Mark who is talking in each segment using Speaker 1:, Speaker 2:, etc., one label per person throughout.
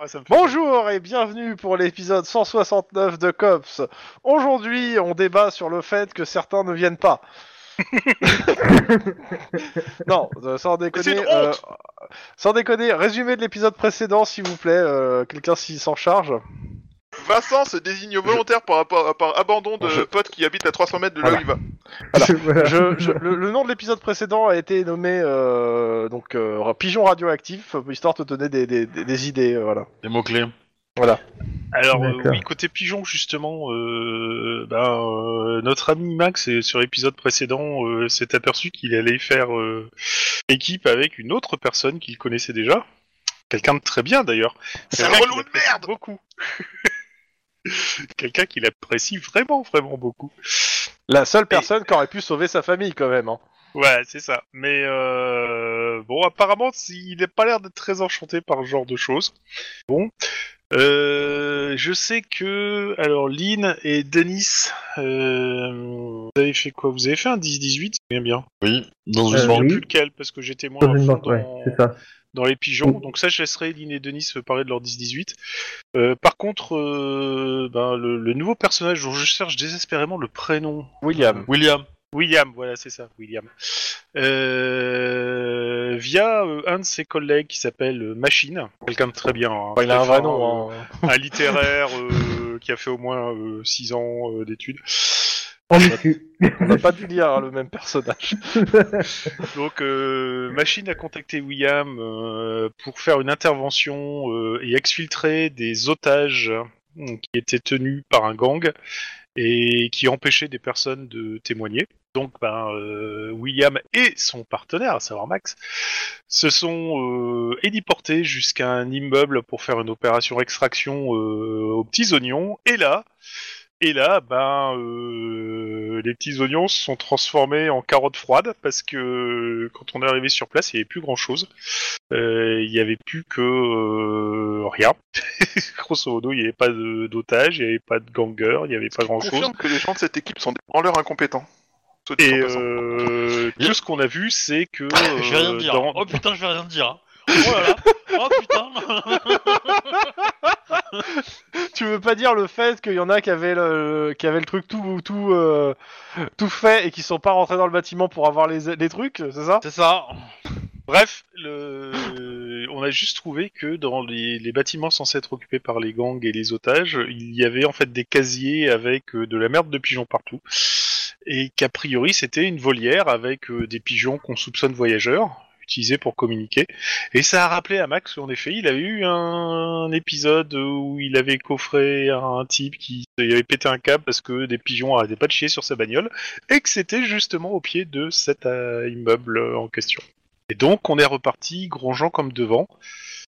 Speaker 1: Ah, ça me fait-
Speaker 2: Bonjour et bienvenue pour l'épisode 169 de Cops. Aujourd'hui, on débat sur le fait que certains ne viennent pas. non, euh, sans
Speaker 1: C'est
Speaker 2: déconner,
Speaker 1: une
Speaker 2: euh,
Speaker 1: honte.
Speaker 2: sans déconner, résumé de l'épisode précédent, s'il vous plaît, euh, quelqu'un s'y s'en charge.
Speaker 1: Vincent se désigne volontaire par, rapport- euh, par abandon de
Speaker 2: Je-
Speaker 1: pote qui habite à 300 mètres de là
Speaker 2: Voilà.
Speaker 1: où il va.
Speaker 2: Voilà.
Speaker 3: Voilà.
Speaker 2: Je- je- le, le nom de l'épisode précédent a été nommé euh, donc euh, Pigeon radioactif, histoire de te donner des, des- des- des idées, euh, voilà.
Speaker 4: Des mots-clés.
Speaker 5: Alors euh,
Speaker 3: D'accord.
Speaker 5: oui, côté pigeon justement, euh, ben, euh, notre ami Max euh, sur l'épisode précédent euh, s'est aperçu qu'il allait faire euh, équipe avec une autre personne qu'il connaissait déjà, quelqu'un de très bien d'ailleurs.
Speaker 1: C'est un
Speaker 5: Quelqu'un
Speaker 1: relou
Speaker 5: qu'il
Speaker 1: de
Speaker 5: apprécie
Speaker 1: merde.
Speaker 5: Beaucoup. quelqu'un qu'il apprécie vraiment, vraiment beaucoup.
Speaker 2: La seule personne qui aurait pu sauver sa famille quand même. hein.
Speaker 5: Ouais, c'est ça. Mais euh, bon, apparemment, s- il n'a pas l'air d'être très enchanté par ce genre de choses. Bon. Euh, je sais que... Alors, Lynn et Denis, euh, vous avez fait quoi Vous avez fait un 10-18 Bien, bien.
Speaker 4: Oui,
Speaker 5: Je
Speaker 4: dans
Speaker 3: Euh,
Speaker 4: une
Speaker 5: ne sais
Speaker 4: banque.
Speaker 3: oui.
Speaker 5: plus lequel, parce que j'étais moins
Speaker 3: Dans
Speaker 5: à
Speaker 3: une
Speaker 5: fond
Speaker 3: banque, ouais,
Speaker 5: dans-
Speaker 3: c'est ça. Mm.
Speaker 5: dans les pigeons.
Speaker 3: Oui.
Speaker 5: Donc ça, je laisserai Lynn et Denis se parler de leur 10-18. Euh, par contre, euh, ben, le, le nouveau personnage dont je cherche désespérément le prénom,
Speaker 2: William.
Speaker 4: William.
Speaker 5: William, voilà, c'est ça, William. Euh, via euh, un de ses collègues qui s'appelle euh, Machine, quelqu'un de très bien. hein,
Speaker 2: Enfin, il a
Speaker 5: très
Speaker 2: un vrai
Speaker 5: fin, euh,
Speaker 2: nom. hein.
Speaker 5: Un littéraire euh, qui a fait au moins 6 ans euh, d'études.
Speaker 3: En muscu.
Speaker 2: On n'a pas dû lire hein, le même personnage.
Speaker 5: Donc, euh, Machine a contacté William euh, pour faire une intervention euh, et exfiltrer des otages euh, qui étaient tenus par un gang et qui empêchaient des personnes de témoigner. Donc, ben, euh, William et son partenaire, à savoir Max, se sont euh, héliportés jusqu'à un immeuble pour faire une opération extraction euh, aux petits oignons. Et là, et là, ben, euh, les petits oignons se sont transformés en carottes froides parce que quand on est arrivé sur place, il n'y avait plus grand chose. il n'y avait plus que euh, rien. Grosso modo, il n'y avait pas de- d'otages, il n'y avait pas de gangers, il n'y avait pas grand chose.
Speaker 1: Confirme que les gens de cette équipe sont des branleurs incompétents. Soit dit
Speaker 5: Et
Speaker 1: en passant.
Speaker 5: euh, tout ce qu'on a vu, c'est que. euh,
Speaker 4: hein. Je vais rien dire.
Speaker 5: dans-
Speaker 4: Oh putain, je vais rien dire. hein. Oh là là. Oh putain.
Speaker 2: tu veux pas dire le fait qu'il y en a qui avaient le, qui avaient le truc tout, tout, euh, tout fait et qui sont pas rentrés dans le bâtiment pour avoir les, les trucs, c'est ça
Speaker 4: C'est ça.
Speaker 5: Bref, le- euh, on a juste trouvé que dans les, les bâtiments censés être occupés par les gangs et les otages, il y avait en fait des casiers avec euh, de la merde de pigeons partout. Et qu'a priori, c'était une volière avec euh, des pigeons qu'on soupçonne voyageurs, utilisés pour communiquer. Et ça a rappelé à Max qu'en effet, il avait eu un épisode où il avait coffré un type qui il avait pété un câble parce que des pigeons arrêtaient pas de chier sur sa bagnole, et que c'était justement au pied de cet euh, immeuble euh, en question. Et donc, on est reparti, grongeant comme devant.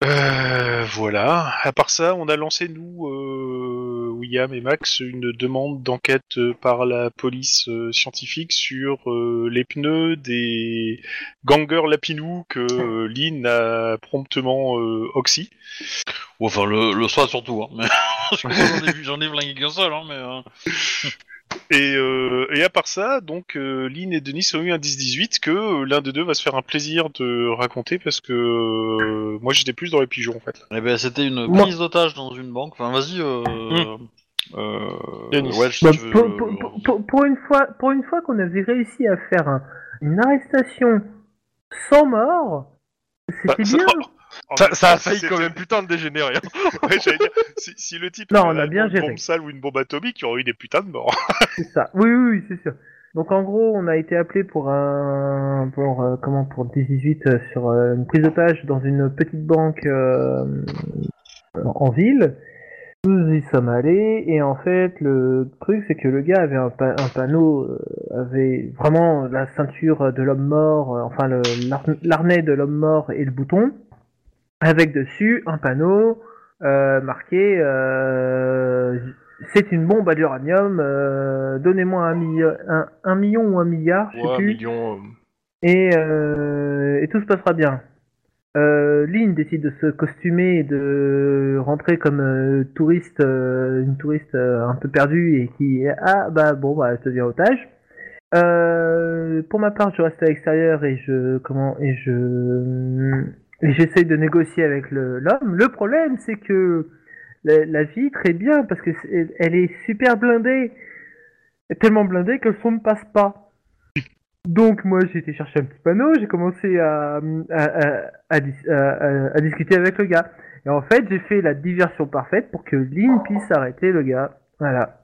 Speaker 5: Euh, voilà. À part ça, on a lancé, nous, euh, William et Max, une demande d'enquête euh, par la police euh, scientifique sur euh, les pneus des gangers lapinous que euh, Lynn a promptement euh, oxy.
Speaker 4: Ou enfin, le, le soir surtout. Hein. Mais... Parce que moi, j'en ai vu- J'en ai vlingué qu'un seul, hein, mais. euh,
Speaker 5: Et, euh, et à part ça, donc euh, Lynn et Denis ont eu un 10-18 que euh, l'un des deux va se faire un plaisir de raconter parce que euh, moi j'étais plus dans les pigeons en fait.
Speaker 4: Eh ben, c'était une
Speaker 3: Moi- Mm.
Speaker 4: prise d'otage dans une banque. Enfin, vas-y. Euh... euh,
Speaker 2: Denis.
Speaker 4: ouais, je-
Speaker 3: Bah,
Speaker 4: si tu veux,
Speaker 3: pour,
Speaker 4: euh,
Speaker 3: pour- pour- pour- pour une fois, pour une fois qu'on avait réussi à faire un- une arrestation sans mort,
Speaker 5: Bah,
Speaker 3: c'était
Speaker 5: ça-
Speaker 3: bien.
Speaker 5: En
Speaker 2: euh, ça,
Speaker 5: même
Speaker 2: ça a
Speaker 5: temps,
Speaker 2: failli
Speaker 5: c'était-
Speaker 2: quand même putain de dégénérer. hein.
Speaker 5: Ouais, j'allais dire, si, si le type
Speaker 3: Non,
Speaker 5: avait
Speaker 3: on a bien
Speaker 5: une
Speaker 3: géré.
Speaker 5: bombe sale ou une bombe atomique, il y aurait eu des putains de morts.
Speaker 3: C'est ça. Oui, oui, oui, c'est sûr. Donc en gros, on a été appelé pour un pour euh, comment pour 18 euh, sur euh, une prise d'otage dans une petite banque euh, en en ville. Nous y sommes allés et en fait le truc c'est que le gars avait un, pa- un panneau euh, avait vraiment la ceinture de l'homme mort, euh, enfin le- l'ar- l'arnais de l'homme mort et le bouton avec dessus un panneau euh, marqué euh, c'est une bombe à l'uranium, euh, donnez-moi un, milli- un, un million ou un milliard, je sais
Speaker 2: Ouais, un
Speaker 3: plus,
Speaker 2: million. euh,
Speaker 3: et, euh, et tout se passera bien. Euh, Lynn décide de se costumer et de rentrer comme euh, touriste, euh, une touriste euh, un peu perdue et qui ah bah bon bah elle se devient otage. Euh, pour ma part, je reste à l'extérieur et je comment et je Et j'essaye de négocier avec le- l'homme. Le, problème, c'est que la, la vitre est bien parce que c'est- elle est super blindée, tellement blindée que le son ne passe pas. Donc moi, j'ai été chercher un petit panneau, j'ai commencé à, à, à- à dis- à- à- à discuter avec le gars. Et en fait, j'ai fait la diversion parfaite pour que Lynn puisse arrêter le gars. Voilà.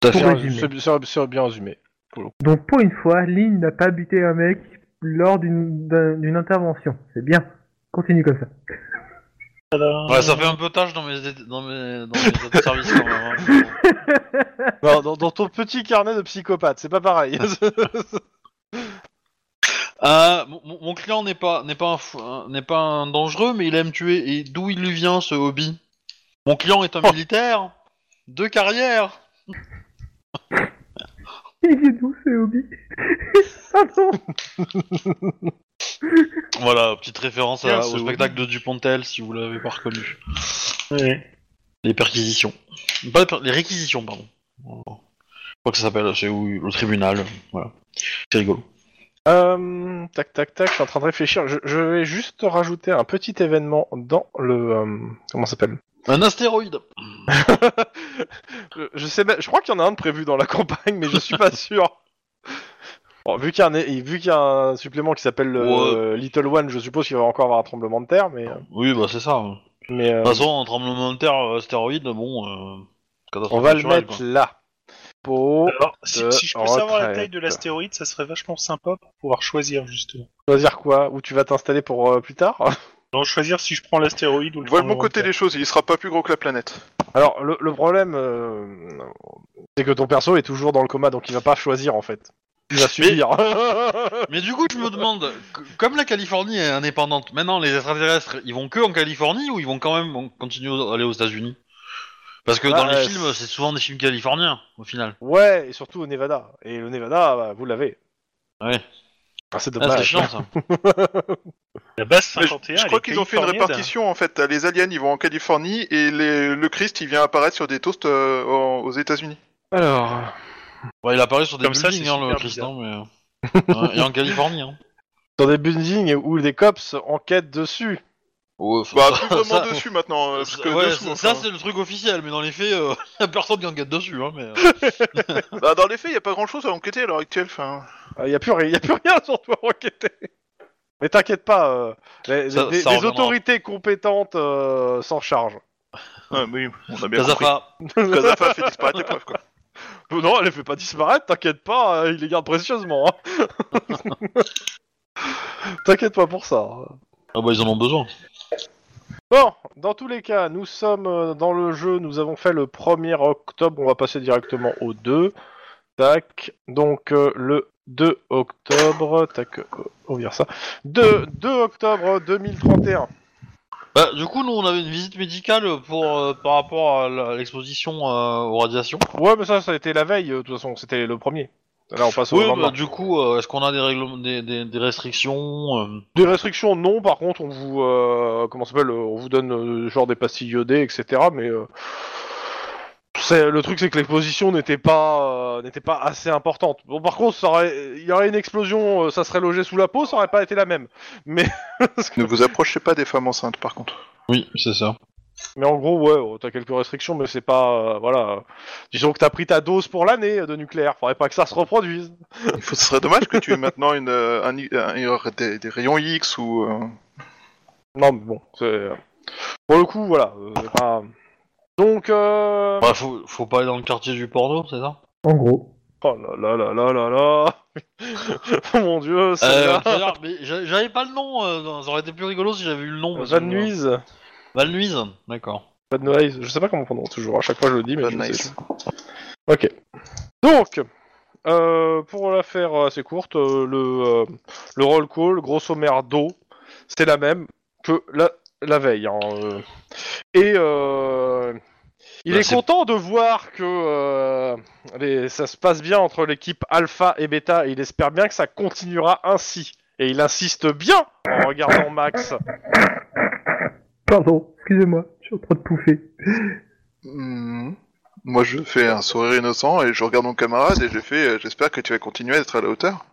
Speaker 4: T'as
Speaker 3: Pour
Speaker 4: fait
Speaker 2: C'est un-
Speaker 3: résumer.
Speaker 2: c'est- c'est- c'est bien résumé.
Speaker 3: Donc pour une fois, Lynn n'a pas buté un mec lors d'une d'un- d'une intervention. C'est bien. Continue comme ça.
Speaker 4: Ouais, ça fait un peu tâche dans mes, dans mes, dans mes autres services quand même. hein.
Speaker 2: Non, dans, dans ton petit carnet de psychopathe, c'est pas pareil.
Speaker 4: Euh, mon- mon, mon client n'est pas n'est pas un fou- un- n'est pas un dangereux, mais il aime tuer. Et d'où il lui vient ce hobby Mon client est un
Speaker 3: Oh.
Speaker 4: militaire de carrière.
Speaker 3: Il est doux ce hobby. Pardon.
Speaker 4: Voilà, petite référence à-
Speaker 5: Bien,
Speaker 4: au
Speaker 5: ce
Speaker 4: spectacle de Dupontel si vous l'avez pas reconnu.
Speaker 5: Ouais.
Speaker 4: Les perquisitions, pas les, per- les réquisitions pardon. Je crois que ça s'appelle, c'est où le tribunal. Voilà, c'est rigolo.
Speaker 2: Euh, tac, tac, tac, je suis en train de réfléchir. Je, je vais juste rajouter un petit événement dans le... euh, comment ça s'appelle
Speaker 4: Un astéroïde.
Speaker 2: Euh, je, je sais, pas- je crois qu'il y en a un de prévu dans la campagne, mais je suis pas sûr. Bon, vu qu'il y, a un- et vu qu'il y a un supplément qui s'appelle euh, Little One, je suppose qu'il va encore avoir un tremblement de terre, mais... euh,
Speaker 4: Oui, bah c'est ça. De
Speaker 2: mais euh,
Speaker 4: toute façon, un tremblement de terre, euh, astéroïde, bon. euh, catastrophe
Speaker 2: on va le
Speaker 4: naturelle,
Speaker 2: mettre
Speaker 4: quoi.
Speaker 2: là. Pour
Speaker 5: Alors, euh, si,
Speaker 2: de
Speaker 5: si je peux savoir la
Speaker 2: retraite.
Speaker 5: taille de l'astéroïde, ça serait vachement sympa pour pouvoir choisir, justement.
Speaker 2: choisir quoi Où tu vas t'installer pour euh, plus tard
Speaker 5: Donc, choisir si je prends l'astéroïde ou le
Speaker 1: Je vois le
Speaker 5: prends
Speaker 1: bon côté
Speaker 5: l'inventaire.
Speaker 1: des choses, il sera pas plus gros que la planète.
Speaker 2: Alors, le, le problème, euh, c'est que ton perso est toujours dans le coma, donc il va pas choisir en fait. Il va subir.
Speaker 4: Mais du coup, je me demande, c- comme la Californie est indépendante, maintenant les extraterrestres, ils vont que en Californie ou ils vont quand même en- continuer à aller aux États-Unis Parce que dans
Speaker 2: Ah,
Speaker 4: les
Speaker 2: ouais,
Speaker 4: films,
Speaker 2: c'est-
Speaker 4: c'est souvent des films californiens au final.
Speaker 2: ouais, et surtout au Nevada. Et le Nevada, bah, vous l'avez. Ah,
Speaker 4: Ouais,
Speaker 2: c'est
Speaker 4: Ah, c'est
Speaker 2: dommage.
Speaker 4: chiant ça.
Speaker 5: La base
Speaker 1: Mais je-
Speaker 5: 51.
Speaker 1: je crois qu'ils ont fait une répartition en fait. T'as Les aliens ils vont en Californie et les- le Christ il vient apparaître sur des toasts euh, en- aux États-Unis.
Speaker 2: Alors,
Speaker 4: Ouais, il apparaît sur des
Speaker 5: Comme ça,
Speaker 4: buildings,
Speaker 5: c'est
Speaker 4: hein, le
Speaker 5: super
Speaker 4: Christian, mais. euh, ouais, et en Californie. Hein.
Speaker 2: dans des buildings où des cops enquêtent dessus.
Speaker 4: Ouais, enfin,
Speaker 1: Bah,
Speaker 4: ça-
Speaker 1: plus vraiment
Speaker 4: ça-
Speaker 1: dessus maintenant. euh, parce que
Speaker 4: ouais,
Speaker 1: dessous,
Speaker 4: ça,
Speaker 1: enfin.
Speaker 4: c'est le truc officiel, mais dans les faits, euh, y a personne qui enquête dessus. Hein, mais, euh.
Speaker 1: Bah, dans les faits, il n'y a pas grand chose à enquêter à l'heure actuelle. Enfin,
Speaker 2: Il Euh, y a plus, ri- y a plus rien sur toi à enquêter. Mais t'inquiète pas, euh, les,
Speaker 4: Ça-
Speaker 2: les-
Speaker 4: ça
Speaker 2: les
Speaker 4: reviendra.
Speaker 2: autorités compétentes euh, s'en chargent.
Speaker 1: ouais, oui, on a bien compris.
Speaker 4: Kazafa,
Speaker 1: Kazafa a fait disparaître les preuves, quoi.
Speaker 2: Non, elle les fait pas disparaître, t'inquiète pas, euh, il les garde précieusement. hein. t'inquiète pas pour ça. hein.
Speaker 4: ah bah ils en ont besoin.
Speaker 2: Bon, dans tous les cas, nous sommes euh, dans le jeu, nous avons fait le 1er octobre, on va passer directement au 2. Tac, donc euh, le 2 octobre, tac, euh, on va dire ça. 2, 2 octobre 2031.
Speaker 4: Bah, du coup, nous, on avait une visite médicale pour euh, par rapport à la- l'exposition euh, aux radiations.
Speaker 2: Ouais, mais ça, ça a été la veille, euh, de toute façon, c'était le premier. Là, on passe au
Speaker 4: Oui,
Speaker 2: lendemain.
Speaker 4: bah, du coup, euh, est-ce qu'on a des, règlements, des, des, des restrictions euh,
Speaker 2: Des restrictions, non, par contre, on vous, euh, comment ça s'appelle, euh, on vous donne euh, genre des pastilles iodées, etc. Mais euh, c'est- le truc, c'est que l'exposition n'était pas, euh, n'était pas assez importante. Bon, par contre, ça aurait- il y aurait une explosion, euh, ça serait logé sous la peau, ça aurait pas été la même.
Speaker 1: Ne vous approchez pas des femmes enceintes, par contre.
Speaker 4: Oui, c'est ça.
Speaker 2: Mais en gros, ouais, oh, t'as quelques restrictions, mais c'est pas, euh, voilà. Disons que t'as pris ta dose pour l'année euh, de nucléaire. Faudrait pas que ça se reproduise.
Speaker 1: Il faut- Ce serait dommage que tu aies maintenant une, euh, un i- un- des, des rayons X ou. euh,
Speaker 2: Non, mais bon, c'est, euh, pour le coup, voilà. euh, c'est pas- Donc. Euh...
Speaker 4: Bah, faut, faut pas aller dans le quartier du porno, c'est ça
Speaker 3: En gros.
Speaker 2: Oh là là là là là là Oh mon dieu,
Speaker 4: euh,
Speaker 2: celle-là
Speaker 4: d'ailleurs, mais j'a- J'avais pas le nom, euh, non, ça aurait été plus rigolo si j'avais eu le
Speaker 1: Euh,
Speaker 4: nom. parce que-
Speaker 2: Euh, Van Nuys
Speaker 4: Van Nuys, d'accord.
Speaker 2: Van Nuys, je sais pas comment on prononce toujours, à chaque fois je le dis, mais
Speaker 1: Van
Speaker 2: je
Speaker 1: Nuys.
Speaker 2: sais pas. Ok. Donc, euh, pour la faire assez courte, euh, le, euh, le roll call, grosso merdo, c'est la même que la, la veille. hein, euh. Et euh, il
Speaker 4: Bah,
Speaker 2: est
Speaker 4: c'est-
Speaker 2: content de voir que euh, les- ça se passe bien entre l'équipe Alpha et Beta, et il espère bien que ça continuera ainsi. Et il insiste bien en regardant Max.
Speaker 3: Pardon. Excusez-moi. Je suis en train de pouffer.
Speaker 1: Mhm. Moi, je fais un sourire innocent et je regarde mon camarade et j'ai fait. euh, J'espère que tu vas continuer à être à la hauteur.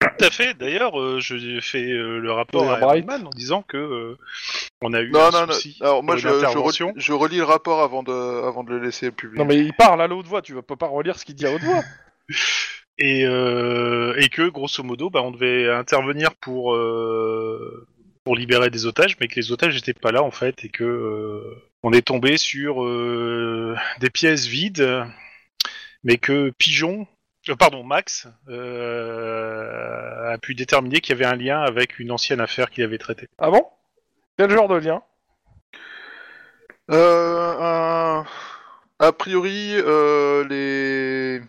Speaker 5: Tout à fait. D'ailleurs, euh, je fais euh, le rapport
Speaker 2: William
Speaker 5: hein. à Iron
Speaker 2: Bright.
Speaker 5: Man en disant que euh, on a eu
Speaker 1: Non,
Speaker 5: un
Speaker 1: non, non.
Speaker 5: souci
Speaker 1: Alors moi,
Speaker 5: pour
Speaker 1: je,
Speaker 5: une
Speaker 1: je
Speaker 5: intervention.
Speaker 1: relis, je relis le rapport avant de, avant de le laisser publier.
Speaker 2: Non, mais il parle à la haute voix, tu peux pas relire ce qu'il dit à haute voix.
Speaker 5: et, euh, et que grosso modo, bah, on devait intervenir pour euh, pour libérer des otages, mais que les otages n'étaient pas là en fait, et que euh, on est tombé sur euh, des pièces vides, mais que Pigeon, euh, pardon Max, euh, a pu déterminer qu'il y avait un lien avec une ancienne affaire qu'il avait traitée.
Speaker 2: Ah bon Quel genre de lien
Speaker 1: Euh, un- A priori, euh, les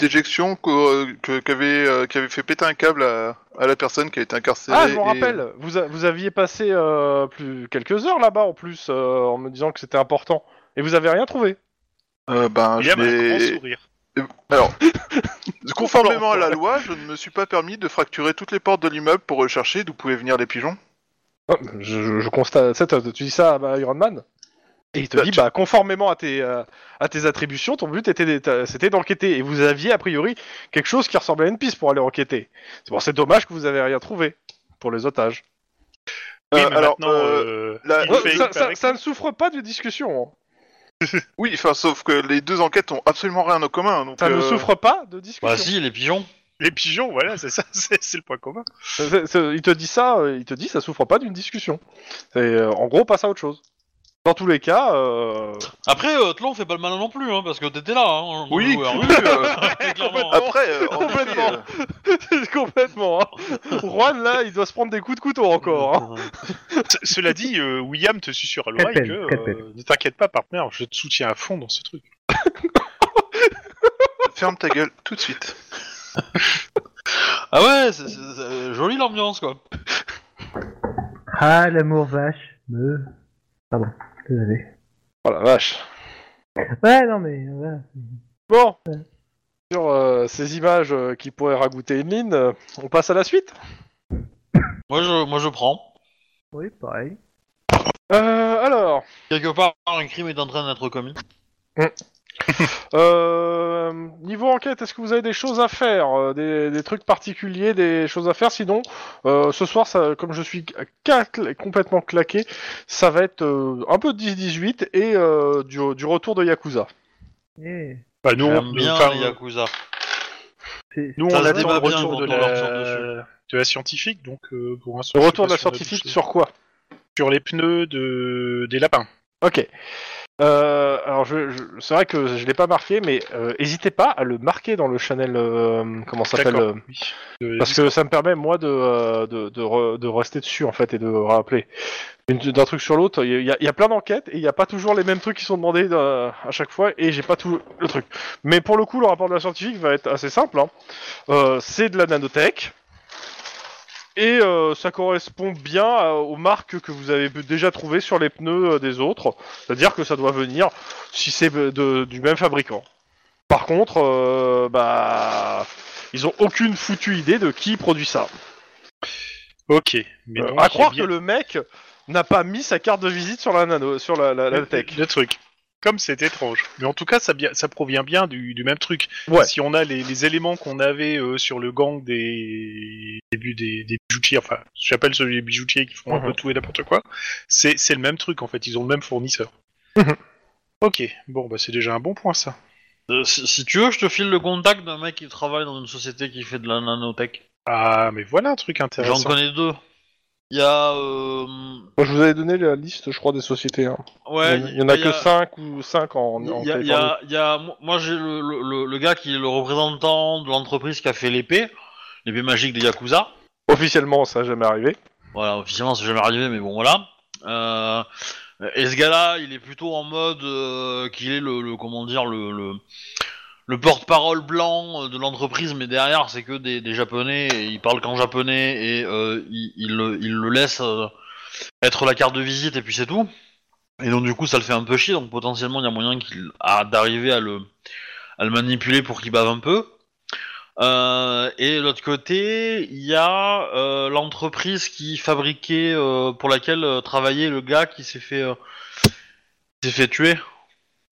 Speaker 1: déjections que- que- qu'avait euh, qu'avait fait péter un câble à, à la personne qui a été incarcérée.
Speaker 2: Ah, je m'en
Speaker 1: et-
Speaker 2: rappelle, vous, a- vous aviez passé euh, plus, quelques heures là-bas en plus, euh, en me disant que c'était important. Et vous avez rien trouvé.
Speaker 1: Euh, ben,
Speaker 5: Il y
Speaker 1: je
Speaker 5: a un grand
Speaker 1: l'ai-
Speaker 5: sourire.
Speaker 1: Alors, conformément à la loi, je ne me suis pas permis de fracturer toutes les portes de l'immeuble pour rechercher d'où pouvaient venir les pigeons.
Speaker 2: Oh, je, je- je constate, ça, t'as- tu dis ça à bah, Iron Man et il te
Speaker 1: Bah,
Speaker 2: dit,
Speaker 1: tu-
Speaker 2: bah, conformément à tes, euh, à tes attributions, ton but était d'être- euh, c'était d'enquêter. Et vous aviez, a priori, quelque chose qui ressemblait à une piste pour aller enquêter. C'est bon, c'est dommage que vous avez rien trouvé pour les otages.
Speaker 5: Oui,
Speaker 1: Euh,
Speaker 5: mais
Speaker 1: alors,
Speaker 5: maintenant,
Speaker 1: euh,
Speaker 5: euh,
Speaker 1: la-
Speaker 5: il
Speaker 1: Ouais,
Speaker 2: Oh,
Speaker 5: fait
Speaker 2: ça,
Speaker 5: équipe
Speaker 2: ça-
Speaker 5: avec-
Speaker 2: ça ne souffre pas de discussion. hein.
Speaker 1: Oui, enfin, sauf que les deux enquêtes ont absolument rien en commun. Donc,
Speaker 2: Ça ne
Speaker 1: euh,
Speaker 2: souffre pas de
Speaker 4: Bah
Speaker 2: discussion.
Speaker 4: si, les pigeons.
Speaker 5: les pigeons, voilà, c'est ça, c'est c'est le point commun.
Speaker 2: C'est- c'est- il te dit ça, euh, il te dit ça souffre pas d'une discussion. C'est, euh, en gros, passe à autre chose. Dans tous les cas, euh,
Speaker 4: Après, euh, Tlon fait pas le malin non plus, hein, parce que t'étais là. Hein,
Speaker 1: Oui,
Speaker 4: euh,
Speaker 1: oui, euh,
Speaker 4: t'es clairement-
Speaker 1: Après, euh, en effet,
Speaker 2: Complètement.
Speaker 1: euh,
Speaker 2: Oh, complètement. hein. Juan là, il doit se prendre des coups de couteau encore. hein.
Speaker 5: C- Cela dit, euh, William te susurre à l'oreille
Speaker 3: Capel,
Speaker 5: que euh,
Speaker 3: Capel.
Speaker 5: ne t'inquiète pas, partenaire, je te soutiens à fond dans ce truc.
Speaker 1: ferme ta gueule tout de suite.
Speaker 4: Ah ouais, c'est c'est- c'est- jolie l'ambiance quoi.
Speaker 3: Ah, l'amour vache. Me. Pardon, désolé.
Speaker 2: Oh la vache.
Speaker 3: Ouais, non, mais. voilà.
Speaker 2: Bon. Sur euh, ces images euh, qui pourraient ragoûter une ligne, euh, on passe à la suite.
Speaker 4: Moi je, moi je prends.
Speaker 3: Oui, pareil.
Speaker 2: Euh, alors,
Speaker 4: Quelque part, un crime est en train d'être commis.
Speaker 2: euh, niveau enquête, est-ce que vous avez des choses à faire, euh, des, des trucs particuliers, des choses à faire Sinon, euh, ce soir, ça, comme je suis ca- complètement claqué, ça va être euh, un peu de 10-18 et euh, du, du retour de Yakuza.
Speaker 3: Eh,
Speaker 5: Bah, nous,
Speaker 2: euh,
Speaker 4: J'aime
Speaker 5: on,
Speaker 4: bien
Speaker 5: enfin,
Speaker 4: les Yakuza.
Speaker 3: c'est-
Speaker 5: nous,
Speaker 4: Ça
Speaker 5: on
Speaker 4: se
Speaker 5: attend
Speaker 4: débat
Speaker 5: le
Speaker 4: bien
Speaker 5: retour
Speaker 4: quand
Speaker 5: de
Speaker 4: on leur sort
Speaker 5: la... de la scientifique, donc euh, pour un
Speaker 2: Le retour de la scientifique sur quoi
Speaker 5: sur les pneus de... des lapins.
Speaker 2: Ok. Euh, alors, je, je- c'est vrai que je l'ai pas marqué, mais euh, hésitez pas à le marquer dans le Chanel. euh, comment ça s'appelle
Speaker 5: D'accord,
Speaker 2: euh,
Speaker 5: oui. De-
Speaker 2: Parce que ça me permet, moi, de, euh, de, de re- de rester dessus, en fait, et de rappeler. Une- D'un truc sur l'autre, il y, a- il y a plein d'enquêtes, et il n'y a pas toujours les mêmes trucs qui sont demandés euh, à chaque fois, et j'ai pas tout le truc. Mais pour le coup, le rapport de la scientifique va être assez simple. hein. Euh, c'est de la nanotech, et euh, ça correspond bien à- aux marques que vous avez déjà trouvées sur les pneus euh, des autres. C'est-à-dire que ça doit venir, si c'est de- du même fabricant. Par contre, euh, bah... Ils ont aucune foutue idée de qui produit ça.
Speaker 5: Ok, mais
Speaker 2: Euh,
Speaker 5: donc, il
Speaker 2: à
Speaker 5: y a
Speaker 2: croire
Speaker 5: bien
Speaker 2: que le mec n'a pas mis sa carte de visite sur la nano, sur la, la, la
Speaker 5: le-
Speaker 2: tech.
Speaker 5: le truc. Comme c'est étrange. Mais en tout cas, ça, bien- ça provient bien du, du même truc.
Speaker 2: Ouais.
Speaker 5: Si on a les, les éléments qu'on avait euh, sur le gang des, des, bu- des, des bijoutiers, enfin, j'appelle celui des bijoutiers qui font un
Speaker 2: Mhm.
Speaker 5: peu tout et n'importe quoi, c'est c'est le même truc en fait, ils ont le même fournisseur.
Speaker 2: Mhm.
Speaker 5: ok, bon, bah c'est déjà un bon point ça.
Speaker 4: Euh, si, si tu veux, je te file le contact d'un mec qui travaille dans une société qui fait de la nanotech.
Speaker 5: Ah, mais voilà un truc
Speaker 4: J'en
Speaker 5: intéressant.
Speaker 4: connais deux. Il y a. euh,
Speaker 2: Moi, je vous avais donné la liste, je crois, des sociétés. hein.
Speaker 4: Ouais,
Speaker 2: il y en a
Speaker 4: il
Speaker 2: que 5 ou 5 en, en
Speaker 4: Il y a- il y
Speaker 2: Californie.
Speaker 4: a- il y a- moi- moi j'ai le, le- le- le gars qui est le représentant de l'entreprise qui a fait l'épée, l'épée magique des Yakuza.
Speaker 2: Officiellement, ça n'a jamais arrivé.
Speaker 4: Voilà, officiellement c'est jamais arrivé, mais bon voilà. Euh, et ce gars-là, il est plutôt en mode euh, qu'il est le, le- comment dire le le, le porte-parole blanc euh, de l'entreprise, mais derrière c'est que des, des japonais. Et il parle qu'en japonais et euh, il, il le- il le laisse euh, être la carte de visite et puis c'est tout. Et donc du coup ça le fait un peu chier. Donc potentiellement il y a moyen qu'il a d'arriver à le à le manipuler pour qu'il bave un peu. Euh, et de l'autre côté, il y a euh, l'entreprise qui fabriquait, euh, pour laquelle euh, travaillait le gars qui s'est fait, euh, qui s'est fait tuer,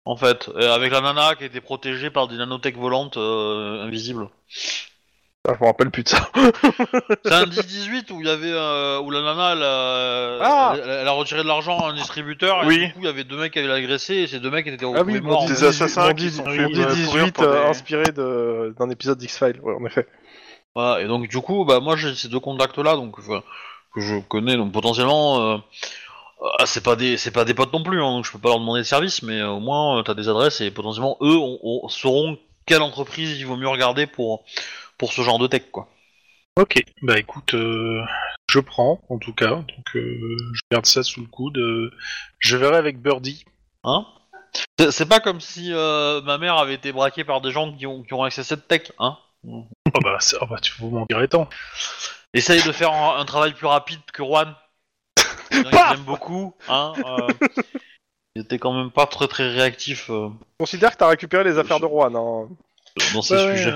Speaker 4: en fait, euh, avec la nana qui était protégée par des nanotech volantes euh, invisibles.
Speaker 2: Ah, je me rappelle plus de ça.
Speaker 4: C'est un 10-18 où il y avait euh, où la nana elle a,
Speaker 2: Ah
Speaker 4: elle, elle a retiré de l'argent à un distributeur et
Speaker 1: Oui.
Speaker 4: du coup il y avait deux mecs qui avaient agressé et ces deux mecs étaient retrouvés
Speaker 2: Ah mon
Speaker 4: morts.
Speaker 2: 10,
Speaker 1: Des assassins
Speaker 2: mon
Speaker 1: qui
Speaker 2: 10,
Speaker 1: sont
Speaker 2: mon
Speaker 1: faits, euh,
Speaker 2: 10,
Speaker 1: courir
Speaker 2: 18
Speaker 1: par
Speaker 2: euh,
Speaker 1: des-
Speaker 2: inspiré de- d'un épisode d'X-Files, ouais, en effet.
Speaker 4: Voilà, et donc du coup bah moi j'ai ces deux contacts là donc enfin, que je connais donc potentiellement euh, euh, c'est pas des c'est pas des potes non plus hein, donc je peux pas leur demander de service mais euh, au moins euh, t'as des adresses et potentiellement eux on, on- sauront quelle entreprise il vaut mieux regarder pour pour ce genre de tech quoi.
Speaker 5: Ok, bah écoute, euh, je prends en tout cas, donc euh, je garde ça sous le coude. euh, je verrai avec Birdie.
Speaker 4: Hein C'est- c'est pas comme si euh, ma mère avait été braquée par des gens qui ont qui ont accès à cette tech hein.
Speaker 5: Oh bah, ça- oh bah, tu vous m'en direz tant.
Speaker 4: Essaye de faire un, un travail plus rapide que Juan. Il aime beaucoup, hein. euh, il était quand même pas très très réactif euh,
Speaker 2: Considère que t'as récupéré les affaires de Rouen. Hein.
Speaker 4: dans ces
Speaker 5: Bah Ouais, ouais.
Speaker 4: sujets.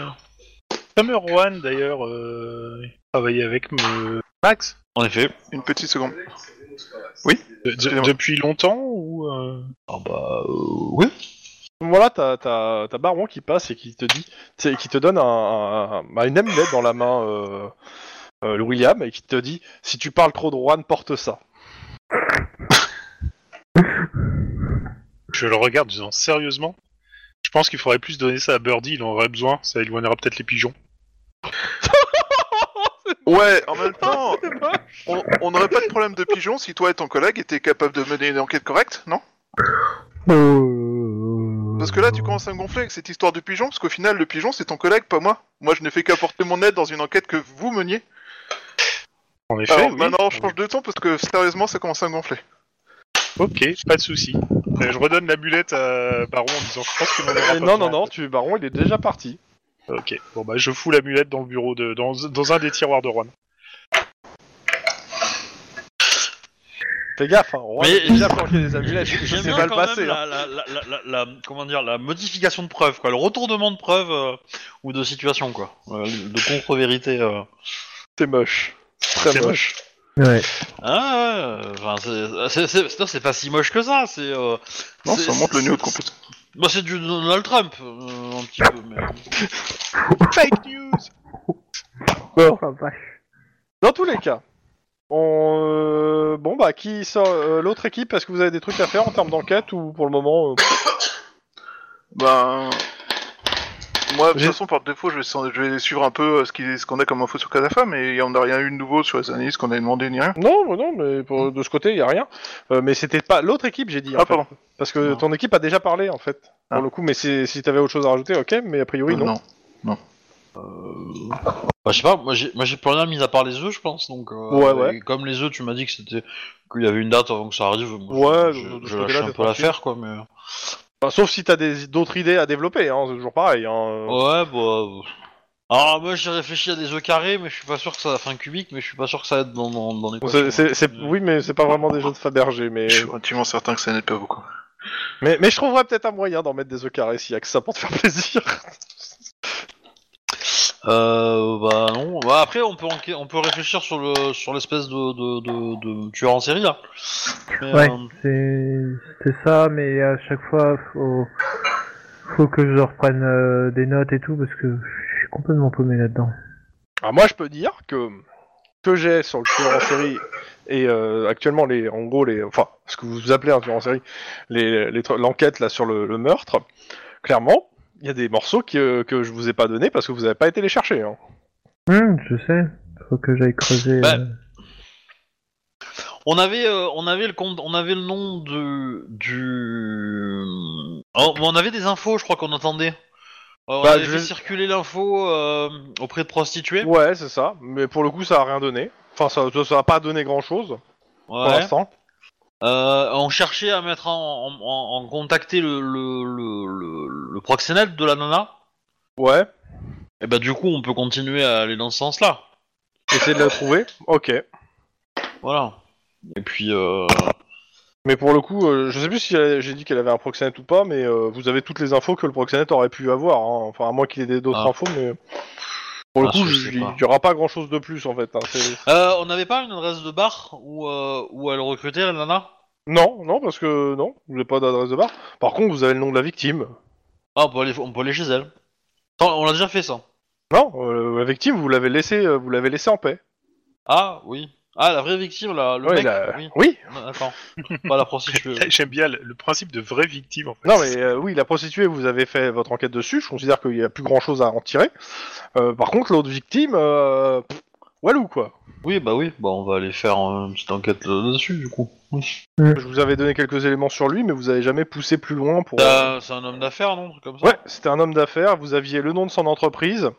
Speaker 5: Summer One d'ailleurs, euh, travaillait avec me- Max
Speaker 4: En effet.
Speaker 1: Une petite seconde.
Speaker 5: de- de-
Speaker 1: Excusez-moi.
Speaker 5: depuis longtemps ou euh,
Speaker 4: Ah bah euh, oui.
Speaker 2: À ce moment-là, t'as, t'as, t'as Baron qui passe et qui te dit, c'est- qui te donne un, un- un- bah, une amulette dans la main, euh, euh, le William, et qui te dit si tu parles trop de Rouen, porte ça.
Speaker 5: Je le regarde en disant sérieusement. Je pense qu'il faudrait plus donner ça à Birdie, il en aurait besoin, ça éloignera peut-être les pigeons.
Speaker 1: Ouais, en même temps, on on n'aurait pas de problème de pigeon si toi et ton collègue étaient capables de mener une enquête correcte, non Parce que là, tu commences à me gonfler avec cette histoire de pigeon, parce qu'au final, le pigeon, c'est ton collègue, pas moi. Moi, je n'ai fait qu'apporter mon aide dans une enquête que vous meniez.
Speaker 5: En effet,
Speaker 1: Alors
Speaker 5: oui.
Speaker 1: maintenant, je change de ton, parce que sérieusement, ça commence à me gonfler.
Speaker 5: Ok, pas de souci. Euh, je redonne la mulette à Baron en disant je pense qu'il en aura
Speaker 2: Et
Speaker 5: Ah, pas
Speaker 2: Euh, non, non,
Speaker 5: besoin.
Speaker 2: non, tu, Baron, il est déjà parti.
Speaker 5: Ok, bon bah je fous la mulette dans le bureau de dans, dans un des tiroirs de Juan.
Speaker 2: Fais gaffe, hein, Rouen,
Speaker 4: Mais-
Speaker 2: il a déjà planqué des amulettes.
Speaker 4: J'aime
Speaker 2: C'est
Speaker 4: bien
Speaker 2: mal
Speaker 4: quand
Speaker 2: passé.
Speaker 4: même
Speaker 2: hein.
Speaker 4: la, la- la- la- la- la- comment dire la modification de preuve quoi, le retournement de preuve euh, ou de situation quoi, Euh, de contre-vérité. euh.
Speaker 2: C'est moche. Très
Speaker 5: C'est
Speaker 2: moche.
Speaker 3: Ouais.
Speaker 4: Ah, ouais, enfin, c'est- c'est- c'est c'est- non, c'est pas si moche que ça. C'est euh,
Speaker 1: Non,
Speaker 4: c'est-
Speaker 1: ça montre le
Speaker 4: c'est-
Speaker 1: niveau de compétence.
Speaker 4: Bah, c'est du Donald Trump, euh, un petit peu, mais...
Speaker 5: Fake news
Speaker 3: Oh la vache.
Speaker 2: Dans tous les cas, on, euh, bon bah qui sort euh, l'autre équipe Est-ce que vous avez des trucs à faire en termes d'enquête ou pour le moment euh,
Speaker 1: Ben. Moi, de toute
Speaker 2: J'ai-
Speaker 1: façon, par défaut, je vais, sans- je vais suivre un peu euh, ce qui- ce qu'on a comme info sur Casafa, mais on n'a rien eu de nouveau sur les analyses qu'on a demandé ni rien.
Speaker 2: Non, mais non, mais pour- de ce côté il y a rien. Euh, mais c'était pas l'autre équipe, j'ai dit. en
Speaker 1: Hein Ah,
Speaker 2: fait.
Speaker 1: pardon.
Speaker 2: Parce que
Speaker 1: Non.
Speaker 2: ton équipe a déjà parlé en fait.
Speaker 1: Ah.
Speaker 2: Pour le coup, mais si, si t'avais autre chose à rajouter, ok. Mais a priori non.
Speaker 1: Euh, non.
Speaker 4: Bah, je sais pas, moi j'ai moi, j'ai plus rien mis à part les œufs, je pense, donc... euh,
Speaker 2: Ouais, ouais.
Speaker 4: et Comme les œufs, tu m'as dit que c'était qu'il y avait une date avant que ça arrive, moi,
Speaker 2: Ouais,
Speaker 4: je,
Speaker 2: de- de
Speaker 4: je,
Speaker 2: ce
Speaker 4: je
Speaker 2: côté-là,
Speaker 4: lâche un
Speaker 2: t'es
Speaker 4: peu l'affaire, quoi, mais...
Speaker 2: Enfin, sauf si t'as des d'autres idées à développer. Hein, c'est toujours pareil. Hein.
Speaker 1: Oh,
Speaker 4: Ouais, bah... euh, Alors, moi, j'ai réfléchi à des œufs carrés, mais je suis pas sûr que ça... Enfin, cubique, mais je suis pas sûr que ça aide dans, dans, dans les...
Speaker 2: C'est- c'est- c'est-
Speaker 4: Ouais.
Speaker 2: oui, mais c'est pas vraiment des jeux de Fabergé, mais...
Speaker 1: Je suis relativement certain que ça n'aide pas beaucoup.
Speaker 2: mais mais je trouverais peut-être un moyen d'en mettre des œufs carrés s'il y a que ça pour te faire plaisir.
Speaker 4: Euh, bah non. Bah, après, on peut, enquê- on peut réfléchir sur le sur l'espèce de, de, de, de tueur en série, là. Mais,
Speaker 3: Ouais.
Speaker 4: euh,
Speaker 3: C'est c'est ça, mais à chaque fois, faut, faut que je reprenne euh, des notes et tout, parce que je suis complètement paumé là-dedans.
Speaker 2: Ah, moi, je peux dire que que j'ai sur le tueur en série et euh, actuellement les, en gros les, enfin, ce que vous appelez un tueur en série, les- les tr- l'enquête là sur le, le meurtre, clairement, il y a des morceaux que, que je vous ai pas donné parce que vous n'avez pas été les chercher. hein.
Speaker 3: Hum, je sais, faut que j'aille creuser.
Speaker 4: Bah,
Speaker 3: euh,
Speaker 4: On avait, euh, on avait le compte, on avait le nom de du. Oh, on avait des infos, je crois qu'on entendait. Euh, on
Speaker 2: Bah,
Speaker 4: avait
Speaker 2: je-
Speaker 4: fait circuler l'info euh, auprès de prostituées.
Speaker 2: Ouais, c'est ça. Mais pour le coup, ça a rien donné. Enfin, ça, ça, ça a pas donné grand chose pour
Speaker 4: Ouais.
Speaker 2: l'instant.
Speaker 4: Euh, on cherchait à mettre en, en- en- en contacter le le, le, le- le proxénète de la nana.
Speaker 2: Ouais.
Speaker 4: Et bah du coup, on peut continuer à aller dans ce sens-là.
Speaker 2: Essayer de la trouver. Ok.
Speaker 4: Voilà. Et puis. Euh...
Speaker 2: Mais pour le coup, euh, je sais plus si elle- j'ai dit qu'elle avait un proxénète ou pas, mais euh, vous avez toutes les infos que le proxénète aurait pu avoir. hein. Enfin, à moins qu'il ait d'autres
Speaker 4: Ah.
Speaker 2: infos, mais pour le
Speaker 4: Ah,
Speaker 2: coup,
Speaker 4: je
Speaker 2: je-
Speaker 4: sais
Speaker 2: il
Speaker 4: pas.
Speaker 2: n'y aura pas grand chose de plus en fait. hein. C'est-
Speaker 4: Euh, on n'avait pas une adresse de bar où, euh, où elle recrutait la nana
Speaker 2: Non, non, parce que non, vous n'avez pas d'adresse de bar. Par contre, vous avez le nom de la victime.
Speaker 4: Ah, on peut aller, on peut aller chez elle. Attends, on l'a déjà fait ça.
Speaker 2: Non, euh, la victime, vous l'avez laissé, euh, vous l'avez laissé en paix.
Speaker 4: Ah, oui. Ah, la vraie victime, là, le
Speaker 2: Ouais,
Speaker 4: mec.
Speaker 2: la-
Speaker 4: Oui.
Speaker 2: oui.
Speaker 4: Non, Attends, pas la prostituée.
Speaker 5: J'aime bien le, le principe de vraie victime en fait.
Speaker 2: Euh. Non, mais euh, oui, la prostituée, vous avez fait votre enquête dessus. Je considère qu'il n'y a plus grand chose à en tirer. Euh, par contre, l'autre victime, euh, pff, walou quoi.
Speaker 4: Oui, bah oui, bah on va aller faire euh, une petite enquête euh, dessus, du coup.
Speaker 2: Je vous avais donné quelques éléments sur lui, mais vous avez jamais poussé plus loin pour.
Speaker 4: Euh, C'est un homme d'affaires, non un truc comme ça
Speaker 2: Ouais, c'était un homme d'affaires. Vous aviez le nom de son entreprise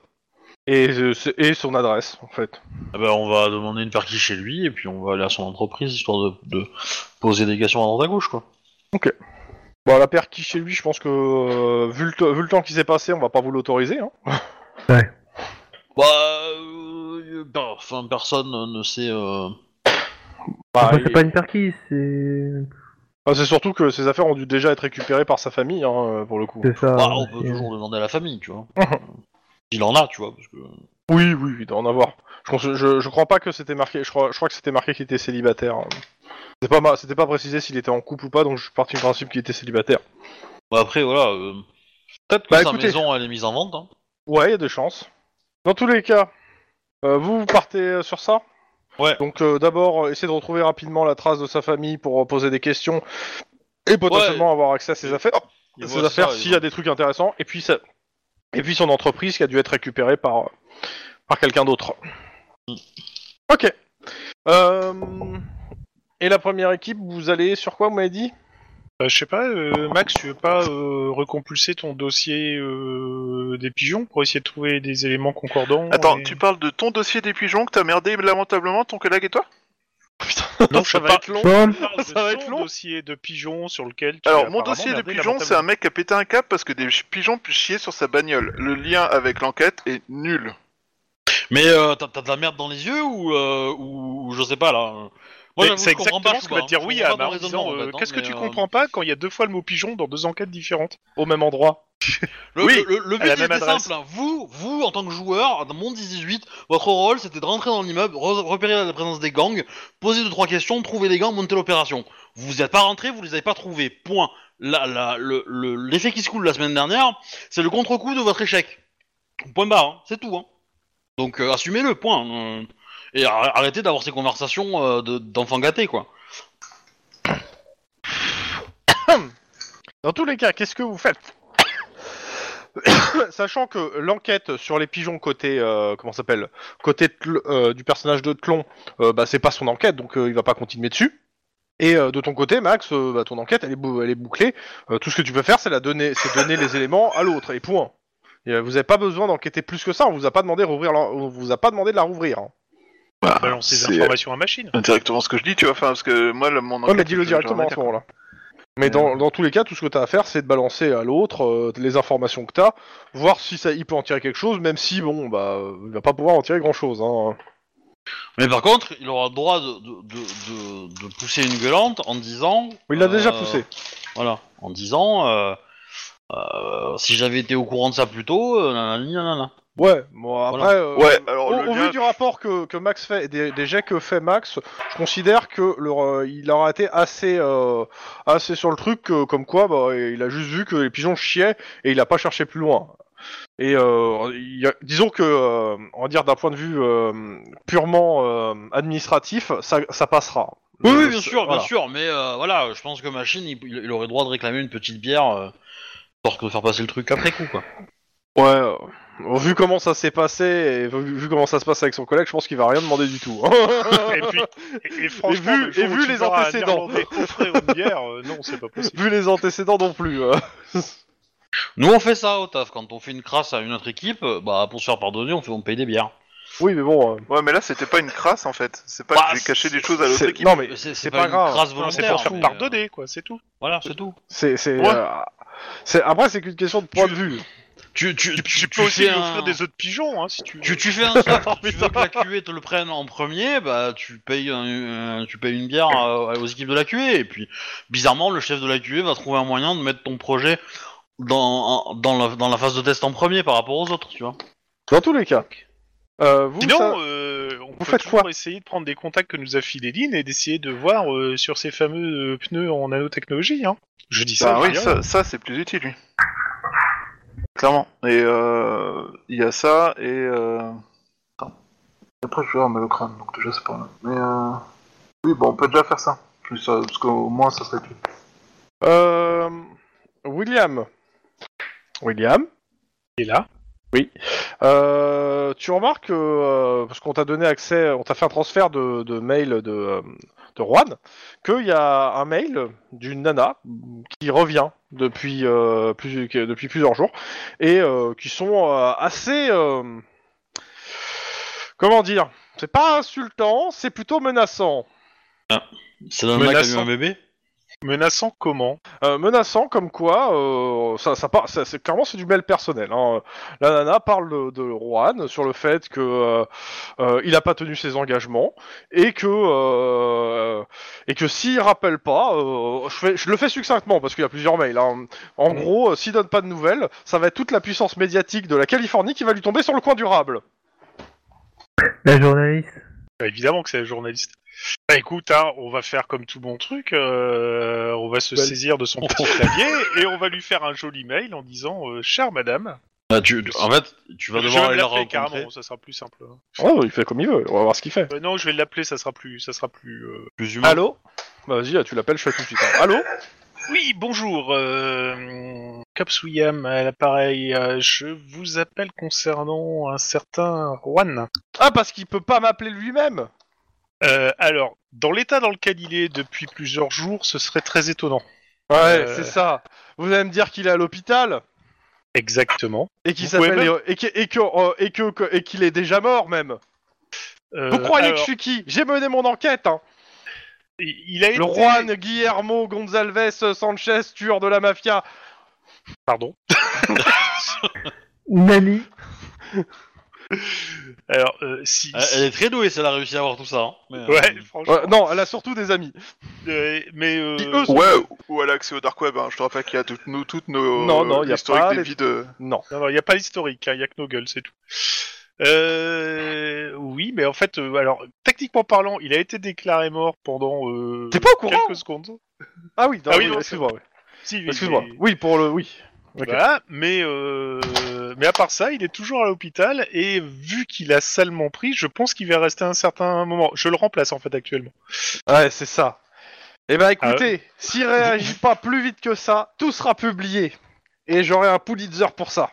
Speaker 2: et, euh, c'est- et son adresse, en fait.
Speaker 4: Ah bah, on va demander une partie chez lui, et puis on va aller à son entreprise, histoire de, de poser des questions à droite à gauche, quoi.
Speaker 2: Bon, la paire qui chez lui, je pense que euh, vu, le te- vu le temps qui s'est passé, on va pas vous l'autoriser. Hein.
Speaker 4: Bah, euh, euh, ben, enfin, personne ne sait. euh,
Speaker 2: Bah,
Speaker 3: Enfin,
Speaker 2: il-
Speaker 3: c'est pas une perquise, c'est.
Speaker 2: bah, c'est surtout que ses affaires ont dû déjà être récupérées par sa famille, hein, pour le coup.
Speaker 3: C'est
Speaker 5: Ah
Speaker 3: ça.
Speaker 4: bah, on peut
Speaker 3: c'est-
Speaker 4: toujours demander à la famille, tu vois.
Speaker 5: Bah,
Speaker 4: Il en a, tu vois, parce que.
Speaker 2: Oui, oui, oui, d'en avoir. Je, pense- je, je crois pas que c'était marqué. Je crois, je crois que c'était marqué qu'il était célibataire. C'était pas, ma- c'était pas précisé s'il était en couple ou pas, donc je suis parti du principe qu'il était célibataire.
Speaker 4: Bah, après, voilà. euh, Peut-être que
Speaker 2: Bah,
Speaker 4: sa
Speaker 2: écoutez.
Speaker 4: maison, elle est mise en vente. Hein.
Speaker 2: Ouais, il y a des chances. Dans tous les cas, euh, vous, vous partez euh, sur ça
Speaker 4: Ouais.
Speaker 2: Donc euh, d'abord, euh, essayer de retrouver rapidement la trace de sa famille pour euh, poser des questions et potentiellement avoir accès à ses affaires. Oh,
Speaker 4: Il
Speaker 2: ses
Speaker 4: voit
Speaker 2: affaires
Speaker 4: ça, il
Speaker 2: s'il y
Speaker 4: voit-
Speaker 2: a des trucs intéressants. Et puis, ça... et puis son entreprise qui a dû être récupérée par, euh, par quelqu'un d'autre.
Speaker 4: Hmm.
Speaker 2: Ok. Euh, Et la première équipe, vous allez sur quoi, vous m'avez dit
Speaker 5: Euh, je sais pas, euh, Max, tu veux pas euh, recompulser ton dossier euh, des pigeons pour essayer de trouver des éléments concordants
Speaker 1: Attends,
Speaker 5: et-
Speaker 1: tu parles de ton dossier des pigeons que t'as merdé lamentablement ton collègue et toi
Speaker 5: Non, ça va être long.
Speaker 3: Bon,
Speaker 5: Ça va être long. dossier de pigeons sur lequel. tu as
Speaker 1: Alors, mon
Speaker 5: apparemment
Speaker 1: dossier de
Speaker 5: merdé
Speaker 1: pigeons, c'est un mec qui a pété un cap parce que des ch- pigeons pu chier sur sa bagnole. Le lien avec l'enquête est nul.
Speaker 4: Mais euh, t'as t'as de la merde dans les yeux ou, euh, ou, ou je sais pas là. euh.
Speaker 5: Mais
Speaker 4: j'avoue,
Speaker 5: c'est
Speaker 4: je comprends
Speaker 5: exactement
Speaker 4: pas,
Speaker 5: ce
Speaker 4: je
Speaker 5: que va
Speaker 4: comprends
Speaker 5: te dire
Speaker 4: pas
Speaker 5: oui
Speaker 4: ton
Speaker 5: à Amar en
Speaker 4: raisonnement,
Speaker 5: disant,
Speaker 4: en
Speaker 5: euh,
Speaker 4: fait, hein,
Speaker 5: Qu'est-ce que
Speaker 4: mais,
Speaker 5: tu
Speaker 4: euh,
Speaker 5: comprends pas quand il y a deux fois le mot pigeon dans deux enquêtes différentes
Speaker 2: Au même endroit.
Speaker 4: Le,
Speaker 5: Oui,
Speaker 4: le, le
Speaker 5: à
Speaker 4: but
Speaker 5: la
Speaker 4: était
Speaker 5: même adresse.
Speaker 4: simple. hein. Vous, vous, en tant que joueur, dans mon 18, votre rôle c'était de rentrer dans l'immeuble, re- repérer la présence des gangs, poser deux trois questions, trouver les gangs, monter l'opération. Vous n'êtes pas rentré, vous les avez pas trouvés. Point. La- la- le- le- L'effet qui se coule la semaine dernière, c'est le contre-coup de votre échec. Point barre, hein. c'est tout. hein. Donc euh, assumez-le, point. Euh, et ar- arrêtez d'avoir ces conversations euh, de- d'enfants gâtés, quoi.
Speaker 2: Dans tous les cas, qu'est-ce que vous faites Sachant que l'enquête sur les pigeons côté euh, comment ça s'appelle côté Tl- euh, du personnage de Tlon, euh, bah, c'est pas son enquête, donc euh, il va pas continuer dessus. Et euh, de ton côté, Max, euh, bah, ton enquête elle est, bou- elle est bouclée. Euh, tout ce que tu peux faire, c'est la donner, c'est donner les éléments à l'autre et point. Et, euh, vous n'avez pas besoin d'enquêter plus que ça. On vous a pas demandé de rouvrir, l'en- on vous a pas demandé de la rouvrir. hein.
Speaker 5: Balance
Speaker 1: c'est-
Speaker 5: les informations à machine.
Speaker 1: Directement ce que je dis, tu vois, enfin, parce que moi, là, mon enquête.
Speaker 2: Ouais, mais dis-le
Speaker 1: je- j'en ai
Speaker 2: directement à
Speaker 1: rien
Speaker 2: ce
Speaker 1: à
Speaker 2: moment-là. Mais dans, dans tous les cas, tout ce que t'as à faire, c'est de balancer à l'autre euh, les informations que t'as, voir si ça, il peut en tirer quelque chose, même si, bon, bah, euh, il va pas pouvoir en tirer grand-chose. Hein.
Speaker 4: Mais par contre, il aura le droit de, de- de- de- de pousser une gueulante en disant.
Speaker 2: Il l'a déjà
Speaker 4: euh,
Speaker 2: poussé.
Speaker 4: Voilà, en disant euh, euh, si j'avais été au courant de ça plus tôt, euh, nanani, nanana.
Speaker 2: Ouais, bon, après...
Speaker 4: Voilà.
Speaker 2: euh,
Speaker 1: Ouais,
Speaker 4: Oh,
Speaker 1: alors,
Speaker 2: au,
Speaker 1: le
Speaker 2: au
Speaker 1: lien-
Speaker 2: vu du rapport que, que Max fait, et des, des jets que fait Max, je considère que leur, euh, il aura été assez, euh, assez sur le truc, que, comme quoi, bah, il a juste vu que les pigeons chiaient, et il a pas cherché plus loin. Et euh, il y a- disons que, euh, on va dire d'un point de vue euh, purement euh, administratif, ça, ça passera.
Speaker 4: Oui, oui,
Speaker 2: Le-
Speaker 4: bien sûr,
Speaker 2: voilà.
Speaker 4: bien sûr, mais euh, voilà, je pense que Machine, il, il aurait le droit de réclamer une petite bière, euh, histoire que de faire passer le truc après coup, quoi.
Speaker 2: Ouais, euh, vu comment ça s'est passé, et vu, vu comment ça se passe avec son collègue, je pense qu'il va rien demander du tout. hein.
Speaker 5: Et puis, et, et franchement,
Speaker 2: vu-
Speaker 5: le jour
Speaker 2: et
Speaker 5: où
Speaker 2: vu
Speaker 5: tu
Speaker 2: les
Speaker 5: verras un
Speaker 2: antécédents.
Speaker 5: Irlandais offrir une bière, euh, non, c'est pas possible.
Speaker 2: vu les antécédents non plus. euh.
Speaker 4: Nous, on fait ça au taf, quand on fait une crasse à une autre équipe, euh, bah, pour se faire pardonner, on, fait, on paye des bières.
Speaker 2: Oui, mais bon. euh,
Speaker 1: Ouais, mais là, c'était pas une crasse en fait. C'est pas
Speaker 4: Bah,
Speaker 1: que j'ai caché
Speaker 4: c'est-
Speaker 1: des choses à l'autre
Speaker 2: c'est-
Speaker 1: équipe.
Speaker 2: non mais
Speaker 4: C'est
Speaker 2: c'est
Speaker 4: c'est
Speaker 2: pas
Speaker 4: pas,
Speaker 2: grave.
Speaker 4: une crasse
Speaker 5: Non,
Speaker 4: volontaire.
Speaker 5: C'est pour faire
Speaker 4: mais, euh,
Speaker 5: pardonner, quoi, c'est tout.
Speaker 4: voilà, c'est tout.
Speaker 2: c'est c'est
Speaker 1: Ouais.
Speaker 2: euh, c'est- après c'est qu'une question de point de vue.
Speaker 4: Tu, tu, tu,
Speaker 5: Tu
Speaker 4: tu
Speaker 5: peux aussi
Speaker 4: fais
Speaker 5: lui
Speaker 4: un-
Speaker 5: offrir des œufs de pigeon, hein, si tu veux.
Speaker 4: Tu, tu fais un swap, tu veux que la QA te le prenne en premier, bah tu payes, un- un- tu payes une bière euh, aux équipes de la QA. Et puis, bizarrement, le chef de la QA va trouver un moyen de mettre ton projet dans, en- dans, la, dans la phase de test en premier par rapport aux autres, tu vois.
Speaker 2: Dans tous les cas. Euh, vous,
Speaker 5: Sinon,
Speaker 2: ça-
Speaker 5: euh, on peut
Speaker 2: faites
Speaker 5: toujours
Speaker 2: quoi
Speaker 5: essayer de prendre des contacts que nous a filé Lynn et d'essayer de voir euh, sur ces fameux euh, pneus en nanotechnologie. Hein. Je dis ça.
Speaker 1: Bah
Speaker 5: je
Speaker 1: oui,
Speaker 5: dis rien.
Speaker 1: ça, ça, c'est plus utile, lui. Clairement. Et euh, il y a ça, et... Euh... Attends. Après, je vais avoir mal au crâne, donc déjà, c'est pas mal. Mais... Euh... Oui, bon, on peut déjà faire ça. Plus, euh, parce qu'au moins, ça serait utile.
Speaker 2: Euh, William. William,
Speaker 5: Il est là.
Speaker 2: euh, tu remarques que, euh, parce qu'on t'a donné accès, on t'a fait un transfert de, de mail de, euh, de Juan, qu'il y a un mail d'une nana qui revient depuis, euh, plus- qui- depuis plusieurs jours et euh, qui sont euh, assez. euh, comment dire C'est pas insultant, c'est plutôt menaçant.
Speaker 4: C'est la nana qui a eu
Speaker 5: Menaçant.
Speaker 4: un bébé
Speaker 5: Menaçant comment
Speaker 2: Euh, menaçant comme quoi, euh, ça, ça, par- ça- c'est clairement c'est du mail personnel. hein. La nana parle de, de Juan sur le fait que euh, euh, il a pas tenu ses engagements et que euh, et que s'il rappelle pas, euh, je, fais- je le fais succinctement parce qu'il y a plusieurs mails. hein. En gros, euh, s'il donne pas de nouvelles, ça va être toute la puissance médiatique de la Californie qui va lui tomber sur le coin durable.
Speaker 3: La journaliste.
Speaker 5: Bah, Évidemment que c'est la journaliste. Bah écoute, hein, on va faire comme tout bon truc, euh, on va se
Speaker 2: Bah,
Speaker 5: saisir de son petit clavier et on va lui faire un joli mail en disant euh, Chère madame,
Speaker 4: Bah, tu, tu- En fait, tu vas
Speaker 5: je
Speaker 4: devoir
Speaker 5: vais
Speaker 4: aller la
Speaker 5: l'appeler
Speaker 4: rencontrer.
Speaker 5: carrément, ça sera plus simple. hein.
Speaker 2: Oh, il fait comme il veut. On va voir ce qu'il fait.
Speaker 5: Euh, non, je vais l'appeler, ça sera plus, ça sera plus. euh,
Speaker 4: Plus humain.
Speaker 2: Allô Bah, Vas-y, tu l'appelles, je fais tout de suite. hein. Allô
Speaker 5: Oui, bonjour, euh, Caps William à l'appareil. euh, je vous appelle concernant un certain Juan.
Speaker 2: Ah parce qu'il peut pas m'appeler lui-même.
Speaker 5: Euh, alors, dans l'état dans lequel il est depuis plusieurs jours, ce serait très étonnant.
Speaker 2: Ouais,
Speaker 5: Euh.
Speaker 2: c'est ça. Vous allez me dire qu'il est à l'hôpital
Speaker 5: Exactement.
Speaker 2: et qu'il
Speaker 5: Vous pouvez
Speaker 2: s'appelle et que- et que euh, et que que- et qu'il est déjà mort même.
Speaker 5: Euh,
Speaker 2: Vous croyez que
Speaker 5: alors,
Speaker 2: je suis qui J'ai mené mon enquête. Hein.
Speaker 5: il il a été...
Speaker 2: Le Juan Guillermo Gonzalez Sanchez tueur de la mafia.
Speaker 5: Pardon.
Speaker 3: Nani.
Speaker 5: Alors, euh, si.
Speaker 4: Elle, Ah, elle est très douée si elle a réussi à avoir tout ça. hein. Mais, euh,
Speaker 5: Ouais, franchement.
Speaker 2: Ouais, non, elle a surtout des amis.
Speaker 5: euh, mais euh,
Speaker 2: Qui, eux, sont-
Speaker 1: Ouais, ou- ou à l'accès au dark web, hein. je te rappelle qu'il y a toutes nos, toutes nos
Speaker 2: Non, non, il y a
Speaker 1: historiques
Speaker 2: pas
Speaker 1: des
Speaker 2: les-
Speaker 1: vies de...
Speaker 2: Non.
Speaker 5: non, non, il n'y a pas l'historique, hein, il n'y a que nos gueules, c'est tout. Euh, oui, mais en fait, euh, alors techniquement parlant, il a été déclaré mort pendant euh,
Speaker 2: T'es pas au courant
Speaker 5: quelques secondes.
Speaker 2: Ah oui, non,
Speaker 5: Ah oui,
Speaker 2: oui,
Speaker 5: non,
Speaker 2: excuse-moi. oui.
Speaker 5: Si, oui,
Speaker 2: Excuse-moi.
Speaker 5: mais-
Speaker 2: Oui, pour le oui. Ok.
Speaker 5: Voilà, mais euh, mais à part ça, il est toujours à l'hôpital et vu qu'il a salement pris, je pense qu'il va rester un certain moment. Je le remplace en fait actuellement.
Speaker 2: Ouais, c'est ça. Eh
Speaker 5: Ah
Speaker 2: ben écoutez, s'il
Speaker 5: euh.
Speaker 2: réagit pas plus vite que ça, tout sera publié et j'aurai un Pulitzer pour ça.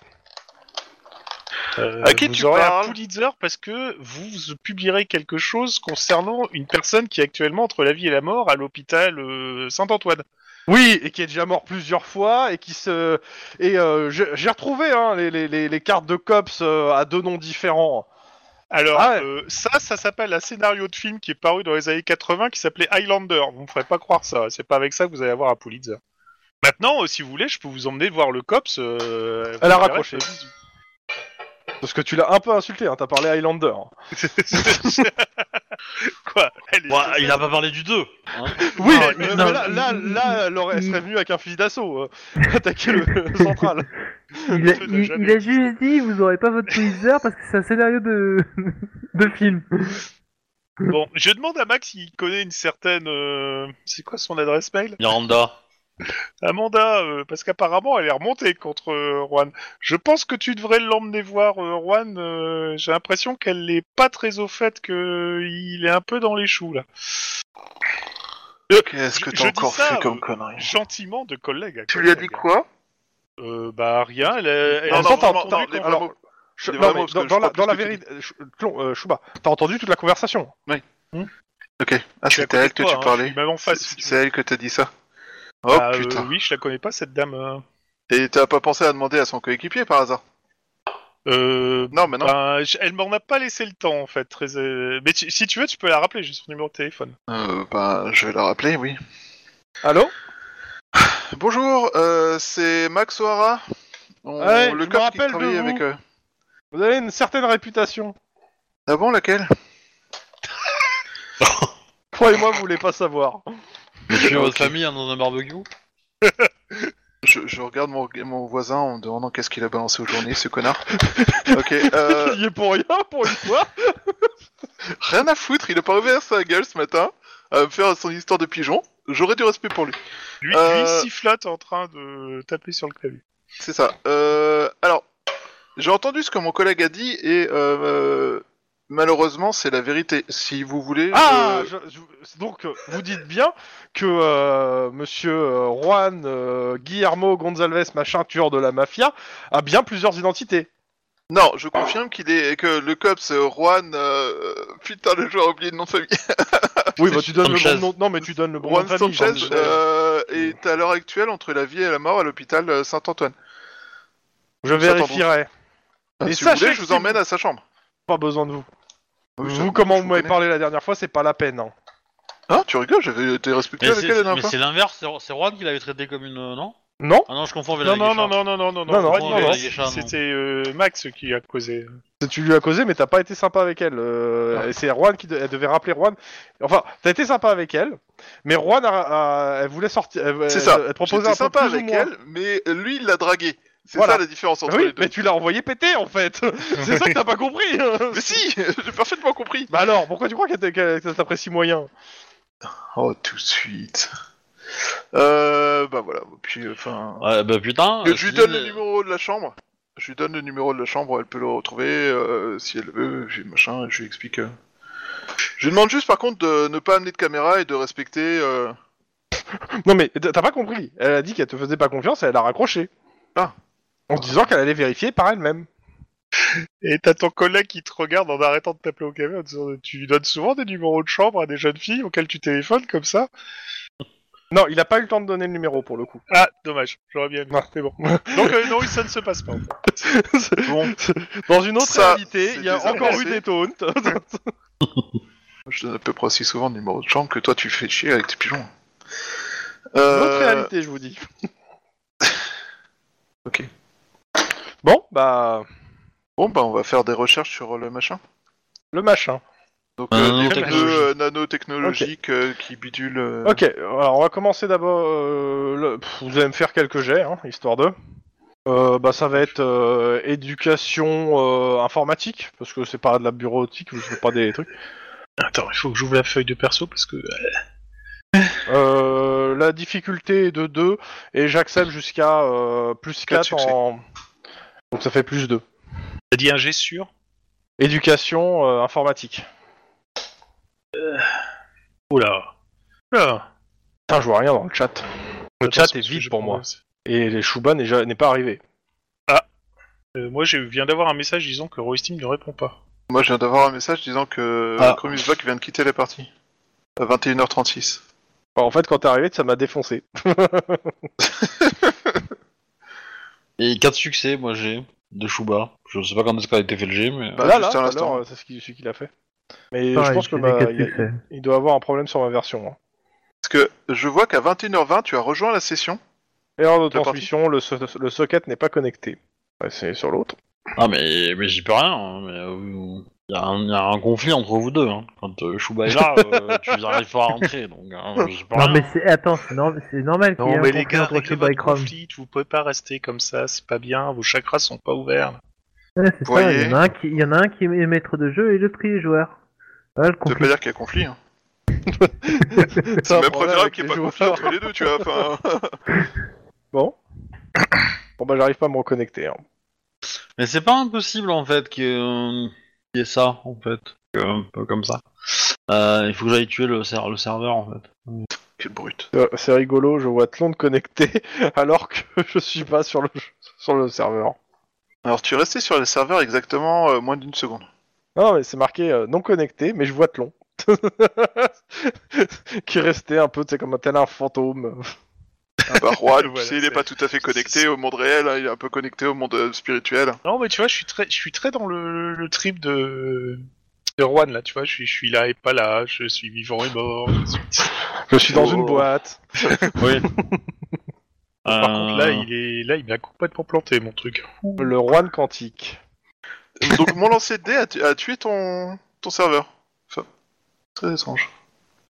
Speaker 5: Euh,
Speaker 1: À qui
Speaker 5: vous
Speaker 1: tu
Speaker 5: aurez
Speaker 1: parles
Speaker 5: un Pulitzer parce que vous publierez quelque chose concernant une personne qui est actuellement entre la vie et la mort à l'hôpital euh, Saint-Antoine.
Speaker 2: Oui, et qui est déjà mort plusieurs fois, et qui se... Et euh, je- j'ai retrouvé hein, les, les- les- les cartes de cops euh, à deux noms différents.
Speaker 5: Alors
Speaker 2: Ah ouais.
Speaker 5: euh, ça, ça s'appelle un scénario de film qui est paru dans les années 80 qui s'appelait Highlander. Vous me ferez pas croire ça. C'est pas avec ça que vous allez avoir un Pulitzer. Maintenant, euh, si vous voulez, je peux vous emmener voir le cops. euh,
Speaker 2: Elle a
Speaker 5: vous verrez,
Speaker 2: raccroché.
Speaker 5: euh,
Speaker 2: Parce que tu l'as un peu insulté, hein, t'as parlé Highlander.
Speaker 5: Quoi Elle est-
Speaker 4: Bon, il a pas parlé du 2.
Speaker 2: Oui,
Speaker 5: Non,
Speaker 2: mais,
Speaker 3: non.
Speaker 2: mais là, là, là, elle aurait- elle serait venue avec un fusil d'assaut, euh, attaquer le, le central.
Speaker 3: Il a,
Speaker 5: Ça n'a
Speaker 3: il-
Speaker 5: jamais
Speaker 3: il a
Speaker 5: existé.
Speaker 3: juste dit vous aurez pas votre Pulitzer parce que c'est un scénario de, de film.
Speaker 5: Bon, je demande à Max s'il connaît une certaine. euh, C'est quoi son adresse mail
Speaker 4: Miranda.
Speaker 5: Amanda, euh, parce qu'apparemment elle est remontée contre euh, Juan. Je pense que tu devrais l'emmener voir euh, Juan. euh, J'ai l'impression qu'elle n'est pas très au fait que il est un peu dans les choux là.
Speaker 1: Qu'est-ce que
Speaker 5: je
Speaker 1: t'as
Speaker 5: dis
Speaker 1: encore
Speaker 5: ça,
Speaker 1: fait
Speaker 5: euh,
Speaker 1: comme connerie
Speaker 5: Gentiment de collègue. à
Speaker 1: Tu lui as dit
Speaker 5: collègue.
Speaker 1: quoi
Speaker 5: euh, Bah rien. Elle, elle,
Speaker 2: Non,
Speaker 5: elle
Speaker 2: non,
Speaker 5: s'est
Speaker 2: t'as-
Speaker 5: entendue
Speaker 2: t'as-
Speaker 5: contre-
Speaker 2: t'as- alors, Je-
Speaker 1: Mais
Speaker 2: non,
Speaker 1: vraiment,
Speaker 2: mais
Speaker 1: parce
Speaker 2: dans,
Speaker 1: que
Speaker 2: dans
Speaker 1: je
Speaker 2: la,
Speaker 1: crois
Speaker 2: dans la
Speaker 1: plus que
Speaker 2: vérité, euh, Ch- Clon- euh, Chouba, t'as entendu toute la conversation
Speaker 1: Ok, ah,
Speaker 5: Je suis à
Speaker 1: c'était
Speaker 5: côté
Speaker 1: elle
Speaker 5: de
Speaker 1: que
Speaker 5: toi,
Speaker 1: tu
Speaker 5: hein, je
Speaker 1: parlais
Speaker 5: suis Même en face. si
Speaker 1: C'est
Speaker 5: tu
Speaker 1: c'est
Speaker 5: veux.
Speaker 1: elle que t'as dit ça Oh
Speaker 5: Bah, euh,
Speaker 1: putain
Speaker 5: oui, je la connais pas cette dame. euh.
Speaker 1: Et t'as pas pensé à demander à son coéquipier par hasard
Speaker 5: Euh,
Speaker 1: Non, mais non.
Speaker 2: Ah.
Speaker 5: Ben, j- elle m'en a pas laissé le temps en fait. Très, euh, Mais tu- si tu veux, tu peux la rappeler. J'ai son numéro de téléphone.
Speaker 1: Euh, bah, je vais la rappeler, oui.
Speaker 2: Allô
Speaker 1: Bonjour, euh, c'est Max O'Hara. On,
Speaker 2: Ouais, je me
Speaker 1: cop qui
Speaker 2: rappelle de
Speaker 1: travaillait
Speaker 2: vous.
Speaker 1: avec... euh,
Speaker 2: Vous avez une certaine réputation.
Speaker 1: Ah bon, laquelle
Speaker 2: Croyez-moi, vous voulez pas savoir.
Speaker 4: Mais tu es
Speaker 1: Ok.
Speaker 4: votre famille hein, dans un barbecue
Speaker 1: je, je regarde mon, mon voisin en me demandant qu'est-ce qu'il a balancé aujourd'hui, ce connard. ok, euh,
Speaker 2: Il y est pour rien, pour une fois.
Speaker 1: rien à foutre, il a pas ouvert sa gueule ce matin à me faire son histoire de pigeon. J'aurais du respect pour lui.
Speaker 5: Lui,
Speaker 1: Euh,
Speaker 5: lui sifflote en train de taper sur le clavier.
Speaker 1: C'est ça. Euh, alors, J'ai entendu ce que mon collègue a dit et euh, malheureusement c'est la vérité. Si vous voulez,
Speaker 2: Ah
Speaker 1: je-
Speaker 2: je- je- Donc, euh, vous dites bien que euh, monsieur euh, Juan euh, Guillermo Gonzalez, machin, tueur de la mafia, a bien plusieurs identités.
Speaker 1: non, je confirme qu'il est que le cops euh, Juan, euh, putain le joueur a oublié le nom de famille.
Speaker 2: Oui, bah, tu donnes
Speaker 4: Sanchez.
Speaker 2: le bon nom. Non, mais tu donnes le bon nom
Speaker 1: Juan
Speaker 2: de famille,
Speaker 1: Sanchez
Speaker 2: Sanchez.
Speaker 1: euh, est à l'heure actuelle entre la vie et la mort à l'hôpital euh, Saint-Antoine.
Speaker 2: Je vérifierai. Mais
Speaker 1: si vous voulez,
Speaker 2: sachez
Speaker 1: je
Speaker 2: que
Speaker 1: vous
Speaker 2: si
Speaker 1: emmène à sa chambre.
Speaker 2: Pas besoin de vous.
Speaker 1: Ah Oui,
Speaker 2: vous,
Speaker 1: ça-
Speaker 2: comment
Speaker 1: je
Speaker 2: vous m'avez
Speaker 1: connais.
Speaker 2: parlé la dernière fois, c'est pas la peine. hein.
Speaker 1: Ah, tu rigoles, j'avais été respectueux
Speaker 4: Mais
Speaker 1: avec elle la
Speaker 4: c'est-
Speaker 1: dernière
Speaker 4: mais
Speaker 1: fois.
Speaker 4: c'est l'inverse, c'est- c'est Juan qui l'avait traité comme une. euh, Non
Speaker 2: Non
Speaker 4: Ah non, je confonds avec
Speaker 5: Non,
Speaker 4: la
Speaker 5: non,
Speaker 4: Guéchard.
Speaker 5: non, non, non, non, non,
Speaker 2: Non, non,
Speaker 5: Juan,
Speaker 2: non,
Speaker 5: il
Speaker 2: non.
Speaker 5: avait- C'était euh, Max qui a causé.
Speaker 2: C'est- Tu lui as causé, mais t'as pas été sympa avec elle. euh, et C'est Juan qui de- elle devait rappeler Juan. Enfin, t'as été sympa avec elle, mais Juan, a- a- elle voulait sortir. elle-
Speaker 1: C'est ça.
Speaker 2: Elle, elle proposait un
Speaker 1: J'étais
Speaker 2: peu
Speaker 1: sympa
Speaker 2: plus ou
Speaker 1: avec
Speaker 2: moins.
Speaker 1: elle, mais euh, lui il l'a draguée. C'est
Speaker 2: Voilà. Ah
Speaker 1: ça la différence entre
Speaker 2: Oui,
Speaker 1: les deux.
Speaker 2: mais tu l'as envoyé péter en fait. C'est ça que t'as pas compris.
Speaker 1: Mais si, j'ai parfaitement compris.
Speaker 2: Bah alors, pourquoi tu crois qu'elle t'a- qu'elle t'apprécie moyen
Speaker 1: Oh, tout de suite. Euh, bah voilà, puis enfin.
Speaker 4: Ouais, bah putain.
Speaker 1: Que je lui
Speaker 4: si-
Speaker 1: donne le numéro de la chambre. Je lui donne le numéro de la chambre, elle peut le retrouver euh, si elle veut, j'ai machin, je lui explique. euh. Je lui demande juste par contre de ne pas amener de caméra et de respecter. euh,
Speaker 2: Non mais t'as t'as pas compris. Elle a dit qu'elle te faisait pas confiance et elle a raccroché.
Speaker 1: Ah.
Speaker 2: En disant qu'elle allait vérifier par elle-même.
Speaker 5: Et t'as ton collègue qui te regarde en arrêtant de t'appeler au camion en disant Tu lui donnes souvent des numéros de chambre à des jeunes filles auxquelles tu téléphones comme ça
Speaker 2: Non, il a pas eu le temps de donner le numéro pour le coup.
Speaker 5: Ah, dommage, j'aurais bien aimé.
Speaker 2: Ah.
Speaker 5: Mais bon. Donc, euh, non, oui, ça ne se passe pas.
Speaker 1: Bon,
Speaker 2: Dans une autre
Speaker 1: Ça,
Speaker 2: réalité,
Speaker 1: c'est
Speaker 2: il y a
Speaker 1: des
Speaker 2: encore eu
Speaker 1: avancées.
Speaker 2: des taunts.
Speaker 1: je donne à peu près aussi souvent le numéro de chambre que toi tu fais chier avec tes pigeons.
Speaker 2: Une autre
Speaker 1: Euh,
Speaker 2: réalité, je vous dis.
Speaker 1: Ok.
Speaker 2: Bon, bah,
Speaker 1: bon, bah on va faire des recherches sur le machin.
Speaker 2: le machin.
Speaker 1: Donc,
Speaker 4: Euh,
Speaker 1: euh, des
Speaker 4: nanotechnologie.
Speaker 1: nœuds, euh, nanotechnologiques euh, qui bidulent. euh,
Speaker 2: Ok, alors on va commencer d'abord. euh, le- pff, Vous allez me faire quelques jets, hein, histoire de. Euh, bah, ça va être euh, éducation euh, informatique, parce que c'est pas de la bureautique, c'est pas des trucs.
Speaker 5: Attends, il faut que j'ouvre la feuille de perso parce que.
Speaker 2: Euh, la difficulté est de 2, et j'accepte jusqu'à euh, plus
Speaker 1: Quatre
Speaker 2: 4 en. Donc ça fait plus 2.
Speaker 5: T'as dit un G sûr
Speaker 2: Éducation euh, informatique.
Speaker 5: Oula. Là.
Speaker 2: Putain, je vois rien dans le chat. Le
Speaker 5: Attends,
Speaker 2: chat est
Speaker 5: parce que
Speaker 2: vide
Speaker 5: je
Speaker 2: pour moi.
Speaker 5: commence.
Speaker 2: Et les Shuba n'est ja- n'est pas arrivé.
Speaker 5: Euh, moi, je viens d'avoir un message disant que Roystim ne répond pas.
Speaker 1: Moi, je viens d'avoir un message disant que
Speaker 4: Ah.
Speaker 1: Krumisbach vient de quitter la partie. À 21h36.
Speaker 2: Alors, en fait, quand t'es arrivé, ça m'a défoncé.
Speaker 4: Et 4 succès, moi j'ai. De Chouba. Je sais pas quand est-ce qu'a été fait le G, mais.
Speaker 1: Bah,
Speaker 2: là, là,
Speaker 1: juste
Speaker 2: tout
Speaker 1: à
Speaker 2: à
Speaker 1: l'instant.
Speaker 2: l'heure, euh, c'est ce qu'il ce qu'il a fait. Mais je
Speaker 3: Pareil,
Speaker 2: pense que
Speaker 3: j'ai
Speaker 2: bah,
Speaker 3: des cas de
Speaker 2: il y a-
Speaker 3: succès.
Speaker 2: il doit avoir un problème sur ma version. hein.
Speaker 1: Parce que je vois qu'à 21h20, tu as rejoint la session.
Speaker 2: Erreur de
Speaker 1: C'est parti.
Speaker 2: transmission, le, so- le socket n'est pas connecté. Ouais, c'est sur l'autre.
Speaker 4: Ah, mais, mais j'y peux rien. hein, Mais, euh, y, a un, y a un conflit entre vous deux. Hein. Quand euh, Chouba est là, euh, tu arrives pas à rentrer. Donc, hein, j'y peux
Speaker 3: Non,
Speaker 4: rien.
Speaker 3: mais c'est... attends, c'est, norm- c'est normal qu'il y ait un conflit entre
Speaker 5: règle
Speaker 3: Shiba et
Speaker 5: votre
Speaker 3: Chrome.
Speaker 5: conflit, vous pouvez pas rester comme ça, c'est pas bien, vos chakras sont pas ouverts.
Speaker 3: Ouais, c'est
Speaker 1: Vous
Speaker 3: ça, il y,
Speaker 1: voyez
Speaker 3: en a un qui... il y en a un qui est maître de jeu et l'autre qui est joueur. Voilà le
Speaker 1: Ça veut pas
Speaker 3: conflit.
Speaker 1: dire qu'il y a conflit. Hein.
Speaker 2: C'est un
Speaker 1: Même
Speaker 2: problème
Speaker 1: préférable
Speaker 2: avec
Speaker 1: qu'il n'y
Speaker 2: les
Speaker 1: ait pas de conflit
Speaker 2: joueurs.
Speaker 1: entre les deux, tu vois. Enfin, hein.
Speaker 2: Bon. bon, bah, j'arrive pas à me reconnecter. hein.
Speaker 4: Mais c'est pas impossible en fait que euh, qu'il y ait ça en fait, Que, un peu comme ça. Euh, il faut que j'aille tuer le, ser- le serveur en fait.
Speaker 1: quel brut.
Speaker 2: Euh, C'est rigolo, je vois Tlon connecté alors que je suis pas sur le, sur le serveur.
Speaker 1: Alors, tu es resté sur le serveur exactement euh, moins d'une seconde.
Speaker 2: Non, mais c'est marqué euh, non connecté, mais je vois Tlon. qui restait un peu, tu sais, comme un tel un fantôme.
Speaker 1: Ah bah, Juan,
Speaker 5: Voilà,
Speaker 1: tu sais, il n'est
Speaker 5: c'est-
Speaker 1: pas tout à fait connecté au monde réel, hein, il est un peu connecté au monde euh, spirituel.
Speaker 5: Non, mais tu vois, je suis très, je suis très dans le, le trip de, de Juan, là, tu vois, je suis, je suis là et pas là, je suis vivant et mort. je suis-
Speaker 2: Je suis dans une
Speaker 1: Oh.
Speaker 2: boîte.
Speaker 4: Oui.
Speaker 5: Par contre, là, il est, là, il m'a complètement planté, mon truc.
Speaker 2: Le Juan quantique.
Speaker 1: Donc, mon lancer de dés a, tu- a tué ton, ton serveur. Enfin, très étrange.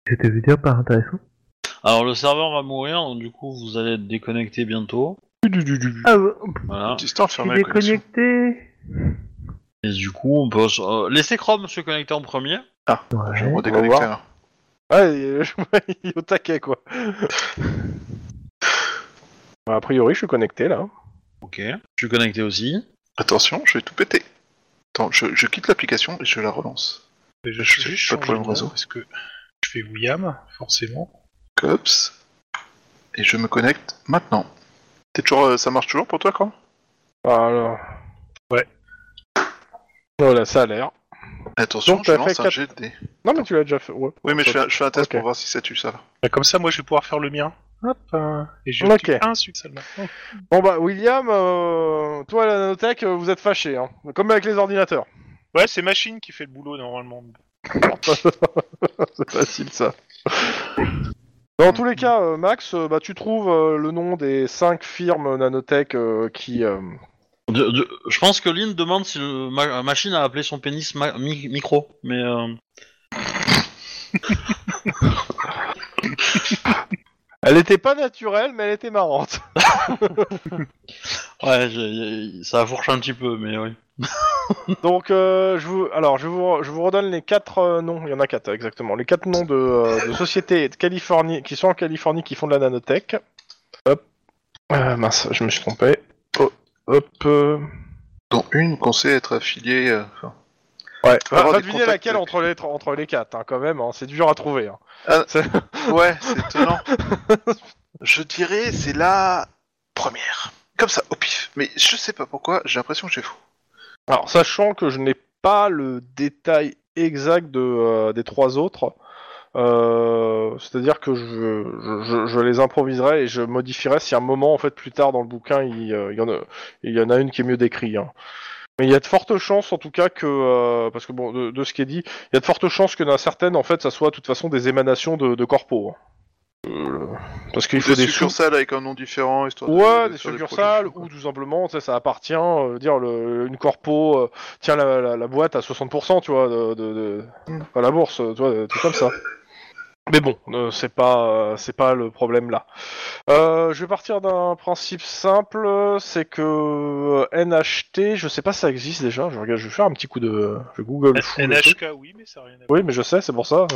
Speaker 3: C'était vidéo pas intéressant.
Speaker 4: Alors le serveur va mourir, donc du coup vous allez être déconnecté bientôt.
Speaker 3: Ah, ouais,
Speaker 4: Voilà.
Speaker 1: Distant,
Speaker 3: je suis
Speaker 1: fermé la connexion.
Speaker 3: déconnecté.
Speaker 4: Et du coup on peut se- euh, laisser Chrome se connecter en premier.
Speaker 1: Je vais
Speaker 3: Ouais.
Speaker 1: me déconnecter.
Speaker 2: voir.
Speaker 1: hein.
Speaker 2: Ah, il est- il est au taquet, quoi. Bah, a priori, je suis connecté, là.
Speaker 4: Ok. Je suis connecté aussi.
Speaker 1: Attention, je vais tout péter. Attends, je, je quitte l'application et je la relance.
Speaker 5: Déjà,
Speaker 1: Bah,
Speaker 5: je
Speaker 1: Je sais
Speaker 5: vais
Speaker 1: pas
Speaker 5: juste
Speaker 1: de
Speaker 5: changer
Speaker 1: problème
Speaker 5: de nom,
Speaker 1: réseau.
Speaker 5: Parce que je fais William, forcément.
Speaker 1: Cops. Et je me connecte maintenant. T'es toujours, euh, ça marche toujours pour toi, quand
Speaker 2: Ah, Alors.
Speaker 5: Ouais.
Speaker 2: Voilà, Oh, ça a l'air.
Speaker 1: Attention,
Speaker 2: Donc,
Speaker 1: je
Speaker 2: t'as
Speaker 1: lance
Speaker 2: fait
Speaker 1: un
Speaker 2: quatre-
Speaker 1: jet de dés.
Speaker 2: Non, mais tu l'as déjà fait. Ouais.
Speaker 1: Oui, mais je fais, un- je fais un test
Speaker 2: Ok.
Speaker 1: pour voir si ça tue ça. va.
Speaker 5: Bah, comme ça, moi, je vais pouvoir faire le mien. Hop, hein. et j'ai
Speaker 2: Ok.
Speaker 5: obtenu un succès seulement.
Speaker 2: Bon, bah, William, euh, toi, à la nanotech, euh, vous êtes fâchés. Hein. Comme avec les ordinateurs.
Speaker 5: Ouais, c'est machine qui fait le boulot normalement.
Speaker 2: C'est facile, ça. Dans tous les cas, euh, Max, euh, bah, tu trouves euh, le nom des cinq firmes nanotech euh, qui. euh,
Speaker 4: De- de- je pense que Lynn demande si le ma- euh, machine a appelé son pénis ma- mi- micro, mais euh,
Speaker 2: Elle était pas naturelle, mais elle était marrante.
Speaker 4: ouais, j'ai- ça fourche un petit peu, mais oui.
Speaker 2: Donc, euh, je vous, alors, je vous, je vous redonne les quatre euh, noms. Il y en a quatre euh, exactement. Les quatre noms de, euh, de sociétés de Californie qui sont en Californie qui font de la nanotech. Hop. Euh, mince, je me suis trompé. Oh, hop. euh.
Speaker 1: Dont une qu'on sait être affiliée. euh, enfin,
Speaker 2: Ouais.
Speaker 1: avoir
Speaker 2: Enfin,
Speaker 1: des
Speaker 2: devinez
Speaker 1: contacts
Speaker 2: laquelle
Speaker 1: avec-
Speaker 2: entre les entre les quatre, hein, quand même. hein. c'est dur à trouver. hein.
Speaker 1: Ah, Ouais, c'est étonnant. je dirais, c'est la première. Comme ça, au pif. Mais je sais pas pourquoi, j'ai l'impression que j'ai faux.
Speaker 2: Alors, sachant que je n'ai pas le détail exact de, euh, des trois autres, euh, c'est-à-dire que je, je, je- je les improviserai et je modifierai si à un moment, en fait, plus tard dans le bouquin, il, euh, il y, en a, il y en a une qui est mieux décrite. hein. Mais il y a de fortes chances, en tout cas, que euh, parce que bon, de, de ce qui est dit, il y a de fortes chances que dans certaines, en fait, ça soit de toute façon des émanations de, de corpos. hein. Euh, le- parce qu'il faut
Speaker 1: Des
Speaker 2: des sous-
Speaker 1: succursales avec un nom différent, histoire de-
Speaker 2: Ouais,
Speaker 1: de
Speaker 2: des
Speaker 1: faire
Speaker 2: succursales,
Speaker 1: produits, quoi.
Speaker 2: ou tout simplement, tu sais, ça appartient, euh, dire, le, une corpo, euh, tiens, la, la, la boîte à 60%, tu vois, de, de, de-
Speaker 1: Mm.
Speaker 2: enfin, la bourse, euh, tu vois, des trucs comme ça. Mais bon, euh, c'est pas, euh, c'est pas le problème là. Euh, je vais partir d'un principe simple, euh, c'est que euh, NHT, je sais pas si ça existe déjà, je, regarde, je vais faire un petit coup de... Je Google le fou, le truc.
Speaker 5: NHK, oui, mais ça n'a rien à voir.
Speaker 2: Oui, mais je sais, c'est pour ça.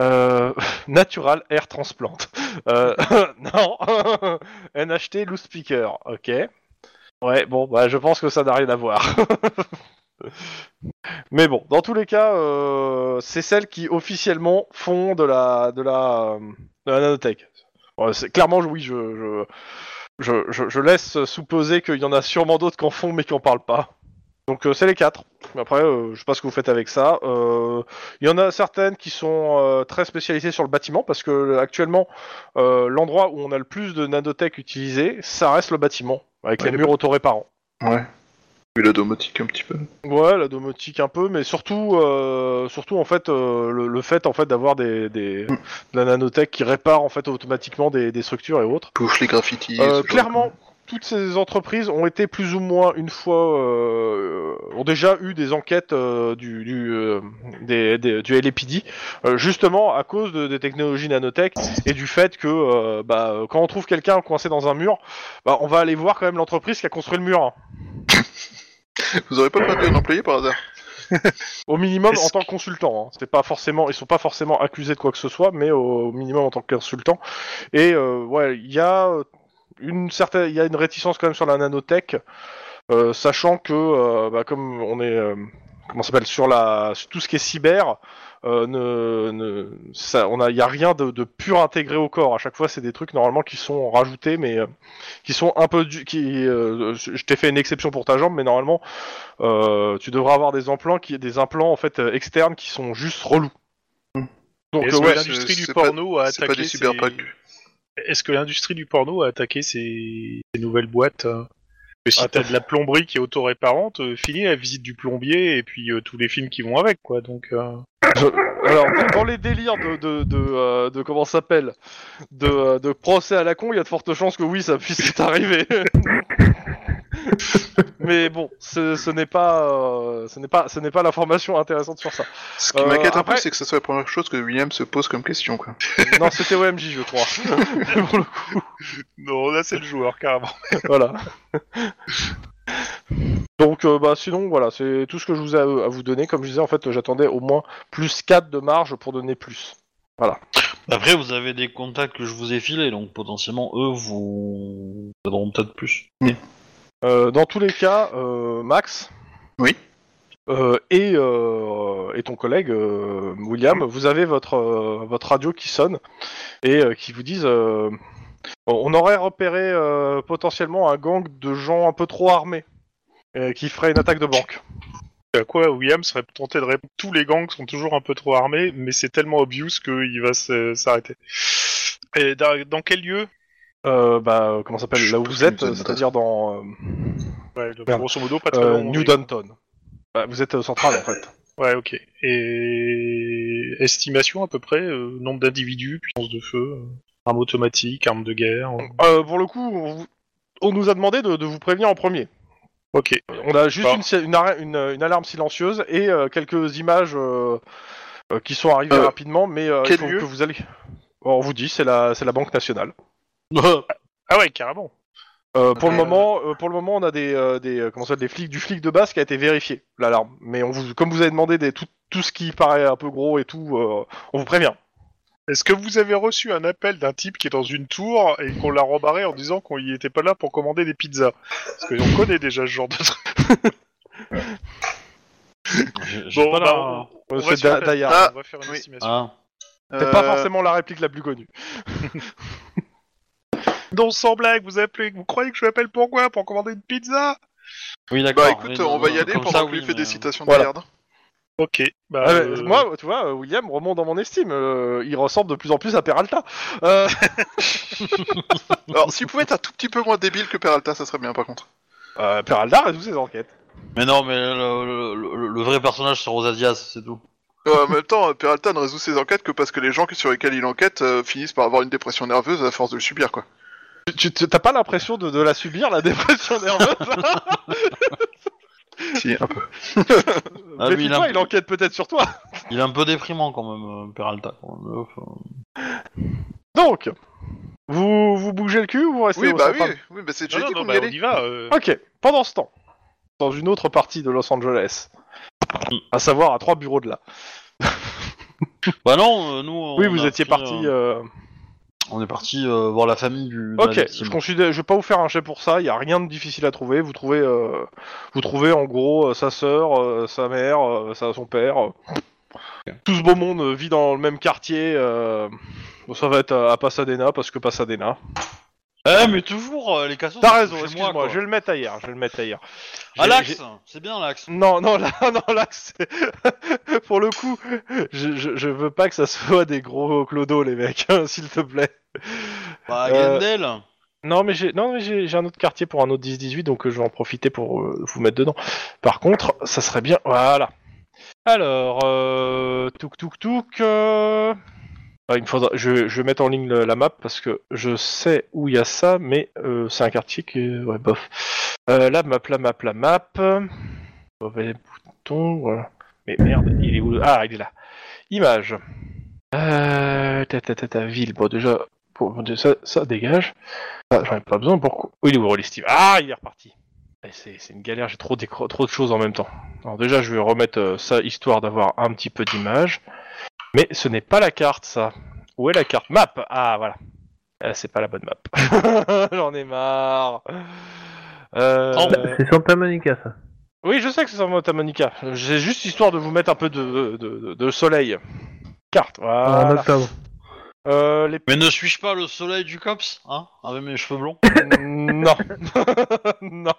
Speaker 2: Euh, Natural Air Transplant. Euh, non. NHT Loose Speaker. Ok. Ouais, bon, bah, je pense que ça n'a rien à voir. mais bon, dans tous les cas, euh, c'est celles qui officiellement font de la de la, euh, de la nanotech. Ouais, c'est clairement, oui, je je, je, je- je laisse supposer qu'il y en a sûrement d'autres qui en font mais qui en parlent pas. Donc euh, c'est les quatre. Après, euh, je sais pas ce que vous faites avec ça. Euh, Il y en a certaines qui sont euh, très spécialisées sur le bâtiment parce que euh, actuellement, euh, l'endroit où on a le plus de nanotech utilisé, ça reste le bâtiment avec
Speaker 1: Ouais,
Speaker 2: les
Speaker 1: les
Speaker 2: murs autoréparants.
Speaker 1: Ouais. Puis la domotique un petit peu.
Speaker 2: Ouais, la domotique un peu, mais surtout, euh, surtout en fait, euh, le, le fait en fait d'avoir des, des
Speaker 1: Mm.
Speaker 2: de la nanotech qui répare en fait automatiquement des, des structures et autres.
Speaker 1: Pouf, les graffitis.
Speaker 2: Euh,
Speaker 1: ce genre de-
Speaker 2: clairement, toutes ces entreprises ont été plus ou moins une fois euh, ont déjà eu des enquêtes euh, du du, euh, des- des- du LAPD euh, justement à cause de- des technologies nanotech et du fait que euh, bah, quand on trouve quelqu'un coincé dans un mur, bah, on va aller voir quand même l'entreprise qui a construit le mur. hein.
Speaker 1: Vous aurez pas perdu un employé par hasard
Speaker 2: Au minimum
Speaker 5: Est-ce
Speaker 2: en tant que consultant. hein. C'est pas forcément, ils sont pas forcément accusés de quoi que ce soit, mais au, au minimum en tant que consultant. Et euh, ouais, il y a euh, une certaine, il y a une réticence quand même sur la nanotech, euh, sachant que euh, bah, comme on est, euh, comment ça s'appelle, sur la, sur tout ce qui est cyber. euh, ne, ne- ça, on a, il y a rien de, de pur intégré au corps. À chaque fois, c'est des trucs normalement qui sont rajoutés, mais euh, qui sont un peu, du, qui, euh, je t'ai fait une exception pour ta jambe, mais normalement, euh, tu devras avoir des implants qui des implants en fait euh, externes qui sont juste relous.
Speaker 1: Hmm.
Speaker 2: Donc
Speaker 5: Est-ce
Speaker 2: euh,
Speaker 5: que
Speaker 2: ouais,
Speaker 5: l'industrie
Speaker 1: c'est-
Speaker 5: du
Speaker 1: c'est pas-
Speaker 5: porno a
Speaker 1: C'est pas
Speaker 5: attaqué
Speaker 1: des
Speaker 5: ces-
Speaker 1: cyberpunk.
Speaker 5: Est-ce que l'industrie du porno a attaqué ces, ces nouvelles boîtes euh que si
Speaker 2: Ah,
Speaker 5: t'as
Speaker 2: t'as-
Speaker 5: de la plomberie qui est autoréparante, euh, finis la visite du plombier et puis euh, tous les films qui vont avec, quoi. Donc, euh,
Speaker 2: alors dans- dans les délires de de de, euh, de comment ça s'appelle de, euh, de procès à la con, il y a de fortes chances que oui ça puisse t'arriver. Mais bon, ce, ce n'est pas euh, ce n'est pas ce n'est pas l'information intéressante sur ça.
Speaker 1: Ce qui
Speaker 2: Euh,
Speaker 1: m'inquiète un
Speaker 2: après-
Speaker 1: peu, c'est que ce soit la première chose que William se pose comme question. Quoi.
Speaker 2: Non, c'était OMJ je crois. Pour le coup,
Speaker 5: non, là c'est le joueur carrément.
Speaker 2: voilà. Donc euh, bah sinon voilà, c'est tout ce que je vous ai à, à vous donner. Comme je disais en fait, j'attendais au moins plus 4 de marge pour donner plus.
Speaker 4: Après, vous avez des contacts que je vous ai filés, donc potentiellement eux vous, vous en auront peut-être plus.
Speaker 2: Euh, dans tous les cas, euh, Max.
Speaker 1: Oui.
Speaker 2: euh, et, euh, et ton collègue euh, William, vous avez votre, euh, votre radio qui sonne et euh, qui vous disent euh, on on aurait repéré euh, potentiellement un gang de gens un peu trop armés euh, qui ferait une attaque de banque.
Speaker 5: À quoi William serait tenté de répondre Tous les gangs sont toujours un peu trop armés, mais c'est tellement obvious qu'il va se- s'arrêter. Et dans, dans quel lieu
Speaker 2: Euh, bah, comment ça s'appelle
Speaker 1: Je
Speaker 2: Là où
Speaker 1: peux
Speaker 2: vous
Speaker 1: plus
Speaker 2: êtes,
Speaker 1: vous donner
Speaker 2: c'est-à-dire dans euh,
Speaker 5: ouais, donc,
Speaker 2: Merde.
Speaker 5: Grosso modo, pas très
Speaker 2: euh,
Speaker 5: loin.
Speaker 2: New Downton. Bah, vous êtes euh, central en fait.
Speaker 5: Ouais, ok. Et estimation à peu près, euh, nombre d'individus, puissance de feu, euh, arme automatique, arme de guerre. euh.
Speaker 2: Euh, pour le coup, on, vous- on nous a demandé de- de vous prévenir en premier.
Speaker 5: Ok.
Speaker 2: On a juste
Speaker 1: Ah.
Speaker 5: Bon.
Speaker 2: une, si- une, ara- une- euh, une alarme silencieuse et euh, quelques images euh, euh, qui sont arrivées
Speaker 1: Euh,
Speaker 2: rapidement, mais euh, il
Speaker 1: quel
Speaker 2: faut
Speaker 1: lieu
Speaker 2: que vous allez. On vous dit, c'est la, c'est la Banque Nationale.
Speaker 5: Ah ouais, carrément.
Speaker 2: Euh, pour, le
Speaker 5: Euh.
Speaker 2: moment, euh, pour le moment, on a des, euh, des, euh, comment ça s'appelle, des flics, du flic de base qui a été vérifié, l'alarme. Mais on vous, comme vous avez demandé des, tout, tout ce qui paraît un peu gros et tout, euh, on vous prévient.
Speaker 5: Est-ce que vous avez reçu un appel d'un type qui est dans une tour et qu'on l'a rembarré en disant qu'on n'y était pas là pour commander des pizzas Parce qu'on connaît déjà ce genre de truc.
Speaker 4: J'ai- j'ai
Speaker 5: Bon,
Speaker 4: pas la-
Speaker 5: bah, on,
Speaker 2: Euh,
Speaker 5: on va
Speaker 2: c'est
Speaker 5: sur la-
Speaker 2: Da- Dayard.
Speaker 1: Ah, euh,
Speaker 5: on va faire une
Speaker 1: oui.
Speaker 5: estimation.
Speaker 4: Ah.
Speaker 2: C'est pas forcément la réplique la plus connue.
Speaker 5: Non, sans blague, vous appelez, vous croyez que je m'appelle pourquoi Pour commander une pizza
Speaker 4: Oui, d'accord.
Speaker 1: Bah
Speaker 4: mais
Speaker 1: écoute,
Speaker 4: non,
Speaker 1: on va y
Speaker 4: non,
Speaker 1: aller
Speaker 4: comme
Speaker 1: pendant
Speaker 4: ça,
Speaker 1: que lui
Speaker 4: oui,
Speaker 1: fait
Speaker 4: mais,
Speaker 1: des
Speaker 4: euh,
Speaker 1: citations de
Speaker 2: voilà.
Speaker 1: merde.
Speaker 5: Ok. Bah,
Speaker 2: Ah, mais
Speaker 5: euh,
Speaker 2: Moi, tu vois, euh, William remonte dans mon estime. euh, il ressemble de plus en plus à Peralta. Euh,
Speaker 1: Alors, s'il pouvait être un tout petit peu moins débile que Peralta, ça serait bien par contre.
Speaker 2: euh, Peralta résout ses enquêtes.
Speaker 4: Mais non, mais le, le- le- le vrai personnage c'est Rosa Diaz, c'est tout.
Speaker 1: Euh, en même temps, Peralta ne résout ses enquêtes que parce que les gens que- sur lesquels il enquête euh, finissent par avoir une dépression nerveuse à force de le subir, quoi.
Speaker 2: Tu tu- t'as pas l'impression de, de la subir la dépression nerveuse là
Speaker 1: Si, un peu.
Speaker 4: Ah, lui, il, est
Speaker 2: Méfie-toi,
Speaker 4: un,
Speaker 2: il enquête peut-être sur toi.
Speaker 4: il est un peu déprimant quand même, euh, Peralta. quand même. hein. Enfin,
Speaker 2: Donc, vous vous bougez le cul ou vous restez
Speaker 1: Oui,
Speaker 2: au
Speaker 1: bah oui,
Speaker 2: central
Speaker 1: oui, bah c'est
Speaker 5: non,
Speaker 1: déjà
Speaker 5: non,
Speaker 1: dit
Speaker 5: non,
Speaker 1: qu'on
Speaker 5: bah,
Speaker 1: y
Speaker 5: on
Speaker 1: allait.
Speaker 5: y va. euh.
Speaker 2: Ok. Pendant ce temps, dans une autre partie de Los Angeles,
Speaker 4: Hmm.
Speaker 2: à savoir à trois bureaux de là.
Speaker 4: Bah non, euh, nous. on
Speaker 2: oui,
Speaker 4: a
Speaker 2: vous étiez
Speaker 4: pris,
Speaker 2: parti.
Speaker 4: euh,
Speaker 2: euh,
Speaker 4: On est parti euh, voir la famille du. de la
Speaker 2: Ok. Je
Speaker 4: victime.
Speaker 2: considère, je vais pas vous faire un jet pour ça. Il y a rien de difficile à trouver. Vous trouvez, euh, vous trouvez en gros euh, sa sœur, euh, sa mère, euh, sa- son père. euh. Tout ce beau monde euh, vit dans le même quartier. euh, bon, ça va être euh, à- à Pasadena parce que Pasadena.
Speaker 4: Eh, mais toujours, euh, les cassos.
Speaker 2: T'as
Speaker 4: c'est
Speaker 2: raison,
Speaker 4: chez
Speaker 2: excuse-moi,
Speaker 4: quoi.
Speaker 2: je vais le mettre ailleurs, je vais le mettre ailleurs.
Speaker 4: Ah,
Speaker 2: J'ai-
Speaker 4: l'axe
Speaker 2: j'ai-
Speaker 4: C'est bien l'axe.
Speaker 2: Non, non, là, non, là, c'est- pour le coup, je, je, je veux pas que ça soit des gros clodos, les mecs, hein, s'il te plaît.
Speaker 4: Bah,
Speaker 2: Euh,
Speaker 4: Glendale.
Speaker 2: Non, mais j'ai, non, mais j'ai, j'ai un autre quartier pour un autre 10-18, donc euh, je vais en profiter pour euh, vous mettre dedans. Par contre, ça serait bien, voilà. Alors, euh, touk touk touk, euh, ah, il me faudra, je, je vais mettre en ligne le- la map parce que je sais où il y a ça, mais euh, c'est un quartier qui est... Ouais, bof. Euh, la map, la map, la map. Mauvais bouton, voilà. Mais merde, il est où Ah, il est là. Image. Euh, ta, ta, ta, ta, ville. Bon, déjà, pour, ça, ça dégage. Ah, J'en ai pas besoin. Pourquoi Oui, il est où l'estime Ah, il est reparti. Eh, C'est c'est une galère, j'ai trop, d'écro- trop de choses en même temps. Alors déjà, je vais remettre euh, ça histoire d'avoir un petit peu d'image. Mais ce n'est pas la carte, ça. Où est la carte Map Ah, voilà. Euh, c'est pas la bonne map. J'en ai marre. Euh,
Speaker 3: Bah, C'est Santa Monica, ça.
Speaker 2: oui, je sais que c'est en Santa Monica. J'ai juste histoire de vous mettre un peu de, de, de- de soleil. Carte,
Speaker 3: En
Speaker 2: voilà.
Speaker 3: octobre.
Speaker 2: Euh, les...
Speaker 4: Mais ne suis-je pas le soleil du COPS Hein Avec mes cheveux blonds
Speaker 2: non. non.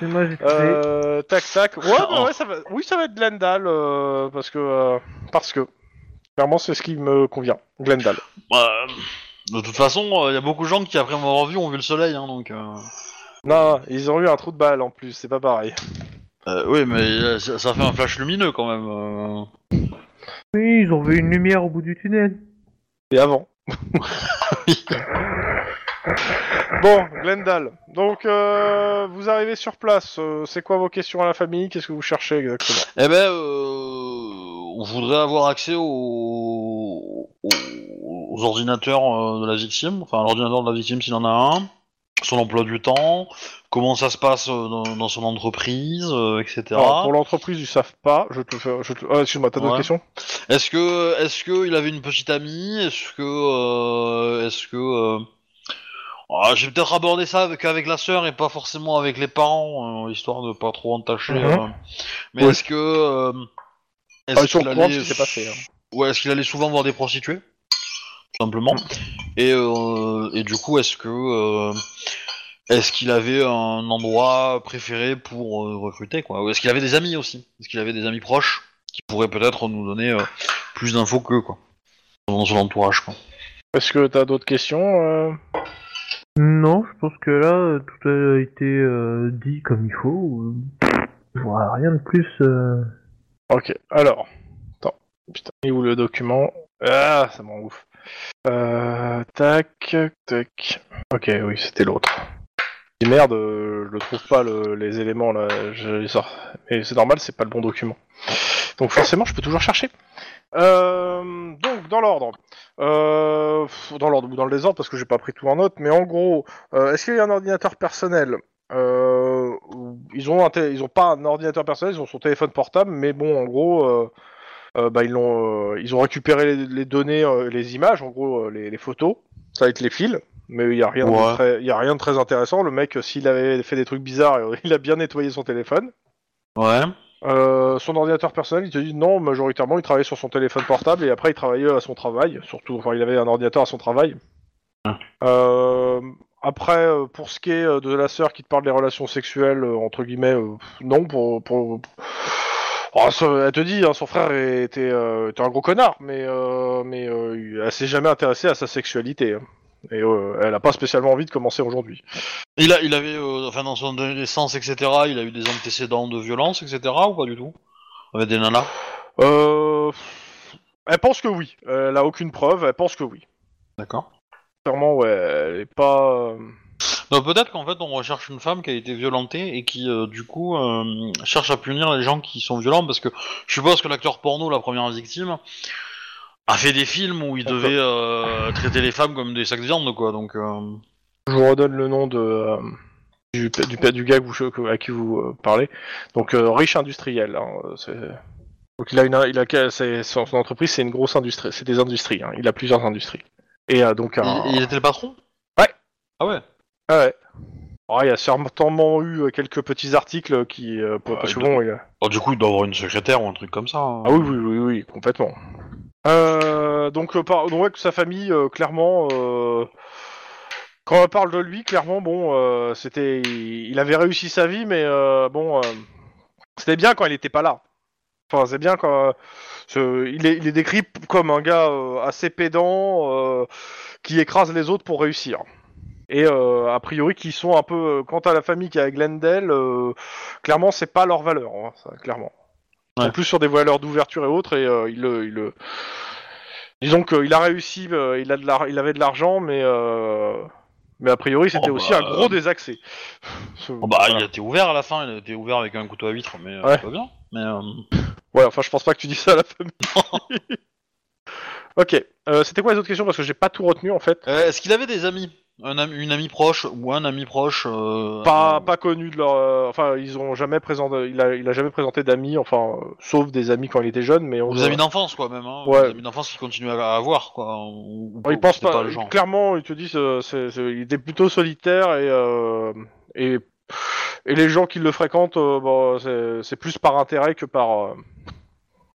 Speaker 3: C'est moi, j'ai trouvé.
Speaker 2: Euh, tac, tac. Ouais, bah
Speaker 4: Oh.
Speaker 2: ouais, ça va... Oui, ça va être Glendale, euh, parce que... euh, parce que... Clairement, c'est ce qui me convient. Glendale.
Speaker 4: Bah, de toute façon, il y a beaucoup de gens qui, après m'avoir vu, ont vu le soleil, hein, donc... euh.
Speaker 2: Non, non, ils ont eu un trou de balle en plus, c'est pas pareil.
Speaker 4: Euh, oui, mais euh, ça, ça fait un flash lumineux, quand même. euh.
Speaker 3: Oui, ils ont vu une lumière au bout du tunnel.
Speaker 2: Et avant. bon, Glendale. Donc, euh, vous arrivez sur place. Euh, c'est quoi vos questions à la famille Qu'est-ce que vous cherchez exactement
Speaker 4: Eh ben, euh, on voudrait avoir accès aux, aux- aux ordinateurs euh, de la victime, enfin, à l'ordinateur de la victime s'il en a un, son emploi du temps, comment ça se passe euh, dans, dans son entreprise, euh, etc.
Speaker 2: Non, pour l'entreprise, ils savent pas. Je te fais. Je te... Ah, excuse-moi, t'as d'autres
Speaker 4: Ouais.
Speaker 2: questions
Speaker 4: Est-ce que est-ce que il avait une petite amie Est-ce que euh, est-ce que euh, Ah, J'ai peut-être abordé ça avec, avec la sœur et pas forcément avec les parents, euh, histoire de pas trop entacher.
Speaker 2: Mhm.
Speaker 4: euh. Mais
Speaker 2: Oui.
Speaker 4: est-ce que. euh,
Speaker 2: Enfin, Ah, ils sont
Speaker 4: qu'il
Speaker 2: au courant de ce
Speaker 4: allait-
Speaker 2: qui s'est passé. hein.
Speaker 4: Ouais, est-ce qu'il allait souvent voir des prostituées Tout simplement. Et, euh, et du coup, est-ce que. euh, est-ce qu'il avait un endroit préféré pour euh, recruter, quoi Ou est-ce qu'il avait des amis aussi Est-ce qu'il avait des amis proches qui pourraient peut-être nous donner euh, plus d'infos qu'eux, quoi Dans son entourage, quoi.
Speaker 2: Est-ce que t'as d'autres questions euh
Speaker 3: Non, je pense que là, euh, tout a été euh, dit comme il faut. Euh, Je vois rien de plus. euh.
Speaker 2: Ok, alors. Attends. Putain, il est où le document Ah, ça m'en ouf. Euh, tac, tac. Ok, oui, c'était l'autre. Et Merde, euh, je le trouve pas le- les éléments là, je les sors. Mais c'est normal, c'est pas le bon document. Donc forcément, je peux toujours chercher. Euh, donc dans l'ordre, Euh, pff, dans l'ordre ou dans le désordre parce que j'ai pas pris tout en note, mais en gros, euh, est-ce qu'il y a un ordinateur personnel euh, ils ont un tél- ils ont pas un ordinateur personnel, ils ont son téléphone portable, mais bon, en gros, euh, euh, bah, ils l'ont, euh, ils ont récupéré les, les données, euh, les images, en gros, euh, les, les photos, ça va être les fils, mais il y a rien, de
Speaker 4: Ouais.
Speaker 2: très, il y a rien de très intéressant. Le mec, euh, s'il avait fait des trucs bizarres, euh, il a bien nettoyé son téléphone.
Speaker 4: Ouais.
Speaker 2: Euh, son ordinateur personnel, il te dit non, majoritairement, il travaillait sur son téléphone portable et après il travaillait à son travail, surtout, enfin, il avait un ordinateur à son travail.
Speaker 4: Ah.
Speaker 2: Euh, après, euh, pour ce qui est euh, de la sœur qui te parle des relations sexuelles, euh, entre guillemets, euh, pff, non, pour. pour... Oh, ça- elle te dit, hein, son frère était, euh, était un gros connard, mais, euh, mais euh, il- elle s'est jamais intéressée à sa sexualité. hein. Et euh, elle a pas spécialement envie de commencer aujourd'hui.
Speaker 4: Il, a, il avait, euh, enfin, dans son adolescence, etc., il a eu des antécédents de violence, etc., ou pas du tout Avec des nanas
Speaker 2: Euh, elle pense que oui. Elle a aucune preuve, elle pense que oui.
Speaker 4: D'accord.
Speaker 2: Clairement, ouais, elle est pas. euh,
Speaker 4: Donc peut-être qu'en fait, on recherche une femme qui a été violentée et qui, euh, du coup, euh, cherche à punir les gens qui sont violents, parce que je suppose que l'acteur porno, la première victime, a fait des films où il
Speaker 2: D'accord.
Speaker 4: devait euh, traiter les femmes comme des sacs de viande, quoi, donc... euh,
Speaker 2: Je vous redonne le nom de, euh, du, du, du gars que vous- que- à qui vous euh, parlez. Donc, euh, riche industriel. hein, euh, c'est- Donc, il a une, il a, c'est- son, son entreprise, c'est une grosse industrie. C'est des industries. hein, Il a plusieurs industries. Et euh, donc, un-
Speaker 4: Il, il était le patron
Speaker 2: Ouais.
Speaker 4: Ah ouais
Speaker 2: Ah ouais. Ah, il y a certainement eu euh, quelques petits articles qui. euh, pour-
Speaker 4: Ouais,
Speaker 2: parce que
Speaker 4: de-
Speaker 2: bon, il a-
Speaker 4: Alors, Oh, Du coup, il doit avoir une secrétaire ou un truc comme ça. hein.
Speaker 2: Ah oui, oui, oui, oui, complètement. Euh, donc, euh, par... donc, ouais, que sa famille, euh, clairement, euh, quand on parle de lui, clairement, bon, euh, c'était, il avait réussi sa vie, mais euh, bon, euh, c'était bien quand il n'était pas là. Enfin, c'est bien quand euh, ce- il, est, il est décrit p- comme un gars euh, assez pédant, euh, qui écrase les autres pour réussir. Et euh, a priori, qui sont un peu, euh, quant à la famille qui est à Glendale, euh, clairement, c'est pas leur valeur, hein, ça, clairement. En
Speaker 4: Ouais.
Speaker 2: plus sur des voileurs d'ouverture et autres, et euh, il le. Il, le- Disons qu'il a réussi, euh, il, a de la- il avait de l'argent, mais. euh, Mais a priori, c'était
Speaker 4: Oh,
Speaker 2: aussi
Speaker 4: bah,
Speaker 2: un gros
Speaker 4: euh,
Speaker 2: désaccès. Ce-
Speaker 4: Bon, bah,
Speaker 2: voilà.
Speaker 4: il a été ouvert à la fin, il a été ouvert avec un couteau à vitre, mais euh,
Speaker 2: Ouais.
Speaker 4: c'est pas bien. Mais, euh,
Speaker 2: Ouais, enfin, je pense pas que tu dis ça à la famille. ok, euh, c'était quoi les autres questions Parce que j'ai pas tout retenu en fait.
Speaker 4: Euh, Est-ce qu'il avait des amis Un ami- Une amie proche ou un ami proche euh,
Speaker 2: Pas,
Speaker 4: euh,
Speaker 2: pas connu de leur. euh, Enfin, ils ont jamais présenté. Il a, il a jamais présenté d'amis, enfin, euh, sauf des amis quand il était jeune, mais on.
Speaker 4: Ou des amis d'enfance, quoi, même. Hein,
Speaker 2: Ouais.
Speaker 4: Des amis d'enfance qu'il continue à avoir, quoi. Ou, ou-
Speaker 2: Bon,
Speaker 4: ou
Speaker 2: il pense
Speaker 4: c'est
Speaker 2: pas.
Speaker 4: le genre.
Speaker 2: Clairement, il te dit, euh, c'est- c'est- il était plutôt solitaire et euh, et, et les gens qui le fréquentent, euh, bon, c'est- c'est plus par intérêt que par euh,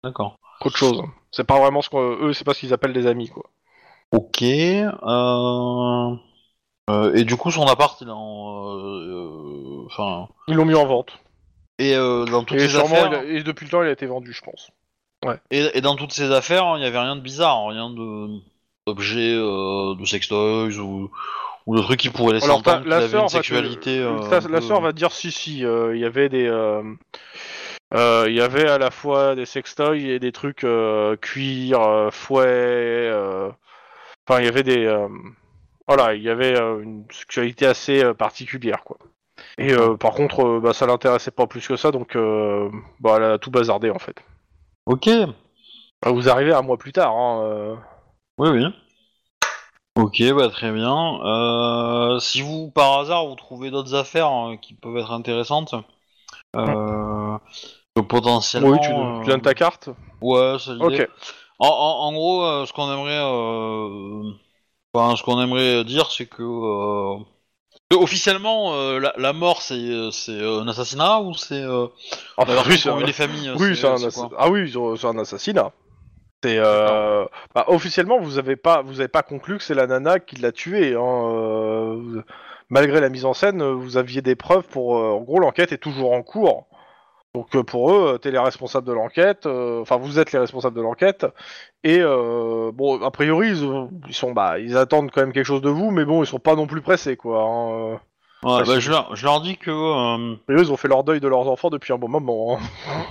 Speaker 4: D'accord.
Speaker 2: qu'autre chose. C'est pas vraiment ce qu'eux, c'est pas ce qu'ils appellent des amis, quoi.
Speaker 4: Ok. euh, euh, et du coup, son appart, il est en. euh, euh, Enfin.
Speaker 2: Ils l'ont mis en vente.
Speaker 4: Et euh, dans toutes
Speaker 2: Et,
Speaker 4: ses
Speaker 2: sûrement,
Speaker 4: affaires.
Speaker 2: il a- et depuis le temps, il a été vendu, je pense.
Speaker 4: Et, et dans toutes ces affaires, il n'y avait rien de bizarre, rien de d'objets euh, de sextoys ou, ou de trucs qui pourraient laisser
Speaker 2: Alors,
Speaker 4: entendre
Speaker 2: ta-
Speaker 4: qu'il
Speaker 2: la
Speaker 4: avait
Speaker 2: sœur
Speaker 4: une
Speaker 2: va te-
Speaker 4: sexualité. euh,
Speaker 2: Ça,
Speaker 4: un
Speaker 2: la
Speaker 4: peu-
Speaker 2: sœur va dire si, si. euh, Il y avait des, euh, euh, il y avait à la fois des sextoys et des trucs euh, cuir, euh, fouet. euh, Enfin, il y avait des, euh, voilà, il y avait euh, une sexualité assez euh, particulière, quoi. Et euh, par contre, euh, bah, ça l'intéressait pas plus que ça, donc euh, bah, elle a tout bazardé en fait.
Speaker 4: Ok.
Speaker 2: Bah, Vous arrivez un mois plus tard. Hein, euh.
Speaker 4: Oui, oui. Ok, bah très bien. Euh, si vous, par hasard, vous trouvez d'autres affaires euh, qui peuvent être intéressantes, euh, que potentiellement...
Speaker 2: Oui, tu,
Speaker 4: euh,
Speaker 2: tu donnes ta carte.
Speaker 4: Ouais, c'est l'idée.
Speaker 2: Ok.
Speaker 4: En, en- en gros, euh, ce qu'on aimerait euh, Enfin, ce qu'on aimerait dire, c'est que euh, que officiellement, euh, la, la mort, c'est euh, c'est, euh, un assassinat ou c'est euh,
Speaker 2: Enfin,
Speaker 4: d'avoir
Speaker 2: Ah, oui, c'est
Speaker 4: pour
Speaker 2: un-
Speaker 4: les familles euh,
Speaker 2: oui, c'est un,
Speaker 4: c'est
Speaker 2: assa-
Speaker 4: quoi
Speaker 2: ah oui, ils ont- c'est un assassinat. C'est euh, bah, officiellement, vous avez pas, vous avez pas conclu que c'est la nana qui l'a tué. hein, euh, vous- malgré la mise en scène, euh, vous aviez des preuves pour. euh, en gros, l'enquête est toujours en cours. Donc euh, pour eux, euh, t'es les responsables de l'enquête. euh, Enfin, vous êtes les responsables de l'enquête. Et euh, bon, a priori, ils, ont- ils sont, bah, ils attendent quand même quelque chose de vous, mais bon, ils sont pas non plus pressés, quoi. hein, euh.
Speaker 4: Ouais,
Speaker 2: parce
Speaker 4: bah,
Speaker 2: que-
Speaker 4: je, leur, je leur dis que euh,
Speaker 2: Et eux, ils ont fait leur deuil de leurs enfants depuis un bon moment. hein.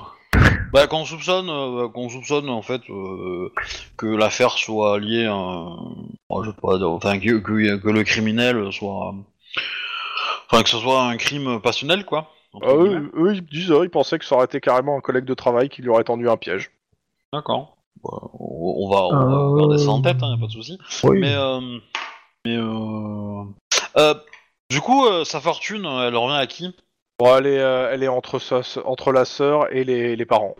Speaker 4: bah, qu'on soupçonne euh, bah, qu'on soupçonne en fait euh, que l'affaire soit liée à un- oh, je sais pas, enfin que, que- que le criminel soit enfin que ce soit un crime passionnel quoi. entre
Speaker 2: Ah,
Speaker 4: guillemets.
Speaker 2: eux, eux, ils disent, euh, ils pensaient que ça aurait été carrément un collègue de travail qui lui aurait tendu un piège.
Speaker 4: D'accord. Bah, on, on va on va
Speaker 3: Euh.
Speaker 4: garder ça en tête, hein, y a pas de souci.
Speaker 3: Oui.
Speaker 4: Mais euh, mais euh, euh, du coup euh, sa fortune euh, elle revient à qui
Speaker 2: Bon, elle est, euh, elle est entre, sa, entre la sœur et les, les parents.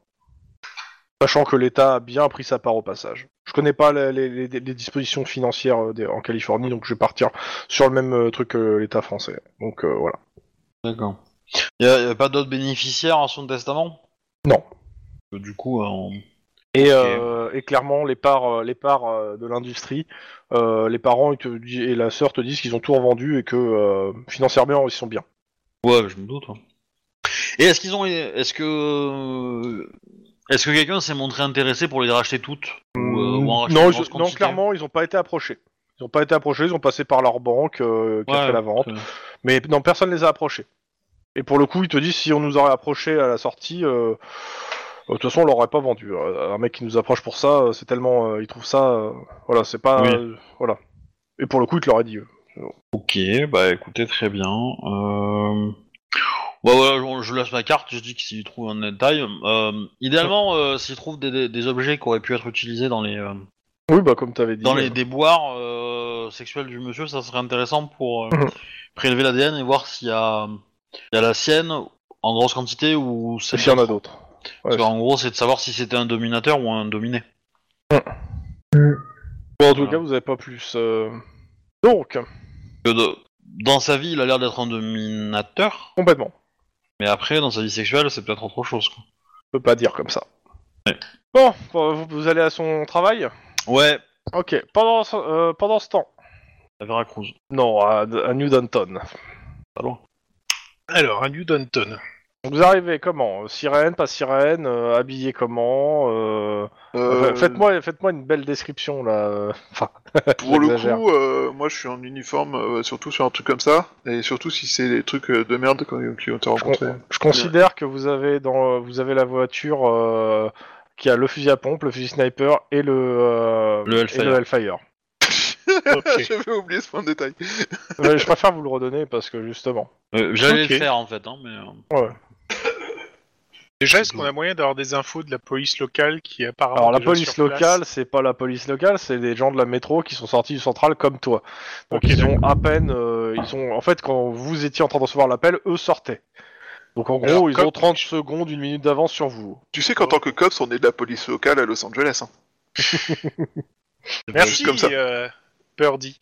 Speaker 2: Sachant que l'État a bien pris sa part au passage. Je connais pas les, les- les- les dispositions financières euh, des- en Californie, donc je vais partir sur le même euh, truc que l'État français. Donc euh, voilà.
Speaker 4: D'accord. Y a, y a pas d'autres bénéficiaires à son testament
Speaker 2: Non.
Speaker 4: Euh, Du coup euh, on-
Speaker 2: Et, euh, et clairement, les parts, euh, les parts euh, de l'industrie, euh, les parents ils te di- et la sœur te disent qu'ils ont tout revendu et que euh, financièrement ils sont bien.
Speaker 4: Ouais, je me doute. hein. Et est-ce qu'ils ont, est-ce que, est-ce que quelqu'un s'est montré intéressé pour les racheter toutes ou, euh, ou en racheter
Speaker 2: non,
Speaker 4: une
Speaker 2: ils-
Speaker 4: grosse
Speaker 2: non,
Speaker 4: quantité
Speaker 2: clairement, ils n'ont pas été approchés. Ils n'ont pas été approchés, ils ont passé par leur banque euh, qui a
Speaker 4: Ouais,
Speaker 2: fait la vente.
Speaker 4: c'est-
Speaker 2: Mais non, personne les a approchés. Et pour le coup, ils te disent si on nous aurait approchés à la sortie, euh, euh, de toute façon, on l'aurait pas vendu. Euh, Un mec qui nous approche pour ça, euh, c'est tellement, euh, il trouve ça, euh, voilà, c'est pas,
Speaker 4: Oui.
Speaker 2: euh, voilà. Et pour le coup, il te l'aurait dit. eux.
Speaker 4: Ok, bah écoutez, très bien. Euh... Bah voilà, je, je lâche ma carte, je dis que s'il trouve un détail. euh, idéalement, euh, s'il trouve des, des- des objets qui auraient pu être utilisés dans les, euh,
Speaker 2: Oui, bah comme t'avais dit.
Speaker 4: dans les
Speaker 2: euh,
Speaker 4: déboires euh, sexuels du monsieur, ça serait intéressant pour euh,
Speaker 2: Mhm.
Speaker 4: prélever l'ADN et voir s'il y a, il y a la sienne en grosse quantité ou c'est
Speaker 2: s'il y en a d'autres.
Speaker 4: Parce qu'en gros, c'est de savoir si c'était un dominateur ou un dominé.
Speaker 2: Bon, en tout
Speaker 4: Voilà.
Speaker 2: cas, vous avez pas plus. euh. Donc,
Speaker 4: Que de- Dans sa vie, il a l'air d'être un dominateur,
Speaker 2: complètement.
Speaker 4: mais après, dans sa vie sexuelle, c'est peut-être autre chose. Quoi.
Speaker 2: On peut pas dire comme ça.
Speaker 4: Ouais.
Speaker 2: Bon, bon, vous- vous allez à son travail.
Speaker 4: Ouais,
Speaker 2: Ok. Pendant ce- euh, pendant ce temps.
Speaker 4: la Veracruz.
Speaker 2: Non, à, à New Danton.
Speaker 5: Alors, un New Danton.
Speaker 2: Vous arrivez comment Sirène, pas sirène, euh, habillé comment euh, fa- Faites-moi faites-moi une belle description là. euh, Enfin,
Speaker 1: Pour le
Speaker 2: j'exagère.
Speaker 1: coup, euh, moi je suis en uniforme, euh, surtout sur un truc comme ça, et surtout si c'est des trucs euh, de merde qu'on- qui ont été rencontrés.
Speaker 2: je considère que vous avez dans vous avez la voiture euh, qui a le fusil à pompe, le fusil sniper et le euh,
Speaker 4: Le Hellfire.
Speaker 2: et le Hellfire.
Speaker 5: Ok.
Speaker 1: J'avais oublié ce point de détail.
Speaker 2: Mais Euh, je préfère vous le redonner parce que justement.
Speaker 4: Euh, J'allais
Speaker 5: Ok.
Speaker 4: le faire en fait, hein, mais. euh,
Speaker 5: Déjà, est-ce qu'on a moyen d'avoir des infos de la police locale qui est apparemment.
Speaker 2: Alors la
Speaker 5: déjà
Speaker 2: police
Speaker 5: Ah, sur place
Speaker 2: locale, c'est pas la police locale, c'est des gens de la métro qui sont sortis du central comme toi. Donc
Speaker 5: Ok,
Speaker 2: ils ont à peine, euh, ils ont en fait quand vous étiez en train de recevoir l'appel, eux sortaient. Donc en gros,
Speaker 5: Alors,
Speaker 2: ils
Speaker 5: comme-
Speaker 2: ont 30 secondes, une minute d'avance sur vous.
Speaker 1: Tu sais qu'en tant que cops, on est de la police locale à Los Angeles. Hein.
Speaker 5: Merci,
Speaker 1: Juste comme ça.
Speaker 5: euh, Birdie.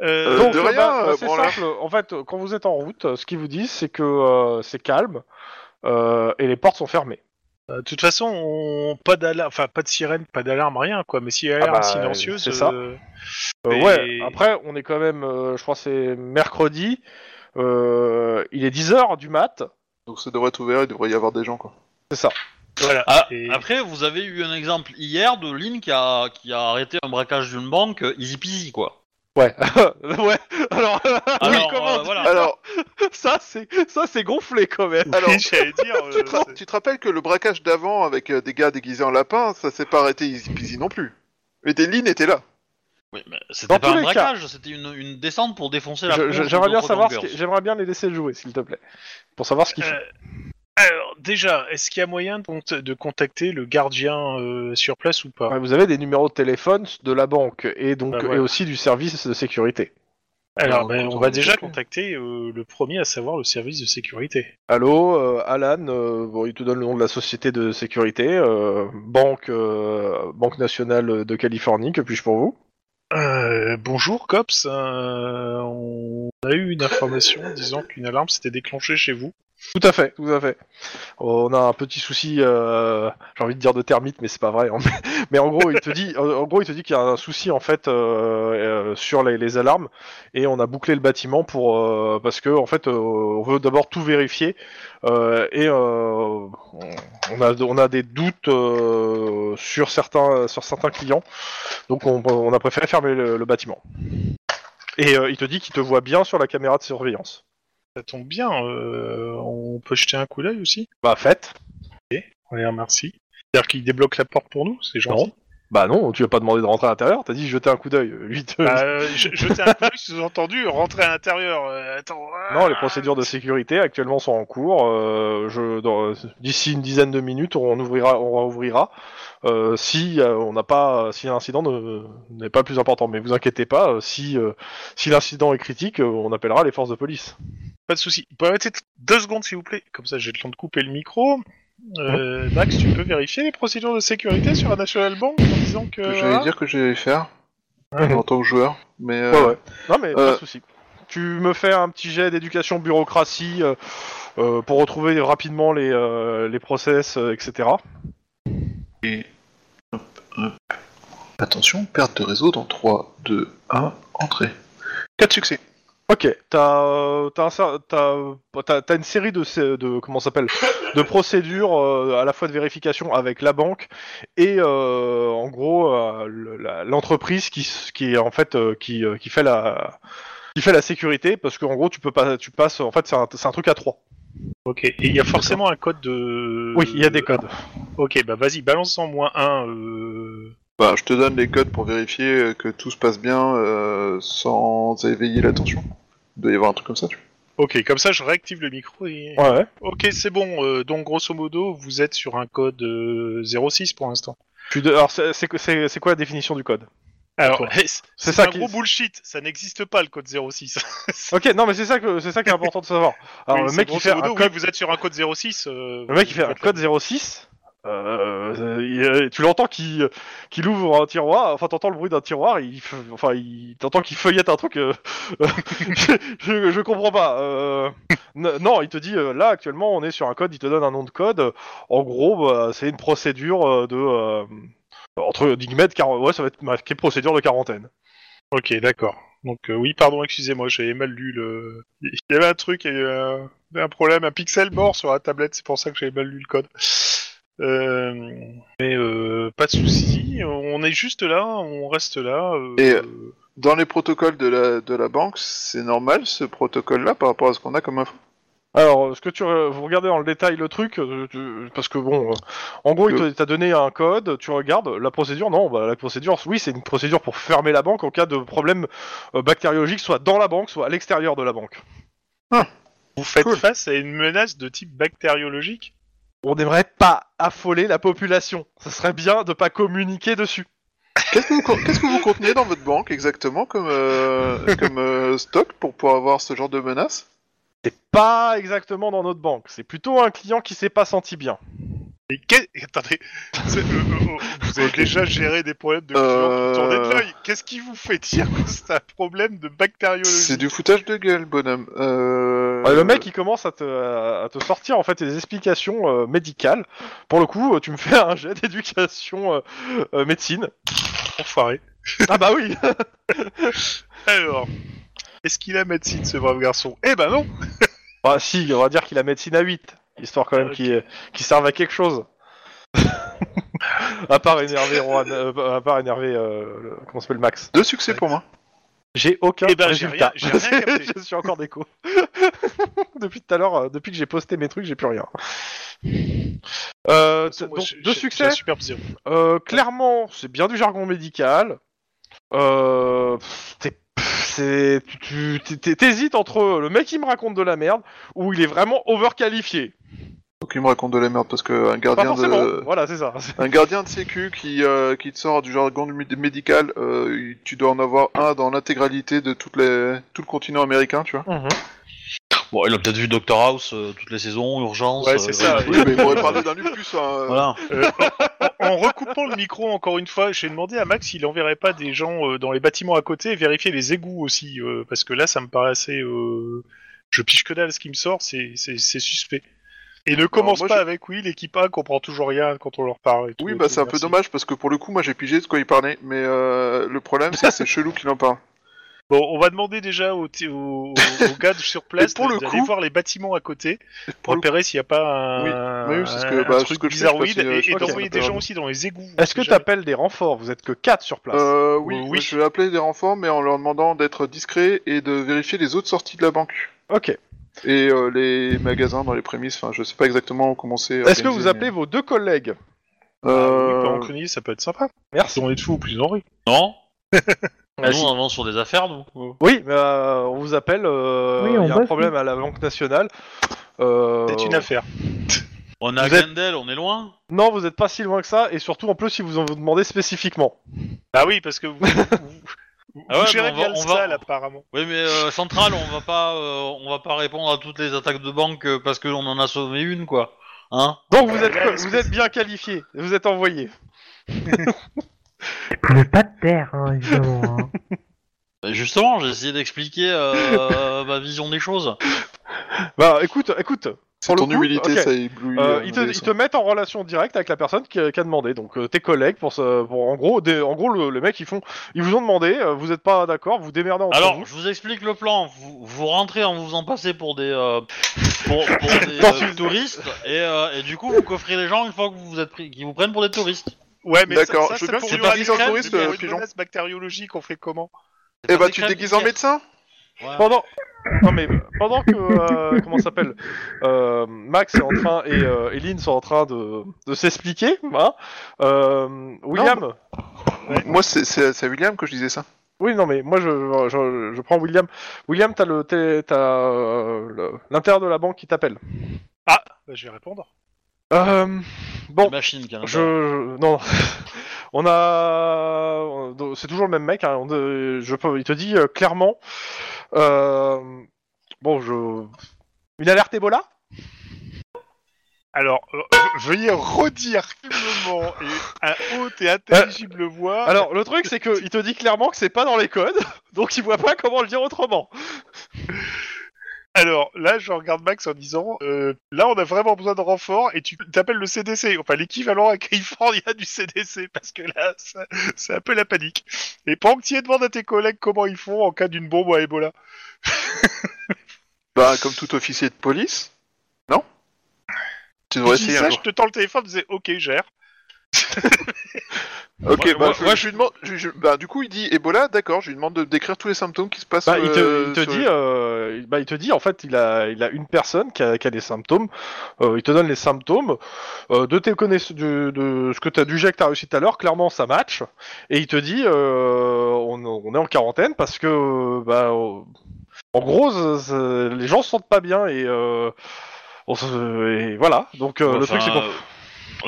Speaker 5: Euh,
Speaker 1: Euh,
Speaker 2: Donc,
Speaker 1: de
Speaker 2: bah,
Speaker 1: rien,
Speaker 2: bah,
Speaker 1: euh,
Speaker 2: c'est
Speaker 1: bon, là.
Speaker 2: simple. En fait, euh, quand vous êtes en route, euh, ce qu'ils vous disent, c'est que euh, c'est calme euh, et les portes sont fermées.
Speaker 5: Euh, De toute façon, on... pas d'alarme, enfin pas de sirène, pas d'alarme, rien quoi. Mais si elle a
Speaker 2: Ah
Speaker 5: l'alarme
Speaker 2: bah,
Speaker 5: silencieuse,
Speaker 2: c'est ça.
Speaker 5: euh,
Speaker 2: Euh,
Speaker 5: Et-
Speaker 2: Ouais. Après, on est quand même, euh, je crois, que c'est mercredi. euh, il est 10h du mat.
Speaker 1: Donc ça devrait être ouvert, il devrait y avoir des gens quoi.
Speaker 5: voilà.
Speaker 4: Ah,
Speaker 5: Et-
Speaker 4: Après, vous avez eu un exemple hier de Lynn qui a, qui a arrêté un braquage d'une banque euh, easy peasy quoi.
Speaker 2: Ouais. ouais. Alors, Ah oui,
Speaker 4: Alors,
Speaker 2: comment
Speaker 4: euh, voilà.
Speaker 1: Alors,
Speaker 2: ça c'est ça c'est gonflé quand même.
Speaker 1: alors
Speaker 5: Oui, j'allais dire. euh,
Speaker 1: tu, te, ra- tu te rappelles que le braquage d'avant avec euh, des gars déguisés en lapin, ça s'est pas arrêté easy peasy non plus. Mais des lignes étaient là.
Speaker 4: Oui, mais
Speaker 2: Dans
Speaker 4: c'était pas
Speaker 2: tous
Speaker 4: un
Speaker 2: les
Speaker 4: braquage, c'était une, une descente pour défoncer la
Speaker 2: Je-
Speaker 4: France
Speaker 2: je- J'aimerais bien
Speaker 4: d'autres
Speaker 2: savoir, ce
Speaker 4: gangers.
Speaker 2: qui- j'aimerais bien les laisser jouer, s'il te plaît, pour savoir ce qu'ils font.
Speaker 5: Euh, alors déjà, est-ce qu'il y a moyen de, de contacter le gardien euh, sur place ou pas
Speaker 2: Ouais, vous avez des numéros de téléphone de la banque et donc
Speaker 5: Bah,
Speaker 2: et
Speaker 5: voilà.
Speaker 2: aussi du service de sécurité.
Speaker 5: Alors,
Speaker 4: Alors,
Speaker 5: ben,
Speaker 4: quand
Speaker 5: on
Speaker 4: on
Speaker 5: va
Speaker 4: est
Speaker 5: déjà
Speaker 2: hein.
Speaker 4: bloqué.
Speaker 5: contacter euh, le premier, à savoir le service de sécurité.
Speaker 2: Allô, euh, Alan, euh, bon, il te donne le nom de la société de sécurité, euh, banque euh, banque nationale de Californie, que puis-je pour vous
Speaker 5: Euh, bonjour Cops, Euh, on a eu une information disant qu'une alarme s'était déclenchée chez vous.
Speaker 2: Tout à fait, tout à fait. On a un petit souci, euh, j'ai envie de dire de termite, mais c'est pas vrai. hein. Mais en gros, il te dit, en en gros, il te dit qu'il y a un souci en fait euh, euh, sur les, les alarmes et on a bouclé le bâtiment pour euh, parce que en fait, euh, on veut d'abord tout vérifier euh, et euh, on- on a on a des doutes euh, sur certains sur certains clients, donc on, on a préféré fermer le, le bâtiment. Et euh, il te dit qu'il te voit bien sur la caméra de surveillance.
Speaker 5: Ça tombe bien, euh, on peut jeter un coup d'œil aussi
Speaker 2: Bah faites.
Speaker 5: Ouais, merci. C'est-à-dire qu'il débloque la porte pour nous, c'est gentil.
Speaker 2: Bah non, tu vas pas demandé de rentrer à l'intérieur, t'as dit jeter un coup d'œil. Lui, te-
Speaker 5: Bah, euh, je- jeter un coup d'œil, sous-entendu, rentrer à l'intérieur. euh, attends. ah.
Speaker 2: Non, les procédures de sécurité actuellement sont en cours. euh, je- dans- D'ici une dizaine de minutes, on ouvrira, on rouvrira. euh, si euh, on n'a pas, si l'incident ne- n'est pas plus important. Mais vous inquiétez pas, euh, si euh, si l'incident est critique, euh, on appellera les forces de police.
Speaker 5: Pas de souci. Vous pouvez arrêter t- deux secondes, s'il vous plaît. Comme ça, j'ai le temps de couper le micro. Euh, Max, tu peux vérifier les procédures de sécurité sur la National Bank en disant que.
Speaker 1: J'allais
Speaker 5: voilà.
Speaker 1: dire que j'allais faire en tant que joueur, mais euh,
Speaker 2: Ouais, ouais. Non, mais pas
Speaker 1: euh,
Speaker 2: de souci. Tu me fais un petit jet d'éducation bureaucratie euh, euh, pour retrouver rapidement les euh, les process, euh, etc.
Speaker 1: attention, perte de réseau dans 3, 2, 1, entrée. 4 succès.
Speaker 2: Ok, t'as euh, t'as un cer- t'as, euh, t'as- t'as une série de, sé- de comment ça s'appelle de procédures euh, à la fois de vérification avec la banque et euh, en gros euh, le- la- l'entreprise qui s- qui est en fait euh, qui, euh, qui fait la qui fait la sécurité parce qu'en gros tu peux pas tu passes en fait c'est un, c'est un truc à trois.
Speaker 5: Ok, et il y a forcément un code de.
Speaker 2: Oui, il y a des codes.
Speaker 5: Ok, bah vas-y, balance en moins un. euh,
Speaker 1: Bah, je te donne les codes pour vérifier euh, que tout se passe bien euh, sans éveiller l'attention. Il doit y avoir un truc comme ça, tu
Speaker 5: Ok, comme ça, je réactive le micro et.
Speaker 2: Ouais. ouais.
Speaker 5: Ok, c'est bon. euh, donc, grosso modo, vous êtes sur un code euh, 06 pour l'instant.
Speaker 2: Tu de- alors c'est c'est que- c'est- c'est quoi la définition du code
Speaker 5: Alors,
Speaker 2: C'est
Speaker 5: c'est
Speaker 2: ça
Speaker 5: un
Speaker 2: qui
Speaker 5: gros bullshit. Ça n'existe pas, le code 06.
Speaker 2: Ok, non mais c'est ça que c'est ça qui est important de savoir. Alors
Speaker 5: Oui,
Speaker 2: le
Speaker 5: c'est
Speaker 2: mec qui
Speaker 5: grosso
Speaker 2: fait un
Speaker 5: modo, oui,
Speaker 2: code
Speaker 5: vous êtes sur un code 06. euh,
Speaker 2: Le mec il fait
Speaker 5: vous
Speaker 2: un
Speaker 5: êtes-
Speaker 2: code 06. euh, euh, il, euh, tu l'entends qui qu'il ouvre un tiroir, enfin t'entends le bruit d'un tiroir, il, fe- enfin il, t'entends qu'il feuillette un truc. euh, je, je- je comprends pas. euh, n- non, il te dit euh, là actuellement on est sur un code, il te donne un nom de code. En gros, bah, c'est une procédure euh, de euh, entre guillemets, de quar- ouais ça va être marqué procédure de quarantaine.
Speaker 5: Ok, d'accord. Donc, euh, oui, pardon, excusez-moi, j'avais mal lu le. Il y avait un truc, il y avait un, un problème, un pixel mort sur la tablette, c'est pour ça que j'avais mal lu le code. Euh, mais euh, pas de souci, on est juste là, on reste là. euh,
Speaker 1: Et, euh, Dans les protocoles de la, de la banque, c'est normal ce protocole-là par rapport à ce qu'on a comme info.
Speaker 2: Alors, ce que tu re- vous regardez dans le détail le truc, euh, tu- parce que bon, euh, en gros, il te- t'a donné un code, tu regardes la procédure. Non, bah, la procédure, oui, c'est une procédure pour fermer la banque en cas de problème euh, bactériologique, soit dans la banque, soit à l'extérieur de la banque.
Speaker 5: vous faites
Speaker 2: cool.
Speaker 5: face à une menace de type bactériologique
Speaker 2: On n'aimerait pas affoler la population. Ça serait bien de pas communiquer dessus.
Speaker 1: Qu'est-ce que, vous con- qu'est-ce que vous contenez dans votre banque exactement comme, euh, comme euh, stock pour pouvoir avoir ce genre de menace
Speaker 2: C'est pas exactement dans notre banque. C'est plutôt un client qui s'est pas senti bien.
Speaker 5: Et qu'est- Attendez, c'est- euh, euh, vous avez déjà géré des problèmes de clients
Speaker 1: Euh.
Speaker 5: qui tournaient de l'œil. Qu'est-ce qui vous fait dire que c'est un problème de bactériologie
Speaker 1: C'est du foutage de gueule, bonhomme. Euh,
Speaker 2: Ouais, le mec, il commence à te, à te sortir en fait des explications euh, médicales. Pour le coup, euh, tu me fais un jet d'éducation euh, euh, médecine.
Speaker 5: Enfoiré.
Speaker 2: Ah bah oui
Speaker 5: Alors, est-ce qu'il a médecine ce brave garçon Eh ben non
Speaker 2: Bah si, on va dire qu'il a médecine à 8, histoire quand même
Speaker 5: Ok.
Speaker 2: qu'il qu'il serve à quelque chose. à part énerver, Rohan, euh, à part énerver euh, le- comment s'appelle Max.
Speaker 1: Deux succès pour moi.
Speaker 2: J'ai aucun
Speaker 5: Eh ben, j'ai
Speaker 2: résultat.
Speaker 5: rien- j'ai rien capté.
Speaker 2: je suis encore déco. depuis tout à l'heure, euh, depuis que j'ai posté mes trucs, j'ai plus rien. Euh,
Speaker 5: Moi,
Speaker 2: donc,
Speaker 5: j'ai-
Speaker 2: deux
Speaker 5: j'ai-
Speaker 2: succès.
Speaker 5: j'ai un superbe zéro.
Speaker 2: Euh, clairement, c'est bien du jargon médical. Euh, pff, t'es- pff, c'est- tu- tu- t'es- t'es- T'hésites entre le mec qui me raconte de la merde ou il est vraiment overqualifié.
Speaker 1: Donc il me raconte de la merde parce qu'un
Speaker 2: Pas
Speaker 1: gardien
Speaker 2: forcément.
Speaker 1: de...
Speaker 2: Voilà, c'est ça.
Speaker 1: Un gardien de sécu qui, euh, qui te sort du jargon du mé- médical, euh, il-
Speaker 3: Mhm.
Speaker 1: tu dois en avoir un dans l'intégralité de toute les- tout le continent américain, tu vois.
Speaker 4: Bon, il a peut-être vu Doctor House euh, toutes les saisons, Urgence.
Speaker 5: Ouais, c'est ça.
Speaker 4: oui.
Speaker 1: Oui, mais il pourrait parler d'un lupus. Hein.
Speaker 4: Voilà.
Speaker 5: En recoupant le micro encore une fois, j'ai demandé à Max s'il enverrait pas des gens euh, dans les bâtiments à côté et vérifier les égouts aussi, euh, parce que là, ça me paraît assez. euh, Je piche que dalle ce qui me sort, c'est c'est- c'est suspect. Et ne commence
Speaker 1: moi,
Speaker 5: pas
Speaker 1: je-
Speaker 5: avec oui, l'équipe A comprend toujours rien quand on leur parle. et tout,
Speaker 1: Oui,
Speaker 5: et
Speaker 1: bah
Speaker 5: tout,
Speaker 1: c'est un peu
Speaker 5: merci.
Speaker 1: dommage parce que pour le coup, moi j'ai pigé de quoi il parlait, mais euh, le problème c'est que c'est chelou qu'il en parle.
Speaker 5: Bon, on va demander déjà aux, t- aux, aux- aux gars de sur place
Speaker 1: Et pour
Speaker 5: de-
Speaker 1: le
Speaker 5: d'aller
Speaker 1: coup-
Speaker 5: voir les bâtiments à côté pour
Speaker 1: pour le-
Speaker 5: repérer s'il n'y a pas un,
Speaker 1: Oui, oui, c'est ce que-
Speaker 5: un
Speaker 1: bah, c'est ce
Speaker 5: truc
Speaker 1: que je fais, je sais pas
Speaker 5: bizarroïde
Speaker 1: si, euh, je
Speaker 5: et,
Speaker 1: sais
Speaker 5: et
Speaker 1: pas si
Speaker 5: d'envoyer
Speaker 1: ça
Speaker 5: des gens
Speaker 1: permet.
Speaker 5: aussi dans les égouts.
Speaker 2: Est-ce que
Speaker 5: Déjà-
Speaker 2: t'appelles des renforts Vous êtes que 4 sur place.
Speaker 1: Euh, oui,
Speaker 5: Oui.
Speaker 1: oui, je vais appeler des renforts, mais en leur demandant d'être discrets et de vérifier les autres sorties de la banque.
Speaker 2: Ok.
Speaker 1: Et euh, les magasins dans les prémices, enfin je sais pas exactement comment c'est.
Speaker 2: Est-ce que
Speaker 1: organisé,
Speaker 2: vous appelez
Speaker 1: mais-
Speaker 2: vos deux collègues
Speaker 5: Ah oui,
Speaker 1: Euh,
Speaker 5: par en grenier, ça peut être sympa. Si
Speaker 2: Merci.
Speaker 5: on est dessous, plus on rit.
Speaker 4: Non
Speaker 2: Ah,
Speaker 4: Nous,
Speaker 2: si.
Speaker 4: on avance sur des affaires, nous.
Speaker 2: Oui, mais, euh, on vous appelle. euh,
Speaker 3: Oui,
Speaker 2: Il
Speaker 3: on
Speaker 2: y a un
Speaker 3: bosse,
Speaker 2: problème à la Banque Nationale. Euh,
Speaker 5: C'est une affaire.
Speaker 4: On est à
Speaker 2: Vous êtes-
Speaker 4: Glendale, on est loin
Speaker 2: Non, vous n'êtes pas si loin que ça, et surtout en plus si vous en vous demandez spécifiquement.
Speaker 5: Ah oui, parce que vous, vous- vous
Speaker 4: Ah ouais,
Speaker 5: gérez
Speaker 4: mais on
Speaker 5: bien
Speaker 4: va-
Speaker 5: le
Speaker 4: on va-
Speaker 5: sale, apparemment.
Speaker 4: Oui, mais euh, Central, on va pas, euh, on va pas répondre à toutes les attaques de banque euh, parce qu'on en a sauvé une, quoi. Hein
Speaker 2: Donc vous êtes,
Speaker 5: Ouais,
Speaker 2: vous êtes bien qualifié, vous êtes envoyé.
Speaker 3: Tu pouvais pas te taire, hein, évidemment. hein.
Speaker 4: Bah, Justement, j'ai essayé d'expliquer euh, ma vision des choses.
Speaker 2: Bah écoute, écoute,
Speaker 1: c'est
Speaker 2: pour le
Speaker 1: ton
Speaker 2: coup,
Speaker 1: humilité,
Speaker 2: ok.
Speaker 1: ça éblouit.
Speaker 2: Euh,
Speaker 1: euh,
Speaker 2: ils, te,
Speaker 1: mes-
Speaker 2: ils te mettent en relation directe avec la personne qui, qui a demandé, donc euh, tes collègues pour, ce, pour en gros, des, en gros le, les mecs ils font, ils vous ont demandé, euh, vous n'êtes pas d'accord, vous démerdez entre
Speaker 4: Alors,
Speaker 2: vous.
Speaker 4: je vous explique le plan. Vous, vous rentrez en vous faisant passer pour des, euh, pour, pour des
Speaker 2: Dans
Speaker 4: euh,
Speaker 2: une-
Speaker 4: touristes et, euh, et du coup, vous coffrez les gens une fois que vous êtes pris, qu'ils vous prennent pour des touristes.
Speaker 5: Ouais, mais
Speaker 1: D'accord,
Speaker 5: ça,
Speaker 1: je
Speaker 5: ça,
Speaker 1: veux
Speaker 5: ça
Speaker 1: bien
Speaker 5: pour Uranus,
Speaker 4: que tu déguises en
Speaker 5: mais
Speaker 1: touriste,
Speaker 5: pour
Speaker 1: euh,
Speaker 5: une
Speaker 1: pigeon.
Speaker 5: menace bactériologique, on fait comment
Speaker 1: Eh bah
Speaker 4: C'est
Speaker 1: tu te
Speaker 4: très
Speaker 1: déguises en
Speaker 4: efficace.
Speaker 1: médecin
Speaker 4: Ouais.
Speaker 2: Pendant, non mais pendant que euh, comment ça s'appelle euh, Max est en train et, euh, et Lynn sont en train de, de s'expliquer, hein, euh, William,
Speaker 1: Moi c'est- c'est c'est à William que je disais ça.
Speaker 2: Oui, non, mais moi je, je, je prends William. William, t'as le t'es- t'as euh, le- l'intérieur de la banque qui t'appelle.
Speaker 5: Bah, Je vais répondre.
Speaker 2: Euh,
Speaker 4: Des
Speaker 2: bon,
Speaker 4: machines, carrément.
Speaker 2: je, je- non, on a on- donc, c'est toujours le même mec. hein, on, euh, je peux, il te dit euh, clairement. euh, bon, je une alerte Ebola.
Speaker 5: Alors, euh, veuillez redire calmement et à haute et intelligible voix.
Speaker 2: Alors le truc c'est que il te dit clairement que c'est pas dans les codes, donc il voit pas comment le dire autrement.
Speaker 5: Alors là, je regarde Max en disant euh, là, on a vraiment besoin de renfort et tu t'appelles le CDC, enfin l'équivalent à California du CDC, parce que là, ça- c'est un peu la panique. Et Panquier demande à tes collègues comment ils font en cas d'une bombe à Ebola.
Speaker 1: Bah comme tout officier de police, non
Speaker 5: Tu
Speaker 1: Tu devrais
Speaker 5: dis
Speaker 1: essayer
Speaker 5: ça,
Speaker 1: un
Speaker 5: je
Speaker 1: jour.
Speaker 5: te tends le téléphone, je disais ok, gère.
Speaker 1: Ok,
Speaker 4: Ouais,
Speaker 1: bah,
Speaker 4: ouais,
Speaker 1: je,
Speaker 4: ouais,
Speaker 1: je lui demande. je- je- bah, du coup, il dit Ebola, d'accord, je lui demande de décrire tous les symptômes qui se passent.
Speaker 2: Bah, il te,
Speaker 1: euh,
Speaker 2: il te
Speaker 1: sur-
Speaker 2: dit, euh, il- bah, il te dit, en fait, il a, il a une personne qui a, qui a des symptômes. Euh, il te donne les symptômes euh, de tes connaissances, de, de ce que t'as du jet que t'as réussi tout à l'heure. Clairement, ça match. Et il te dit, euh, on, on est en quarantaine parce que, euh, bah, euh, en gros, ça- ça- les gens se sentent pas bien et, euh, on se- et voilà. Donc euh,
Speaker 4: Enfin,
Speaker 2: le truc c'est qu'on.
Speaker 4: euh,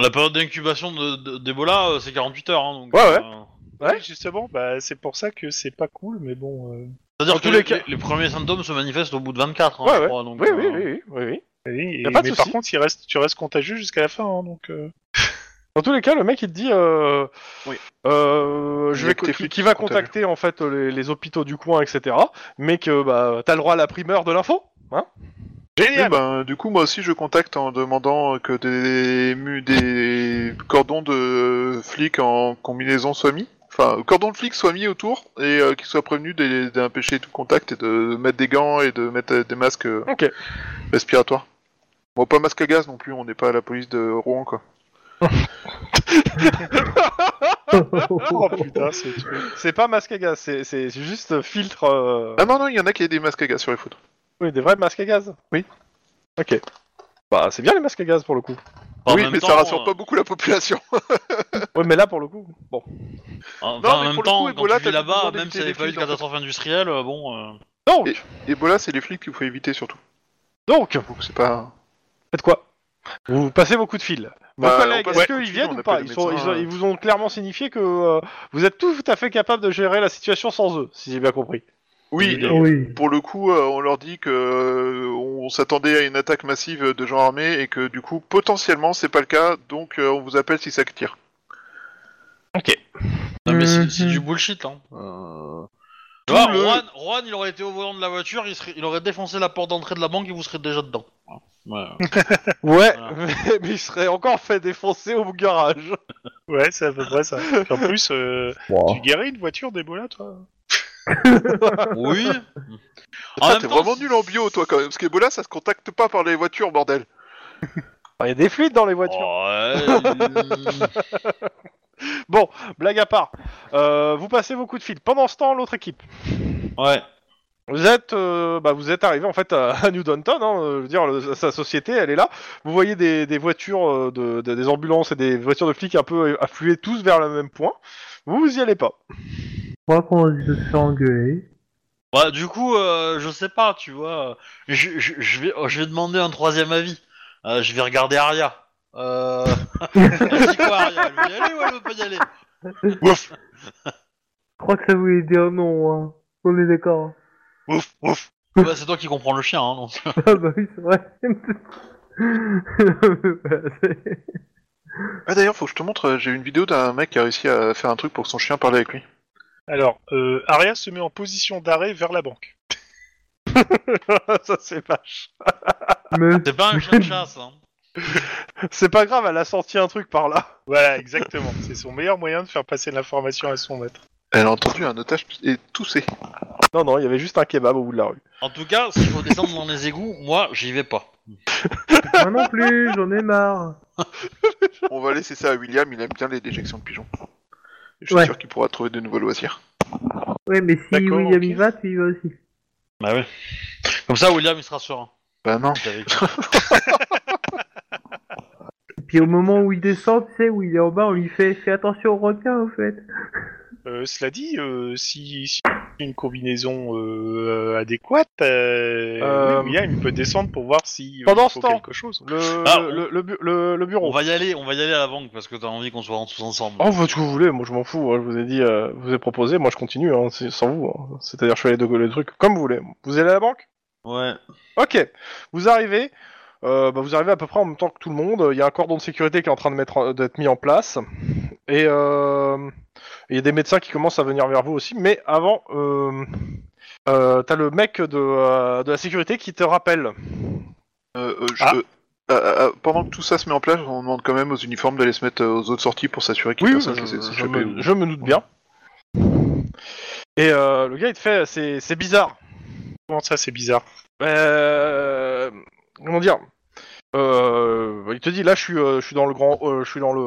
Speaker 4: La période d'incubation de- de- d'Ebola, euh, c'est 48 heures. hein, donc,
Speaker 2: Ouais, ouais.
Speaker 4: euh,
Speaker 2: Ouais.
Speaker 5: Oui, justement, bah, c'est pour ça que c'est pas cool, mais bon. euh,
Speaker 4: C'est-à-dire
Speaker 2: Dans
Speaker 4: que
Speaker 2: tous
Speaker 4: les,
Speaker 2: les cas-
Speaker 4: les- les premiers symptômes se manifestent au bout de 24, hein,
Speaker 2: Ouais,
Speaker 4: je
Speaker 2: ouais.
Speaker 4: crois, donc,
Speaker 2: Oui,
Speaker 4: euh,
Speaker 2: oui, oui, oui, oui, oui.
Speaker 5: oui,
Speaker 2: Y a
Speaker 5: et-
Speaker 2: pas de
Speaker 5: mais par
Speaker 2: souci.
Speaker 5: contre, il reste, tu restes contagieux jusqu'à la fin, hein, donc. euh,
Speaker 2: Dans tous les cas, le mec il te dit, euh,
Speaker 4: Oui.
Speaker 2: euh,
Speaker 1: Il
Speaker 2: je
Speaker 1: est
Speaker 2: vais
Speaker 1: actif,
Speaker 2: qui, qui va contacter en fait les, les hôpitaux du coin, etc. Mais que bah t'as le droit à la primeur de l'info, hein
Speaker 1: Eh ben, du coup, moi aussi, je contacte en demandant que des, mu- des cordons de flics en combinaison soient mis. Enfin, cordons de flics soient mis autour et euh, qu'ils soient prévenus des- d'empêcher tout contact et de mettre des gants et de mettre euh, des masques euh,
Speaker 2: Ok.
Speaker 1: respiratoires. Bon, pas masque à gaz non plus, on n'est pas à la police de Rouen, quoi.
Speaker 5: Oh putain, c'est le truc.
Speaker 2: bah, C'est pas masque à gaz, c'est c'est juste filtre. euh,
Speaker 1: Ah non, non, il y en a qui a des masques à gaz sur les photos.
Speaker 2: Oui, des vrais masques à gaz.
Speaker 1: Oui.
Speaker 2: Ok. Bah c'est bien les masques à gaz pour le coup.
Speaker 4: en
Speaker 1: oui,
Speaker 4: même
Speaker 1: mais
Speaker 4: temps,
Speaker 1: ça rassure
Speaker 4: euh,
Speaker 1: pas beaucoup la population.
Speaker 2: ouais, mais là pour le coup, bon.
Speaker 4: Enfin,
Speaker 1: Non,
Speaker 4: euh, en
Speaker 1: mais
Speaker 4: même
Speaker 1: pour le coup,
Speaker 4: temps,
Speaker 1: Ebola,
Speaker 4: quand tu
Speaker 1: t'as pu
Speaker 4: vis
Speaker 1: pouvoir
Speaker 4: là-bas, même
Speaker 1: éviter
Speaker 4: s'il n'y
Speaker 1: les
Speaker 4: avait pas eu de
Speaker 1: fuites, en fait.
Speaker 4: catastrophe industrielle, euh, bon... euh,
Speaker 2: Donc,
Speaker 1: Et- Ebola, c'est les flics qu'il faut éviter surtout.
Speaker 2: donc,
Speaker 1: Donc c'est pas.
Speaker 2: faites quoi Vous passez vos coups de fil. Vos
Speaker 1: Bah,
Speaker 2: collègues,
Speaker 1: on passe
Speaker 2: est-ce
Speaker 1: beaucoup de
Speaker 2: qu'ils
Speaker 1: fil,
Speaker 2: viennent
Speaker 1: on
Speaker 2: ou pas
Speaker 1: appelle
Speaker 2: ils,
Speaker 1: les
Speaker 2: sont- ils,
Speaker 1: médecins,
Speaker 2: ont- ils vous euh, ont clairement signifié que euh, vous êtes tout à fait capable de gérer la situation sans eux, si j'ai bien compris.
Speaker 1: Oui,
Speaker 4: Oui.
Speaker 3: Oui.
Speaker 1: pour le coup, euh, on leur dit que euh, on s'attendait à une attaque massive de gens armés et que du coup, potentiellement, c'est pas le cas, donc euh, on vous appelle si ça tire.
Speaker 4: Non, mais c'est c'est
Speaker 3: Mhm.
Speaker 4: du bullshit, hein. Euh, Tu
Speaker 1: Tout
Speaker 4: vois,
Speaker 1: le-
Speaker 4: Juan, Juan, il aurait été au volant de la voiture, il, serait- il aurait défoncé la porte d'entrée de la banque et vous serez déjà dedans. Ouais.
Speaker 2: Ouais,
Speaker 4: Voilà.
Speaker 2: mais, mais il serait encore fait défoncer au garage.
Speaker 5: Ouais, c'est à peu près ça. Puis en plus, euh, tu garais une voiture d'Ebola, toi
Speaker 4: oui. En
Speaker 1: Ah,
Speaker 4: même
Speaker 1: t'es
Speaker 4: temps,
Speaker 1: vraiment
Speaker 4: si-
Speaker 1: nul en bio, toi, quand même, parce qu'Ebola, ça se contacte pas par les voitures, bordel.
Speaker 2: Il y a des fluides dans les voitures.
Speaker 4: Ouais.
Speaker 2: Bon,
Speaker 1: Oh.
Speaker 2: blague à part. Euh, vous passez vos coups de fil. Pendant ce temps, l'autre équipe.
Speaker 4: ouais.
Speaker 2: Vous êtes, euh, bah, vous êtes arrivé en fait à, à New Downton. Hein, euh, je veux dire, le- sa société, elle est là. Vous voyez des, des voitures, euh, de, de- des ambulances et des voitures de flics un peu affluées tous vers le même point. Vous, vous y allez pas.
Speaker 3: Je crois qu'on se fait engueuler.
Speaker 4: Bah, du coup, euh, je sais pas, tu vois. Je, je- je vais, oh, je vais demander un troisième avis. Euh, je vais regarder Aria. Euh... elle dit quoi, Aria Elle veut y aller ou elle veut pas y aller
Speaker 1: Ouf,
Speaker 3: Je crois que ça voulait dire non, hein. On est d'accord.
Speaker 1: ouf, ouf.
Speaker 4: bah, C'est toi qui comprends le chien, hein, donc.
Speaker 3: Ah bah oui, c'est vrai. Voilà, c'est-
Speaker 1: Ah, d'ailleurs, faut que je te montre, euh, j'ai une vidéo d'un mec qui a réussi à faire un truc pour que son chien parler avec lui.
Speaker 5: Alors, euh, Aria se met en position d'arrêt vers la banque.
Speaker 2: Ça c'est pas,
Speaker 3: Mais
Speaker 4: C'est pas un chien de chasse, hein.
Speaker 2: c'est pas grave. Elle a sorti un truc par là.
Speaker 5: Voilà, exactement. c'est son meilleur moyen de faire passer l'information à son maître.
Speaker 1: Elle a entendu un otage et toussé.
Speaker 2: Non, non, il y avait juste un kebab au bout de la rue.
Speaker 4: En tout cas, s'il faut descendre dans les égouts, moi, j'y vais pas.
Speaker 3: moi non plus, j'en ai marre.
Speaker 1: On va laisser ça à William, il aime bien les déjections de pigeons. Je suis
Speaker 3: Ouais.
Speaker 1: sûr qu'il pourra trouver de nouveaux loisirs.
Speaker 3: Ouais, mais si
Speaker 5: D'accord,
Speaker 3: William
Speaker 5: ok.
Speaker 3: y va, tu y vas aussi.
Speaker 4: Bah oui. Comme ça, William, il sera serein.
Speaker 1: Bah non.
Speaker 4: T'es avec-
Speaker 3: Puis au moment où il descend, tu sais, où il est en bas, on lui fait fais attention au requin, au fait.
Speaker 5: Euh, cela dit, euh, si, si une combinaison euh, adéquate, euh,
Speaker 2: Euh,
Speaker 5: oui, William, il peut descendre pour voir si euh, il
Speaker 2: Pendant ce
Speaker 5: faut
Speaker 2: temps-
Speaker 5: quelque chose.
Speaker 2: Le,
Speaker 4: Ah,
Speaker 2: le, le bu- le- le bureau.
Speaker 4: On va y aller, on va y aller à la banque parce que t'as envie qu'on soit en- tous ensemble.
Speaker 2: Oh, bah, ce que vous voulez, moi je m'en fous, hein, je vous ai dit, euh, je vous ai proposé, moi je continue, hein, c'est sans vous. hein. C'est-à-dire, je fais les deux les trucs comme vous voulez. Vous allez à la banque
Speaker 4: Ouais.
Speaker 2: Ok, vous arrivez, euh, bah, vous arrivez à peu près en même temps que tout le monde, il y a un cordon de sécurité qui est en train de mettre en- d'être mis en place, et euh, il y a des médecins qui commencent à venir vers vous aussi, mais avant, euh, euh, t'as le mec de, euh, de la sécurité qui te rappelle.
Speaker 1: Euh, euh, je-
Speaker 5: Ah.
Speaker 1: euh, euh, euh, pendant que tout ça se met en place, on demande quand même aux uniformes d'aller se mettre euh, aux autres sorties pour s'assurer qu'il y
Speaker 2: Oui,
Speaker 1: a
Speaker 2: oui, euh,
Speaker 1: personne
Speaker 2: je,
Speaker 1: qui s'est
Speaker 2: je
Speaker 1: échappé.
Speaker 2: me, je me doute bien. Et euh, le gars, il te fait, c'est c'est bizarre.
Speaker 5: Comment ça, c'est bizarre
Speaker 2: Euh, comment dire Euh, Il te dit, là, je suis, euh, je suis dans le grand, euh, je suis dans le,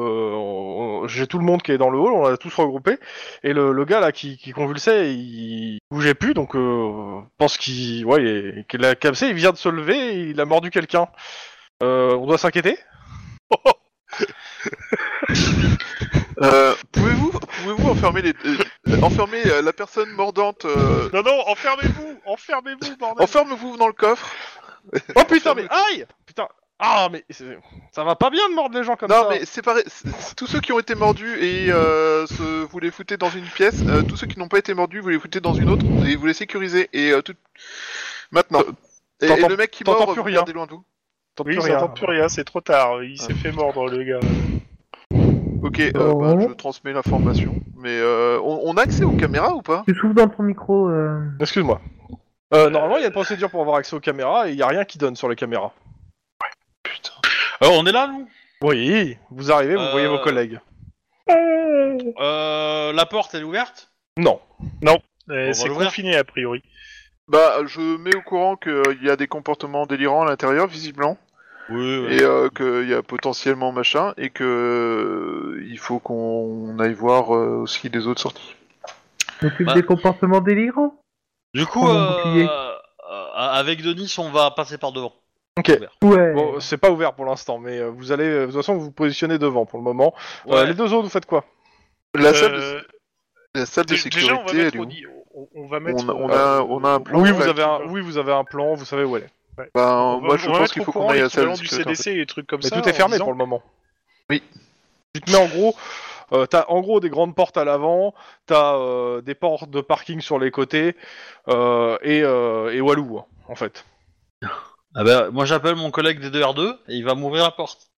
Speaker 2: euh, j'ai tout le monde qui est dans le hall, on a tous regroupé, et le, le gars là qui, qui convulsait, il bougeait plus, donc euh, pense qu'il, ouais, il est- qu'il a capsé, il vient de se lever, et il a mordu quelqu'un. Euh, on doit s'inquiéter
Speaker 1: Euh, pouvez-vous, pouvez-vous enfermer, les, euh, euh, enfermer euh, la personne mordante euh,
Speaker 5: Non, non, enfermez-vous Enfermez-vous, bordel
Speaker 1: Enferme-vous dans le coffre
Speaker 2: Oh putain, mais aïe Putain, ah mais c'est- ça va pas bien de mordre les gens comme
Speaker 1: Non,
Speaker 2: ça.
Speaker 1: mais c'est pareil. c'est- c'est- Tous ceux qui ont été mordus et euh, se- vous les foutez dans une pièce. euh, tous ceux qui n'ont pas été mordus, vous les foutez dans une autre et vous les sécurisez. Et euh, tout. Maintenant. Et,
Speaker 2: T'entends-
Speaker 1: et le mec qui
Speaker 2: t'entends
Speaker 1: mord,
Speaker 2: plus
Speaker 1: vous
Speaker 2: rien.
Speaker 1: regardez loin de vous.
Speaker 2: T'entends
Speaker 5: Oui,
Speaker 2: plus
Speaker 5: ils
Speaker 2: rien.
Speaker 5: n'entendent plus rien, c'est trop tard. Il s'est fait mordre, le gars.
Speaker 1: Ok, euh, bah,
Speaker 3: Oh.
Speaker 1: je transmets l'information. Mais euh, on, on a accès aux caméras ou pas
Speaker 3: Tu souffles dans ton micro. Euh...
Speaker 2: Excuse-moi. Euh, normalement, il y a une procédure pour avoir accès aux caméras et il n'y a rien qui donne sur les caméras.
Speaker 4: Euh, on est là, nous
Speaker 2: Oui, vous arrivez, vous
Speaker 4: Euh.
Speaker 2: voyez vos collègues.
Speaker 4: Euh, La porte, elle est ouverte
Speaker 2: Non.
Speaker 5: Euh,
Speaker 4: va
Speaker 5: c'est
Speaker 4: l'ouvrir.
Speaker 5: confiné, a priori.
Speaker 1: Bah, je mets au courant qu'il y a des comportements délirants à l'intérieur, visiblement,
Speaker 4: Oui,
Speaker 1: et euh, qu'il y a potentiellement machin, et que euh, il faut qu'on aille voir euh, aussi les autres sorties.
Speaker 3: T'occupes
Speaker 4: Bah.
Speaker 3: des comportements délirants.
Speaker 4: Du coup,
Speaker 3: On va
Speaker 4: euh,
Speaker 3: bouclier.
Speaker 4: euh, avec Denis, on va passer par devant.
Speaker 3: Ouais.
Speaker 2: Bon, c'est pas ouvert pour l'instant, mais euh, vous allez, euh, de toute façon, vous vous positionnez devant pour le moment. Euh, les deux autres, vous faites quoi
Speaker 1: La salle, de-
Speaker 5: Euh,
Speaker 1: la salle de
Speaker 5: dé-
Speaker 1: sécurité,
Speaker 5: déjà, on va
Speaker 1: elle
Speaker 5: mettre...
Speaker 1: est
Speaker 5: au Euh,
Speaker 1: où
Speaker 5: ni- On, on va mettre...
Speaker 1: on a, on, a, on a un plan.
Speaker 2: Oui,
Speaker 1: ouais.
Speaker 2: vous avez un, oui, vous avez un plan, vous savez où elle est.
Speaker 1: Ben,
Speaker 5: on va-
Speaker 1: moi, je
Speaker 5: on va
Speaker 1: pense
Speaker 5: mettre
Speaker 1: qu'il
Speaker 5: au
Speaker 1: faut
Speaker 5: courant
Speaker 1: qu'on aille à la salle
Speaker 5: l'équivalent
Speaker 1: de
Speaker 5: du
Speaker 1: sécurité, en fait.
Speaker 5: CDC et des trucs comme
Speaker 2: Mais
Speaker 5: ça.
Speaker 2: tout est
Speaker 5: en
Speaker 2: fermé
Speaker 5: disant-
Speaker 2: pour le moment.
Speaker 1: Oui.
Speaker 2: Tu te mets en gros euh, t'as en gros des grandes portes à l'avant, t'as euh, des portes de parking sur les côtés euh, et, euh, et Walou, hein, en fait.
Speaker 4: Ah bah, moi j'appelle mon collègue des 2R2 et il va m'ouvrir la porte.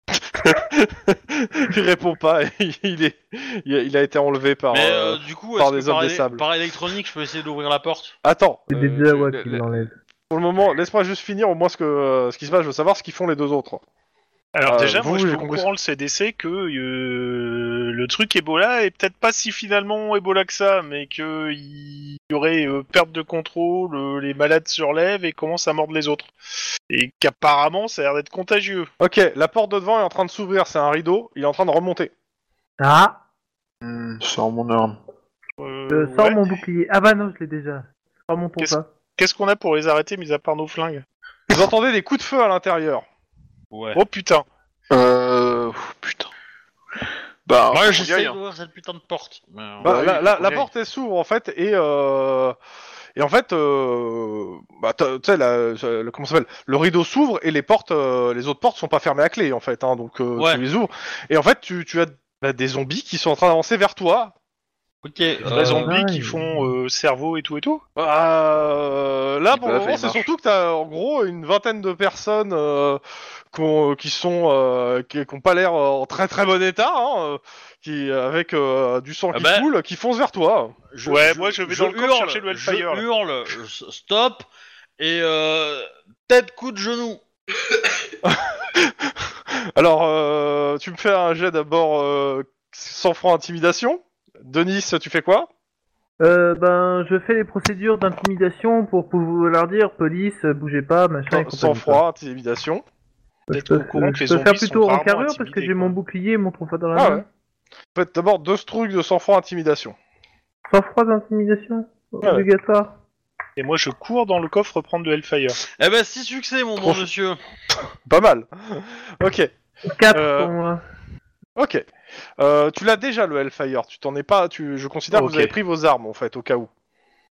Speaker 2: il répond pas, il, est, il a- il a été enlevé par.
Speaker 4: Mais
Speaker 2: euh,
Speaker 4: euh, du coup,
Speaker 2: par
Speaker 4: est-ce
Speaker 2: des
Speaker 4: que par,
Speaker 2: hommes des
Speaker 4: éle-
Speaker 2: sables.
Speaker 4: par électronique, je peux essayer d'ouvrir la porte
Speaker 2: Attends,
Speaker 3: C'est
Speaker 2: euh,
Speaker 3: des Jawa qui
Speaker 2: le-
Speaker 3: l'enlèvent.
Speaker 2: pour le moment, laisse-moi juste finir au moins ce, que, euh, ce qui se passe, je veux savoir ce qu'ils font les deux autres.
Speaker 5: Alors
Speaker 2: Euh,
Speaker 5: déjà,
Speaker 2: vous,
Speaker 5: moi je
Speaker 2: j'ai
Speaker 5: suis au
Speaker 2: compris
Speaker 5: courant le CDC que euh, le truc Ebola est peut-être pas si finalement Ebola que ça, mais que il y aurait euh, perte de contrôle, euh, les malades se relèvent et commencent à mordre les autres. Et qu'apparemment ça a l'air d'être contagieux.
Speaker 2: Ok, la porte de devant est en train de s'ouvrir, c'est un rideau, il est en train de remonter.
Speaker 3: Ah,
Speaker 1: Sors mon arme.
Speaker 5: Euh,
Speaker 3: je sors
Speaker 5: ouais.
Speaker 3: mon bouclier. Ah bah non, je l'ai déjà. Remontons
Speaker 5: Qu'est-ce-
Speaker 3: pas.
Speaker 5: Qu'est-ce qu'on a pour les arrêter mis à part nos flingues
Speaker 2: Vous entendez des coups de feu à l'intérieur.
Speaker 4: Ouais.
Speaker 5: Oh putain
Speaker 1: Euh. pff, Putain. Bah, on
Speaker 4: moi
Speaker 1: y
Speaker 4: j'essaye
Speaker 1: aille, hein.
Speaker 4: d'ouvrir cette putain de porte. Mais, euh,
Speaker 2: Bah,
Speaker 1: oui,
Speaker 2: la, la-
Speaker 1: on
Speaker 2: la
Speaker 1: y
Speaker 2: porte elle s'ouvre en fait et euh, et en fait euh, bah, t'as- tu sais la- le comment ça s'appelle le rideau s'ouvre et les portes euh, les autres portes sont pas fermées à clé en fait hein, donc euh,
Speaker 4: Ouais.
Speaker 2: tu les ouvres et en fait tu, tu as bah, des zombies qui sont en train d'avancer vers toi
Speaker 4: Ok. euh,
Speaker 5: Les zombies
Speaker 3: ouais.
Speaker 5: qui font euh, cerveau et tout et tout
Speaker 2: Euh, là
Speaker 1: Ils
Speaker 2: pour le
Speaker 1: peuvent,
Speaker 2: moment
Speaker 1: ils
Speaker 2: c'est
Speaker 1: marchent.
Speaker 2: surtout que t'as en gros une vingtaine de personnes euh, qu'on- qui sont euh, qui, qui ont pas l'air en très très bon état hein, euh, qui avec euh, du sang
Speaker 4: Ah
Speaker 2: qui
Speaker 4: bah.
Speaker 2: coule qui foncent vers toi
Speaker 4: je-
Speaker 5: Ouais, moi, je vais dans le coffre
Speaker 4: hurle,
Speaker 5: chercher le Hellfire, là.
Speaker 4: Je hurle, je- stop et euh, tête, coup de genou.
Speaker 2: Alors, euh, tu me fais un jet d'abord euh, 100 francs intimidation. Denis, tu fais quoi
Speaker 3: Euh, ben, je fais les procédures d'intimidation pour pouvoir leur dire police, euh, bougez pas, machin. et compagnie,
Speaker 2: 100 francs intimidation.
Speaker 3: quoi. Je
Speaker 5: D'être
Speaker 3: peux,
Speaker 5: au courant que les
Speaker 3: je peux
Speaker 5: zombies
Speaker 3: faire
Speaker 5: sont
Speaker 3: plutôt en
Speaker 5: rarement
Speaker 3: carrure parce que
Speaker 5: intimidés,
Speaker 3: j'ai
Speaker 5: quoi.
Speaker 3: mon bouclier et mon tonfa dans la
Speaker 2: Ah
Speaker 3: main.
Speaker 2: ouais. Faites d'abord deux trucs de 100 francs intimidation.
Speaker 3: 100 francs d'intimidation
Speaker 2: ouais.
Speaker 3: Obligatoire.
Speaker 5: Et moi je cours dans le coffre prendre de Hellfire.
Speaker 4: Eh ben, six succès, mon
Speaker 2: Trop
Speaker 4: bon monsieur.
Speaker 2: Pas mal. ok,
Speaker 3: 4
Speaker 2: Euh,
Speaker 3: pour moi.
Speaker 2: ok. Euh, tu l'as déjà le Hellfire. Tu t'en es pas. Tu, je considère que
Speaker 5: Ok.
Speaker 2: vous avez pris vos armes en fait au cas où.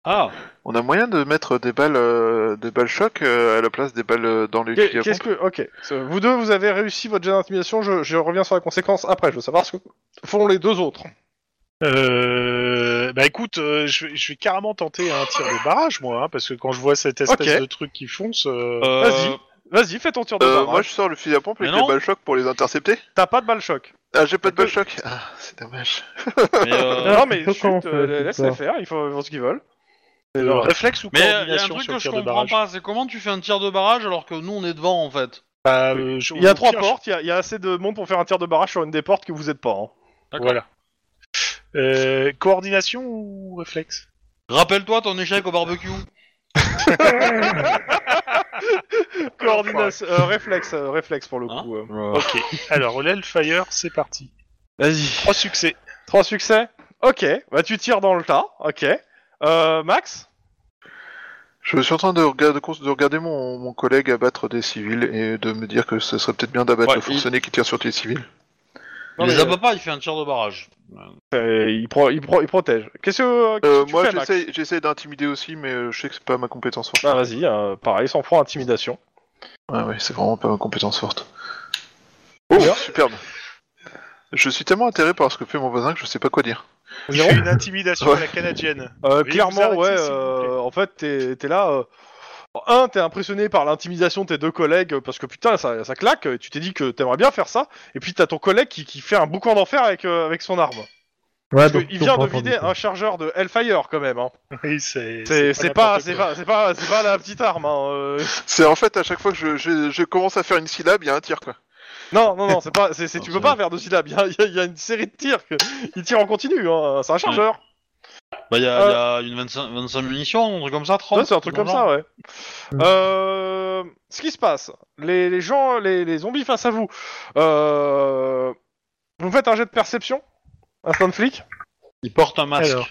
Speaker 4: Ah.
Speaker 1: On a moyen de mettre des balles, euh, des balles choc euh, à la place des balles euh, dans les
Speaker 2: Qu'est-
Speaker 1: fusils à
Speaker 2: Qu'est-ce
Speaker 1: pompe.
Speaker 2: que Ok. Vous deux, vous avez réussi votre jet d'intimidation. Je, je reviens sur la conséquence après. Je veux savoir ce que font les deux autres.
Speaker 5: Euh, bah écoute, euh, je, vais- je vais carrément tenter un tir de barrage moi, hein, parce que quand je vois cette espèce
Speaker 2: Ok.
Speaker 5: de truc qui fonce, euh,
Speaker 4: Euh,
Speaker 2: Vas-y. Vas-y, fais ton tir de
Speaker 1: Euh,
Speaker 2: barre.
Speaker 1: moi, je sors le fusil à pompe
Speaker 4: Mais
Speaker 1: avec
Speaker 4: non.
Speaker 1: les balles choc pour les intercepter.
Speaker 2: T'as pas de balle choc.
Speaker 1: Ah, j'ai pas de
Speaker 2: Mais
Speaker 1: balles choc. Ah, c'est dommage.
Speaker 4: mais euh,
Speaker 2: Non, mais
Speaker 3: faut
Speaker 2: chut,
Speaker 3: qu'on
Speaker 2: euh,
Speaker 3: fait,
Speaker 2: laisse-les
Speaker 3: ça.
Speaker 2: faire, ils font, ils font ce qu'ils veulent.
Speaker 5: euh,
Speaker 2: genre-
Speaker 5: réflexe ou
Speaker 4: Mais il y a un
Speaker 5: coordination
Speaker 4: truc
Speaker 5: sur
Speaker 4: que
Speaker 5: le
Speaker 4: je
Speaker 5: tir de
Speaker 4: comprends
Speaker 5: barrage.
Speaker 4: pas, c'est comment tu fais un tir de barrage alors que nous on est devant en fait.
Speaker 5: Bah, euh, je-
Speaker 2: Il y a
Speaker 5: au
Speaker 2: trois
Speaker 5: pire, je-
Speaker 2: portes, il y a, il y a assez de monde pour faire un tir de barrage sur une des portes que vous êtes pas. hein.
Speaker 4: D'accord.
Speaker 5: Voilà. Euh, coordination ou réflexe
Speaker 4: Rappelle-toi ton échec au barbecue.
Speaker 2: Coordination, euh, réflexe, euh, réflexe pour le
Speaker 4: Hein
Speaker 2: coup. euh.
Speaker 5: Ok. Alors l'Hellfire, c'est parti.
Speaker 2: Vas-y.
Speaker 5: Trois succès.
Speaker 2: Trois succès Ok, bah tu tires dans le tas, ok. Euh, Max
Speaker 1: Je suis en train de regarder, de regarder mon, mon collègue abattre des civils et de me dire que ce serait peut-être bien d'abattre
Speaker 4: Ouais,
Speaker 1: le forcené qui tire sur les civils.
Speaker 2: Non,
Speaker 4: Il les
Speaker 2: mais,
Speaker 4: abat pas, il fait un tir de barrage.
Speaker 2: euh, il, pro- il pro- il protège. Qu'est-ce que, euh, qu'est-ce
Speaker 1: Euh,
Speaker 2: que tu
Speaker 1: moi,
Speaker 2: fais, Max
Speaker 1: j'essaie- j'essaie d'intimider aussi, mais euh, je sais que c'est pas ma compétence forte.
Speaker 2: Bah vas-y, euh, pareil, sans francs intimidation.
Speaker 1: Ah ouais, c'est vraiment pas ma compétence forte.
Speaker 2: Oh,
Speaker 1: superbe. Je suis tellement atterré par ce que fait mon voisin que je sais pas quoi dire.
Speaker 5: Je fais une intimidation
Speaker 1: Ouais.
Speaker 5: à la canadienne.
Speaker 2: Euh,
Speaker 5: Veuillez vous
Speaker 2: clairement,
Speaker 5: arrêter,
Speaker 2: ouais.
Speaker 5: s'il vous
Speaker 2: euh,
Speaker 5: plaît.
Speaker 2: en fait, t'es t'es là. euh, Un, t'es impressionné par l'intimidation de tes deux collègues euh, parce que putain, ça, ça claque. et Tu t'es dit que t'aimerais bien faire ça. Et puis t'as ton collègue qui, qui fait un boucan d'enfer avec, euh, avec son arme.
Speaker 3: Ouais,
Speaker 2: Parce
Speaker 3: Ah, donc,
Speaker 2: qu'il
Speaker 3: donc,
Speaker 2: vient
Speaker 3: on
Speaker 2: de
Speaker 3: entend
Speaker 2: vider
Speaker 3: du coup.
Speaker 2: un chargeur de Hellfire quand même. Hein.
Speaker 5: Oui, c'est.
Speaker 2: C'est c'est pas,
Speaker 5: n'importe
Speaker 2: c'est
Speaker 5: quoi.
Speaker 2: pas, c'est pas, c'est pas la petite arme. Hein. euh.
Speaker 1: C'est en fait à chaque fois que je, je- je commence à faire une syllabe, il y a un tir quoi.
Speaker 2: Non, non, non, c'est pas, c'est c'est- tu
Speaker 4: Ah,
Speaker 2: peux
Speaker 4: ça
Speaker 2: pas
Speaker 4: va.
Speaker 2: faire de syllabes. Il y a- il y, a- il y a une série de tirs. que- Il tire en continu. Hein. C'est un chargeur.
Speaker 4: Bah il y, a-
Speaker 2: Euh.
Speaker 4: il y a une 25, 25 munitions, un truc comme ça, 30.
Speaker 2: Ouais, c'est un truc comme ça, ouais. Euh, ce qui se passe, les, les gens, les, les zombies face à vous, euh, vous me faites un jet de perception Instant de flic
Speaker 4: Ils portent un masque.
Speaker 5: Alors.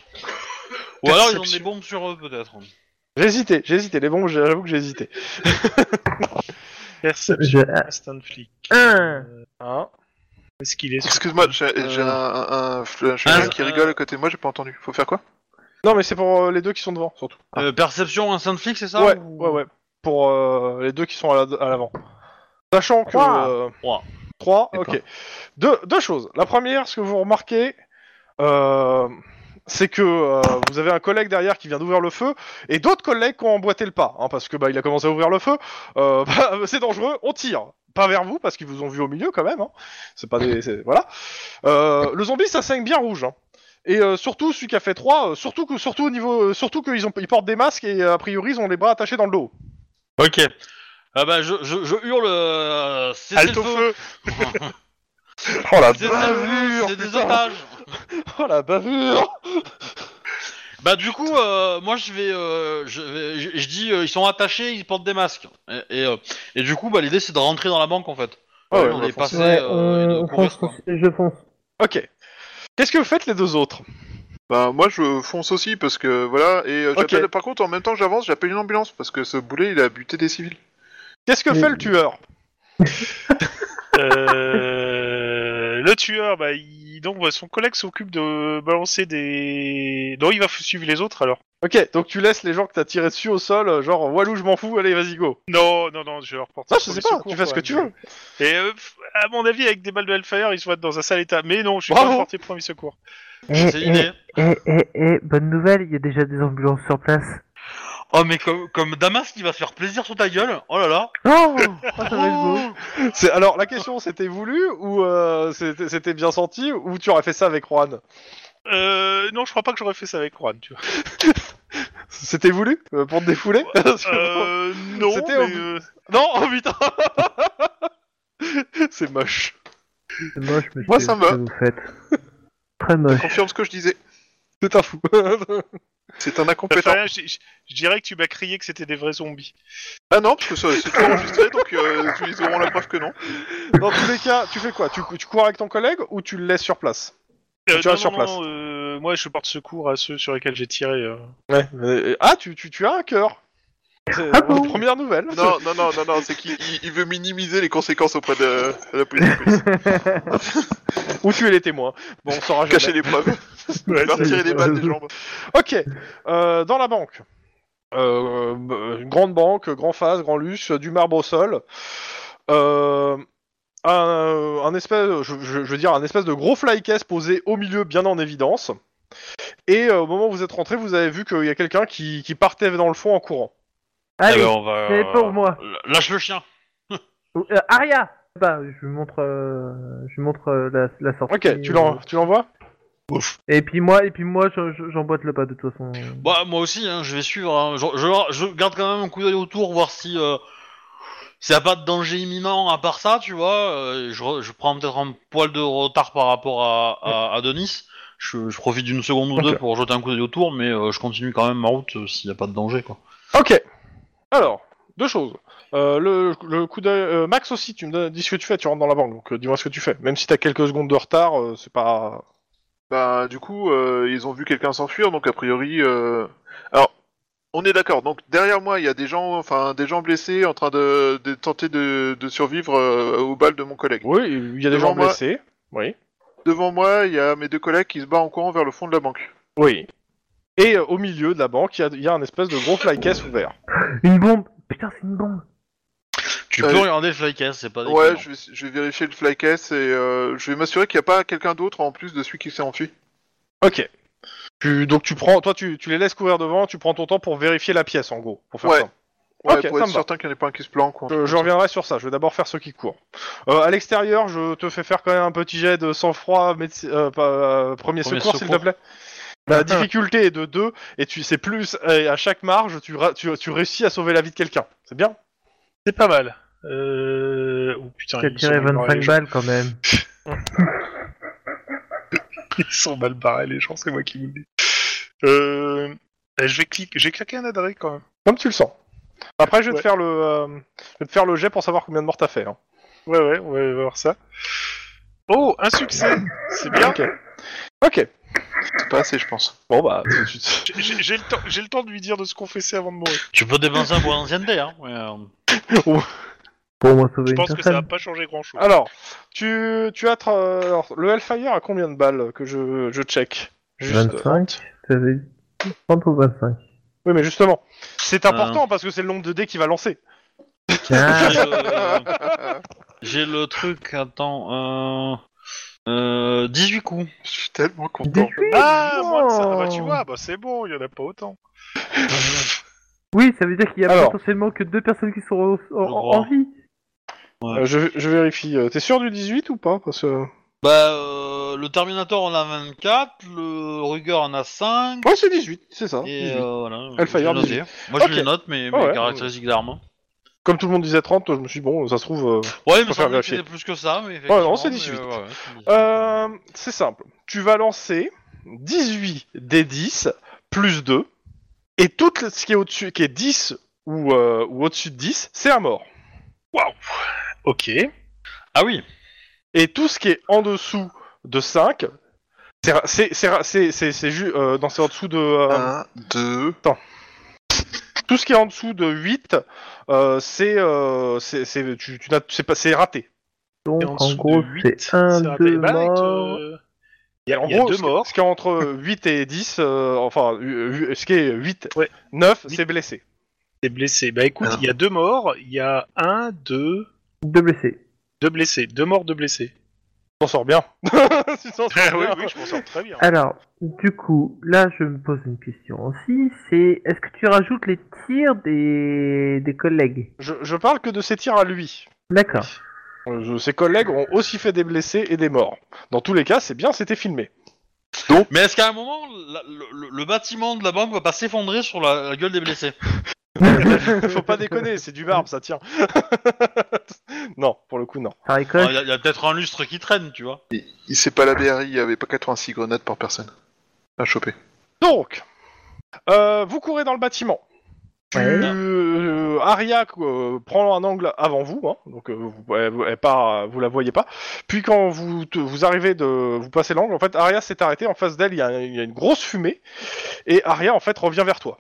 Speaker 4: Ou alors ils ont
Speaker 5: Perception.
Speaker 4: des bombes sur eux peut-être.
Speaker 2: J'ai hésité, j'ai hésité, les bombes, j'ai- j'avoue que j'ai hésité.
Speaker 3: Je-
Speaker 5: Perception. Instant flic.
Speaker 3: Un.
Speaker 2: Hein
Speaker 5: Est-ce qu'il est sur-
Speaker 1: Excuse-moi, j'ai j'ai
Speaker 2: Euh.
Speaker 1: un, un, un- un
Speaker 4: Ah,
Speaker 1: qui
Speaker 4: euh.
Speaker 1: rigole à côté de moi, j'ai pas entendu. Faut faire quoi
Speaker 2: non, mais c'est pour euh, les deux qui sont devant, surtout.
Speaker 1: Ah.
Speaker 4: Euh, perception, instant flic, c'est ça
Speaker 2: Ouais,
Speaker 4: ou-
Speaker 2: ouais, ouais. Pour euh, les deux qui sont à la- à l'avant. Sachant que.
Speaker 3: Trois.
Speaker 2: euh,
Speaker 4: Trois.
Speaker 2: trois,
Speaker 1: D'accord.
Speaker 2: ok. Deux, deux choses. La première, ce que vous remarquez, euh, c'est que euh, vous avez un collègue derrière qui vient d'ouvrir le feu et d'autres collègues qui ont emboîté le pas, hein, parce que bah, il a commencé à ouvrir le feu. Euh, bah, c'est dangereux, on tire. Pas vers vous parce qu'ils vous ont vu au milieu quand même. Hein. C'est pas des, c'est- voilà. Euh, le zombie ça saigne bien rouge. hein. Et euh, surtout celui qui a fait 3, surtout que surtout au niveau, euh, surtout qu'ils ont, ils portent des masques et euh, a priori ils ont les bras attachés dans le dos.
Speaker 4: Ok. Ah bah je, je, je hurle. euh, cessez
Speaker 5: Halte au
Speaker 4: le
Speaker 5: feu Oh la
Speaker 4: Cessez
Speaker 5: vache.
Speaker 4: le feu, C'est des
Speaker 2: putain.
Speaker 4: otages
Speaker 2: Oh la bavure
Speaker 4: Bah du coup, euh, moi je vais, euh, je, vais- je, je dis, euh, ils sont attachés, ils portent des masques. Et, et, euh, et du coup, bah l'idée c'est de rentrer dans la banque en fait.
Speaker 2: Ah ouais,
Speaker 4: on
Speaker 2: bah,
Speaker 4: est passé
Speaker 3: Ouais,
Speaker 4: euh, et
Speaker 3: on-
Speaker 4: de
Speaker 3: on
Speaker 4: courir,
Speaker 3: fonce,
Speaker 4: quoi.
Speaker 3: je fonce.
Speaker 2: Ok. Qu'est-ce que vous faites les deux autres
Speaker 1: Bah moi je fonce aussi parce que voilà et euh,
Speaker 2: Ok.
Speaker 1: j'appelle- par contre en même temps que j'avance j'appelle une ambulance parce que ce boulet il a buté des civils.
Speaker 2: Qu'est-ce que
Speaker 3: Mais-
Speaker 2: fait le tueur
Speaker 5: Euh, le tueur, bah, il... donc bah, son collègue s'occupe de balancer des. Non, il va suivre les autres alors.
Speaker 2: Ok, donc tu laisses les gens que t'as tiré dessus au sol, euh, genre Walou, je m'en fous, allez, vas-y, go.
Speaker 5: Non, non, non, je vais reporter.
Speaker 2: Ah, je
Speaker 5: sur
Speaker 2: sais
Speaker 5: les
Speaker 2: pas,
Speaker 5: secours,
Speaker 2: tu fais ce que
Speaker 5: quoi,
Speaker 2: tu
Speaker 5: mais-
Speaker 2: veux.
Speaker 5: Et euh, pff, à mon avis, avec des balles de Hellfire, ils se voient dans un sale état. Mais non, je suis
Speaker 2: Bravo.
Speaker 5: pas porté premier secours.
Speaker 3: Eh,
Speaker 4: C'est
Speaker 3: eh,
Speaker 4: l'idée.
Speaker 3: eh, eh, eh, bonne nouvelle, il y a déjà des ambulances sur place.
Speaker 4: Oh mais comme, comme Damas qui va se faire plaisir sur ta gueule. Oh là là.
Speaker 3: Oh, oh, ça va être beau.
Speaker 2: C'est- Alors, la question, c'était voulu ou euh, c'était c'était bien senti ou tu aurais fait ça avec Juan
Speaker 5: Euh, non, je crois pas que j'aurais fait ça avec Juan, tu vois.
Speaker 2: C'était voulu euh, Pour te défouler
Speaker 5: Euh, non,
Speaker 2: C'était
Speaker 5: mais,
Speaker 2: au-
Speaker 5: euh,
Speaker 2: Non, oh putain C'est moche.
Speaker 3: C'est moche, mais
Speaker 1: Moi,
Speaker 3: c'est
Speaker 1: ça
Speaker 3: ce
Speaker 1: me va.
Speaker 3: que vous faites. Très
Speaker 1: Je
Speaker 3: moche.
Speaker 1: confirme ce que je disais.
Speaker 2: C'est un fou.
Speaker 1: C'est un incompétent.
Speaker 5: Hellfire, je, je- je dirais que tu m'as crié que c'était des vrais zombies.
Speaker 1: Ah non parce que ça- c'est pas enregistré donc euh, ils auront la preuve que non.
Speaker 2: Dans tous les cas, tu fais quoi tu, tu cours avec ton collègue ou tu le laisses sur place
Speaker 5: Euh,
Speaker 2: Tu
Speaker 5: non,
Speaker 2: vas sur
Speaker 5: non,
Speaker 2: place.
Speaker 5: non, euh, moi, je porte secours à ceux sur lesquels j'ai tiré. euh.
Speaker 2: Ouais. euh, ah, tu, tu, tu as un cœur C'est
Speaker 3: Ah bon
Speaker 2: Première nouvelle.
Speaker 1: Non non non non non c'est qu'il il- il veut minimiser les conséquences auprès de, de la police.
Speaker 2: Ou tu es les témoins. Bon, on saura jamais.
Speaker 1: Cacher les preuves. Leur
Speaker 3: c'est-
Speaker 1: tirer des balles des jambes.
Speaker 2: Ok, euh, dans la banque. Euh, euh, une grande banque, grand face, grand luxe, du marbre au sol. Euh, un, un espèce, je, je- je veux dire, un espèce de gros fly case posé au milieu, bien en évidence. Et euh, au moment où vous êtes rentré, vous avez vu qu'il y a quelqu'un qui, qui partait dans le fond en courant.
Speaker 4: Eh ben,
Speaker 3: Allez,
Speaker 4: on va,
Speaker 3: c'est
Speaker 4: euh,
Speaker 3: pour moi.
Speaker 4: Lâche le chien.
Speaker 3: Oh, euh, Aria bah, je lui montre, euh, je lui montre euh, la, la sortie.
Speaker 2: Ok, tu
Speaker 3: euh,
Speaker 2: l'en- tu l'envoies
Speaker 3: Et puis moi, et puis moi, je- je- j'emboîte le pas de toute façon.
Speaker 4: Bah moi aussi, hein, je vais suivre. hein. Je, je- je garde quand même un coup d'œil autour, voir si euh, s'il n'y a pas de danger imminent à part ça, tu vois. euh, je, re- je prends peut-être un poil de retard par rapport à, à, à Denis. Je, je profite d'une seconde ou
Speaker 2: Ok.
Speaker 4: deux pour jeter un coup d'œil autour, mais euh, je continue quand même ma route euh, s'il n'y a pas de danger, quoi.
Speaker 2: Ok. Alors, deux choses. Euh, le, le coup d'œil, euh, Max aussi, tu me donnes- dis ce que tu fais, tu rentres dans la banque, donc euh, dis-moi ce que tu fais. Même si t'as quelques secondes de retard, euh, c'est pas
Speaker 1: Bah du coup euh, ils ont vu quelqu'un s'enfuir donc a priori. euh, Alors on est d'accord donc derrière moi il y a des gens enfin des gens blessés en train de, de tenter de, de survivre euh, aux balles de mon collègue.
Speaker 2: Oui, il y a des
Speaker 1: Devant
Speaker 2: gens
Speaker 1: moi.
Speaker 2: blessés. Oui.
Speaker 1: Devant moi il y a mes deux collègues qui se battent en courant vers le fond de la banque.
Speaker 2: Oui. Et euh, au milieu de la banque, il y a- il y, a un espèce de gros flycase ouvert.
Speaker 3: Une bombe. Putain, c'est une bombe.
Speaker 4: Tu
Speaker 1: Allez.
Speaker 4: peux regarder le flycast, c'est pas
Speaker 1: Euh, Ouais,
Speaker 4: déconnant.
Speaker 1: je vais, je vais vérifier le flycase et euh, je vais m'assurer qu'il n'y a pas quelqu'un d'autre en plus de celui qui s'est enfui.
Speaker 2: Ok. Tu, donc tu prends, toi tu, tu les laisses courir devant, tu prends ton temps pour vérifier la pièce en gros, pour faire
Speaker 1: Ouais.
Speaker 2: ça.
Speaker 1: Ouais,
Speaker 2: Ok,
Speaker 1: pour
Speaker 2: ça me
Speaker 1: être
Speaker 2: va.
Speaker 1: certain qu'il n'y en ait pas un qui se planque. Quoi.
Speaker 2: Je, je reviendrai sur ça. Je vais d'abord faire ceux qui courent. Euh, à l'extérieur, je te fais faire quand même un petit jet de sang-froid, médeci- euh, pas, euh, premier,
Speaker 4: Premier
Speaker 2: secours, s'il te
Speaker 4: secours.
Speaker 2: plaît.
Speaker 5: Bah,
Speaker 2: La difficulté est de 2 et tu sais plus et à chaque marge, tu, ra- tu, tu réussis à sauver la vie de quelqu'un. C'est bien.
Speaker 5: C'est pas mal. Euh... Oh putain,
Speaker 3: T'as
Speaker 5: ils sont
Speaker 3: tiré
Speaker 5: mal barrés,
Speaker 3: 25
Speaker 5: les gens.
Speaker 3: balles quand même.
Speaker 5: Ils sont mal barrés, les gens, c'est moi qui vous le dis. Euh... euh, Je vais cliquer, j'ai claqué un adré quand même.
Speaker 2: Comme tu le sens. Après, je vais te
Speaker 5: Ouais.
Speaker 2: faire le, euh, je vais te faire le jet pour savoir combien de morts t'as fait. hein.
Speaker 5: Ouais, ouais, on va voir ça. Oh, un succès C'est bien
Speaker 2: Ok. Ok.
Speaker 1: C'est pas assez, je pense.
Speaker 2: Bon bah. tout de suite.
Speaker 5: J'ai- J'ai j'ai le, temps- j'ai le temps de lui dire de se confesser avant de mourir.
Speaker 4: Tu peux dépenser un point d'ancienneté, hein. mais, euh,
Speaker 3: Pour moi, sauver
Speaker 5: Je
Speaker 3: une
Speaker 5: pense que ça va
Speaker 3: personne. Ah
Speaker 5: pas changer grand chose.
Speaker 2: Alors, tu, tu as. tra- alors, le Hellfire a combien de balles que je, je check Juste. euh,
Speaker 3: 25 T'avais dit 30 ou 25
Speaker 2: Oui, mais justement, c'est important parce que c'est le nombre de dés qu'il va lancer.
Speaker 3: Ah,
Speaker 4: j'ai le- J'ai le truc, attends. euh, Euh, 18 coups.
Speaker 1: Je suis tellement content.
Speaker 3: 18
Speaker 5: Ah, moins que ça. Ah bah tu
Speaker 3: Oh.
Speaker 5: vois, bah c'est bon, il y en a pas autant.
Speaker 3: Oui, ça veut dire qu'il y a
Speaker 2: Alors.
Speaker 3: potentiellement que deux personnes qui sont en, en-
Speaker 4: droit.
Speaker 3: en vie.
Speaker 2: Euh, je, je vérifie. Euh, T'es sûr du 18 ou pas Parce que...
Speaker 4: Bah, euh, le Terminator en a 24, le Ruger en a 5,
Speaker 2: Ouais, c'est 18, c'est ça.
Speaker 4: et
Speaker 2: 18.
Speaker 4: euh, voilà.
Speaker 2: Hellfire,
Speaker 4: je l'ai noté. Moi je
Speaker 2: Ok.
Speaker 4: les note, mais hein.
Speaker 2: Ah
Speaker 4: mes
Speaker 2: ouais.
Speaker 4: caractéristiques d'armes.
Speaker 2: Comme tout le monde disait 30, je me suis dit, bon, ça se trouve. euh, Faut
Speaker 4: Ouais, il me
Speaker 2: faire
Speaker 4: semble que
Speaker 2: vérifier.
Speaker 4: c'était plus que ça, mais.
Speaker 2: Ouais, non, c'est
Speaker 4: effectivement, mais,
Speaker 2: 18.
Speaker 4: euh, ouais, ouais, c'est 18.
Speaker 2: Euh, c'est simple. Tu vas lancer 18 des 10 plus 2. Et tout le- ce qui est au-dessus, qui est 10 ou, euh, ou au-dessus de 10, c'est un mort.
Speaker 5: Ok.
Speaker 4: Ah oui.
Speaker 2: Et tout ce qui est en dessous de 5, c'est ra- c'est c'est ra- c'est- c'est- c'est ju- euh, non, c'est en dessous de euh,
Speaker 1: 1, 2,
Speaker 2: tout ce qui est en dessous de 8, euh, c'est euh, c'est- c'est- tu, tu n'as- c'est pas- c'est raté.
Speaker 3: Donc
Speaker 5: Et en
Speaker 3: en
Speaker 5: dessous
Speaker 3: gros,
Speaker 5: de huit,
Speaker 3: c'est un,
Speaker 5: ça
Speaker 3: deux
Speaker 5: rappelle- bah, avec,
Speaker 3: morts.
Speaker 5: euh,
Speaker 2: Il y a, en
Speaker 5: Il y a
Speaker 2: gros,
Speaker 5: deux
Speaker 2: ce-
Speaker 5: morts.
Speaker 2: Ce qui est entre 8 et 10, euh, enfin, euh, euh, ce qui est 8,
Speaker 5: Ouais.
Speaker 2: 9,
Speaker 5: Huit.
Speaker 2: c'est blessé.
Speaker 5: T'es blessé. Bah écoute,
Speaker 1: Ah.
Speaker 5: il y a deux morts, il y a un, deux,
Speaker 3: Deux blessés.
Speaker 5: deux blessés, deux morts, deux blessés.
Speaker 2: T'en sors bien. Tu t'en sors
Speaker 5: oui,
Speaker 2: bien.
Speaker 5: oui, je m'en sors très bien.
Speaker 3: Alors, du coup, là, je me pose une question aussi. C'est est-ce que tu rajoutes les tirs des, des collègues
Speaker 2: Je, je parle que de ses tirs à lui.
Speaker 3: D'accord.
Speaker 2: Euh, je- ses collègues ont aussi fait des blessés et des morts. Dans tous les cas, c'est bien, c'était filmé.
Speaker 4: Mais est-ce qu'à un moment, la- le, le- le bâtiment de la banque va pas s'effondrer sur la, la gueule des blessés
Speaker 2: Faut pas déconner, c'est du marbre, ça tient. non, pour le coup, non.
Speaker 3: Ça
Speaker 4: Il
Speaker 3: récolte.
Speaker 4: y a, y a peut-être un lustre qui traîne, tu vois.
Speaker 1: Il, il s'est pas la BRI, il y avait pas 86 grenades par personne. À choper.
Speaker 2: Donc, euh, vous courez dans le bâtiment. Tu-
Speaker 3: Ouais.
Speaker 2: euh, Aria euh, prend un angle avant vous, hein, donc euh, vous, elle, elle part, euh, vous la voyez pas. Puis quand vous te- vous arrivez de vous passez l'angle, en fait Aria s'est arrêtée en face d'elle, il y, a- il y a une grosse fumée et Aria en fait revient vers toi.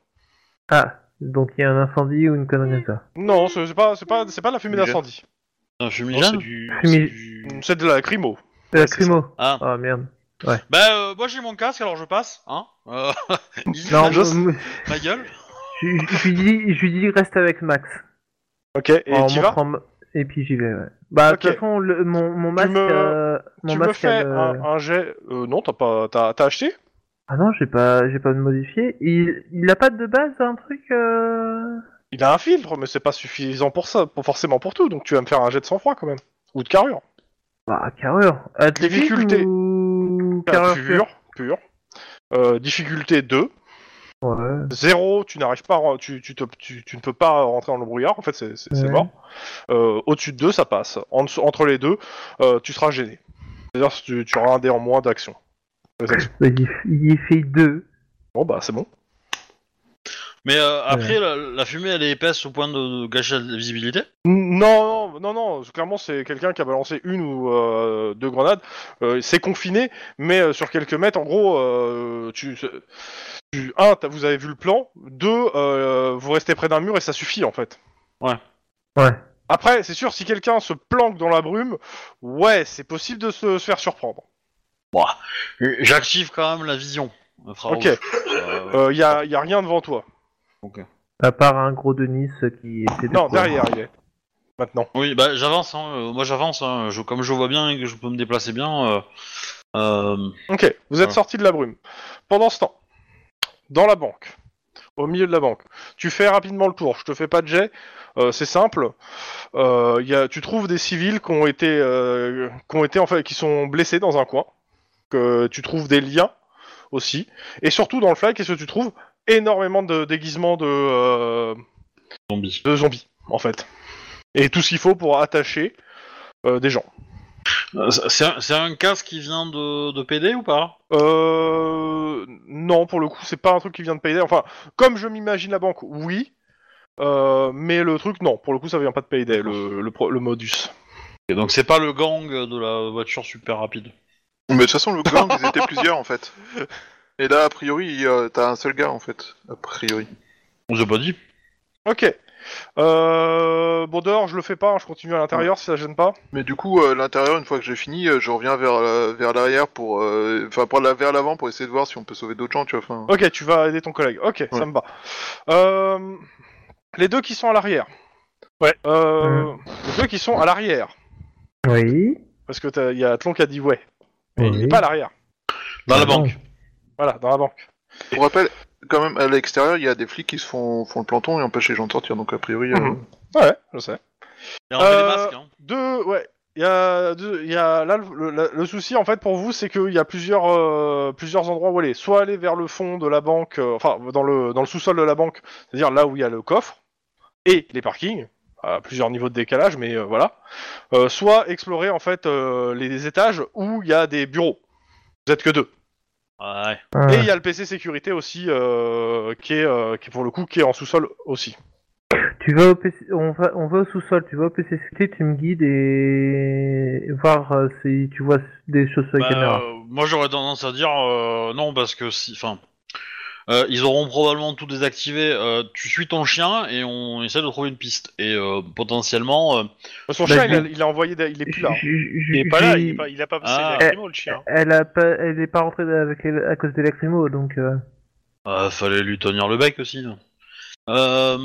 Speaker 3: Ah, donc il y a un incendie ou une connerie comme ça.
Speaker 2: Non, c'est c'est pas c'est pas c'est pas de la fumée
Speaker 5: Déjà.
Speaker 2: d'incendie, Mm,
Speaker 4: Un
Speaker 5: Non, c'est
Speaker 4: fumigène
Speaker 5: du,
Speaker 3: Mais-
Speaker 5: c'est du-
Speaker 2: c'est de la crimo.
Speaker 3: Euh,
Speaker 5: c'est
Speaker 3: Crimo.
Speaker 4: Ah.
Speaker 3: Oh merde.
Speaker 4: Bah, euh, moi j'ai mon casque, alors je passe, hein. Euh, il
Speaker 3: Non,
Speaker 4: a
Speaker 3: je,
Speaker 4: ma gueule.
Speaker 3: je, je lui dis, je lui dis reste avec Max.
Speaker 2: Ok, et
Speaker 3: En
Speaker 2: tu vas.
Speaker 3: montrant ma- Et puis j'y vais, ouais. Bah, de
Speaker 2: Ok.
Speaker 3: toute façon, le, mon, mon masque.
Speaker 2: me-
Speaker 3: euh, mon
Speaker 2: Tu me
Speaker 3: masque
Speaker 2: fais
Speaker 3: a le-
Speaker 2: un, un jet. euh, non, t'as pas t'as t'as acheté
Speaker 3: Ah non, j'ai pas, j'ai pas modifié. Il, il a pas de base un truc. Euh...
Speaker 2: Il a un filtre, mais c'est pas suffisant pour ça, pour forcément pour tout. Donc tu vas me faire un jet de sang-froid quand même, ou de carrure.
Speaker 3: Bah, carrure. Athlétisme
Speaker 2: Difficulté.
Speaker 3: Ou...
Speaker 2: Carrure
Speaker 3: Carrure
Speaker 2: pure, pure. Euh, difficulté 2.
Speaker 3: pure. Ouais.
Speaker 2: 0, tu n'arrives pas, à ren- tu, tu, te- tu- tu ne peux pas rentrer dans le brouillard, en fait c'est c'est- c'est
Speaker 3: Ouais.
Speaker 2: mort. Euh, Au-dessus de 2, ça passe. En dessous- entre les deux, euh, tu seras gêné. C'est-à-dire que tu, tu auras un dé en moins d'action. Les actions.
Speaker 3: Bah, il, il fait deux.
Speaker 2: Bon bah c'est bon.
Speaker 4: Mais euh, après, la, la fumée elle est épaisse au point de, de gâcher la visibilité.
Speaker 2: Non, non, non, non, clairement c'est quelqu'un qui a balancé une ou euh, deux grenades. Euh, c'est confiné, mais euh, sur quelques mètres, en gros, euh, tu, tu, un, t'as- vous avez vu le plan. Deux, euh, vous restez près d'un mur et ça suffit en fait.
Speaker 4: Ouais.
Speaker 3: Ouais.
Speaker 2: Après, c'est sûr, si quelqu'un se planque dans la brume, ouais, c'est possible de se, se faire surprendre.
Speaker 4: Bon, j'active quand même la vision. infrarouge.
Speaker 2: Ok.
Speaker 4: Euh,
Speaker 2: Euh, y, a, y a rien devant toi.
Speaker 3: À part un gros Denis qui essaie de.
Speaker 2: Non,
Speaker 3: courir.
Speaker 2: derrière il est. Maintenant.
Speaker 4: Oui, bah j'avance, hein, euh, moi j'avance, hein, je, comme je vois bien et que je peux me déplacer bien. euh, euh,
Speaker 2: Ok, vous êtes
Speaker 4: Ah.
Speaker 2: sorti de la brume. Pendant ce temps, dans la banque, au milieu de la banque, tu fais rapidement le tour. Je te fais pas de jet, euh, c'est simple. Euh, y a- tu trouves des civils qui ont été, euh, qui ont été en fait, qui sont blessés dans un coin. Que tu trouves des liens aussi, et surtout dans le fly, qu'est-ce que tu trouves Énormément de déguisements de, euh,
Speaker 4: zombie.
Speaker 2: de zombies, en fait, et tout ce qu'il faut pour attacher euh, des gens.
Speaker 4: Euh, c'est un- c'est un casque qui vient de, de PD ou pas
Speaker 2: Euh, non, pour le coup, c'est pas un truc qui vient de Payday. Enfin, comme je m'imagine la banque, oui. Euh, mais le truc, non, pour le coup, ça vient pas de Payday, le, le, pro- le modus.
Speaker 4: Et donc c'est pas le gang de la voiture super rapide.
Speaker 1: Mais de toute façon, le gang, ils étaient plusieurs en fait. Et là, a priori, il y a- t'as un seul gars en fait. A priori.
Speaker 4: On s'est pas dit.
Speaker 2: Ok. Euh, bon, dehors, je le fais pas, hein, je continue à l'intérieur si ça gêne pas.
Speaker 1: Mais du coup, euh, l'intérieur, une fois que j'ai fini, euh, je reviens vers la- vers l'arrière pour, euh, enfin, pour la- vers l'avant pour essayer de voir si on peut sauver d'autres gens, tu vois. Enfin,
Speaker 2: Ok, tu vas aider ton collègue. Ok, ça me va. Euh, les deux qui sont à l'arrière.
Speaker 5: Ouais.
Speaker 2: Euh, Les deux qui sont à l'arrière.
Speaker 3: Oui.
Speaker 2: Parce que t'as- il y a Tlon qui a dit ouais. Mais il
Speaker 3: Oui.
Speaker 2: n'est pas à l'arrière.
Speaker 4: Dans Bah, la
Speaker 3: Ah,
Speaker 4: banque.
Speaker 2: Voilà, dans la banque.
Speaker 1: Pour rappel, quand même, à l'extérieur, il y a des flics qui se font, font le planton et empêchent les gens de sortir, donc a priori... euh,
Speaker 2: Mhm. Ouais, je sais.
Speaker 4: Et on fait
Speaker 2: Euh,
Speaker 4: les masques, hein.
Speaker 2: Deux, ouais. Il y a, deux, il y a là le, le- le souci en fait pour vous, c'est qu'il y a plusieurs euh, plusieurs endroits où aller. Soit aller vers le fond de la banque, euh, enfin dans le dans le sous-sol de la banque, c'est-à-dire là où il y a le coffre et les parkings à plusieurs niveaux de décalage, mais euh, voilà. Euh, soit explorer en fait euh, les, les étages où il y a des bureaux. Vous êtes que deux.
Speaker 4: Ouais.
Speaker 2: Et
Speaker 3: Ah.
Speaker 2: il y a le PC sécurité aussi euh, qui est euh, qui est pour le coup qui est en sous-sol aussi.
Speaker 3: Tu vas au PC on va, on va au sous-sol, tu vas au PCCT, tu me guides et voir euh, si tu vois des choses sur les
Speaker 4: Bah,
Speaker 3: caméras.
Speaker 4: euh, moi j'aurais tendance à dire euh, non parce que si, enfin, euh, ils auront probablement tout désactivé. Euh, tu suis ton chien et on essaie de trouver une piste et euh, potentiellement. euh,
Speaker 2: Son
Speaker 3: Bah,
Speaker 2: chien,
Speaker 3: je
Speaker 2: il a,
Speaker 3: vais-
Speaker 2: il a envoyé, des- il est plus là. hein.
Speaker 3: J- j- j-
Speaker 5: euh, Il est pas là,
Speaker 3: j'ai-
Speaker 5: il, est pas, il a pas passé
Speaker 4: Ah.
Speaker 5: les lacrymos, le chien.
Speaker 3: Elle a pas, elle est pas rentrée avec les- à cause des lacrymos, donc. euh,
Speaker 4: euh, fallait lui tenir le bec aussi. Euh...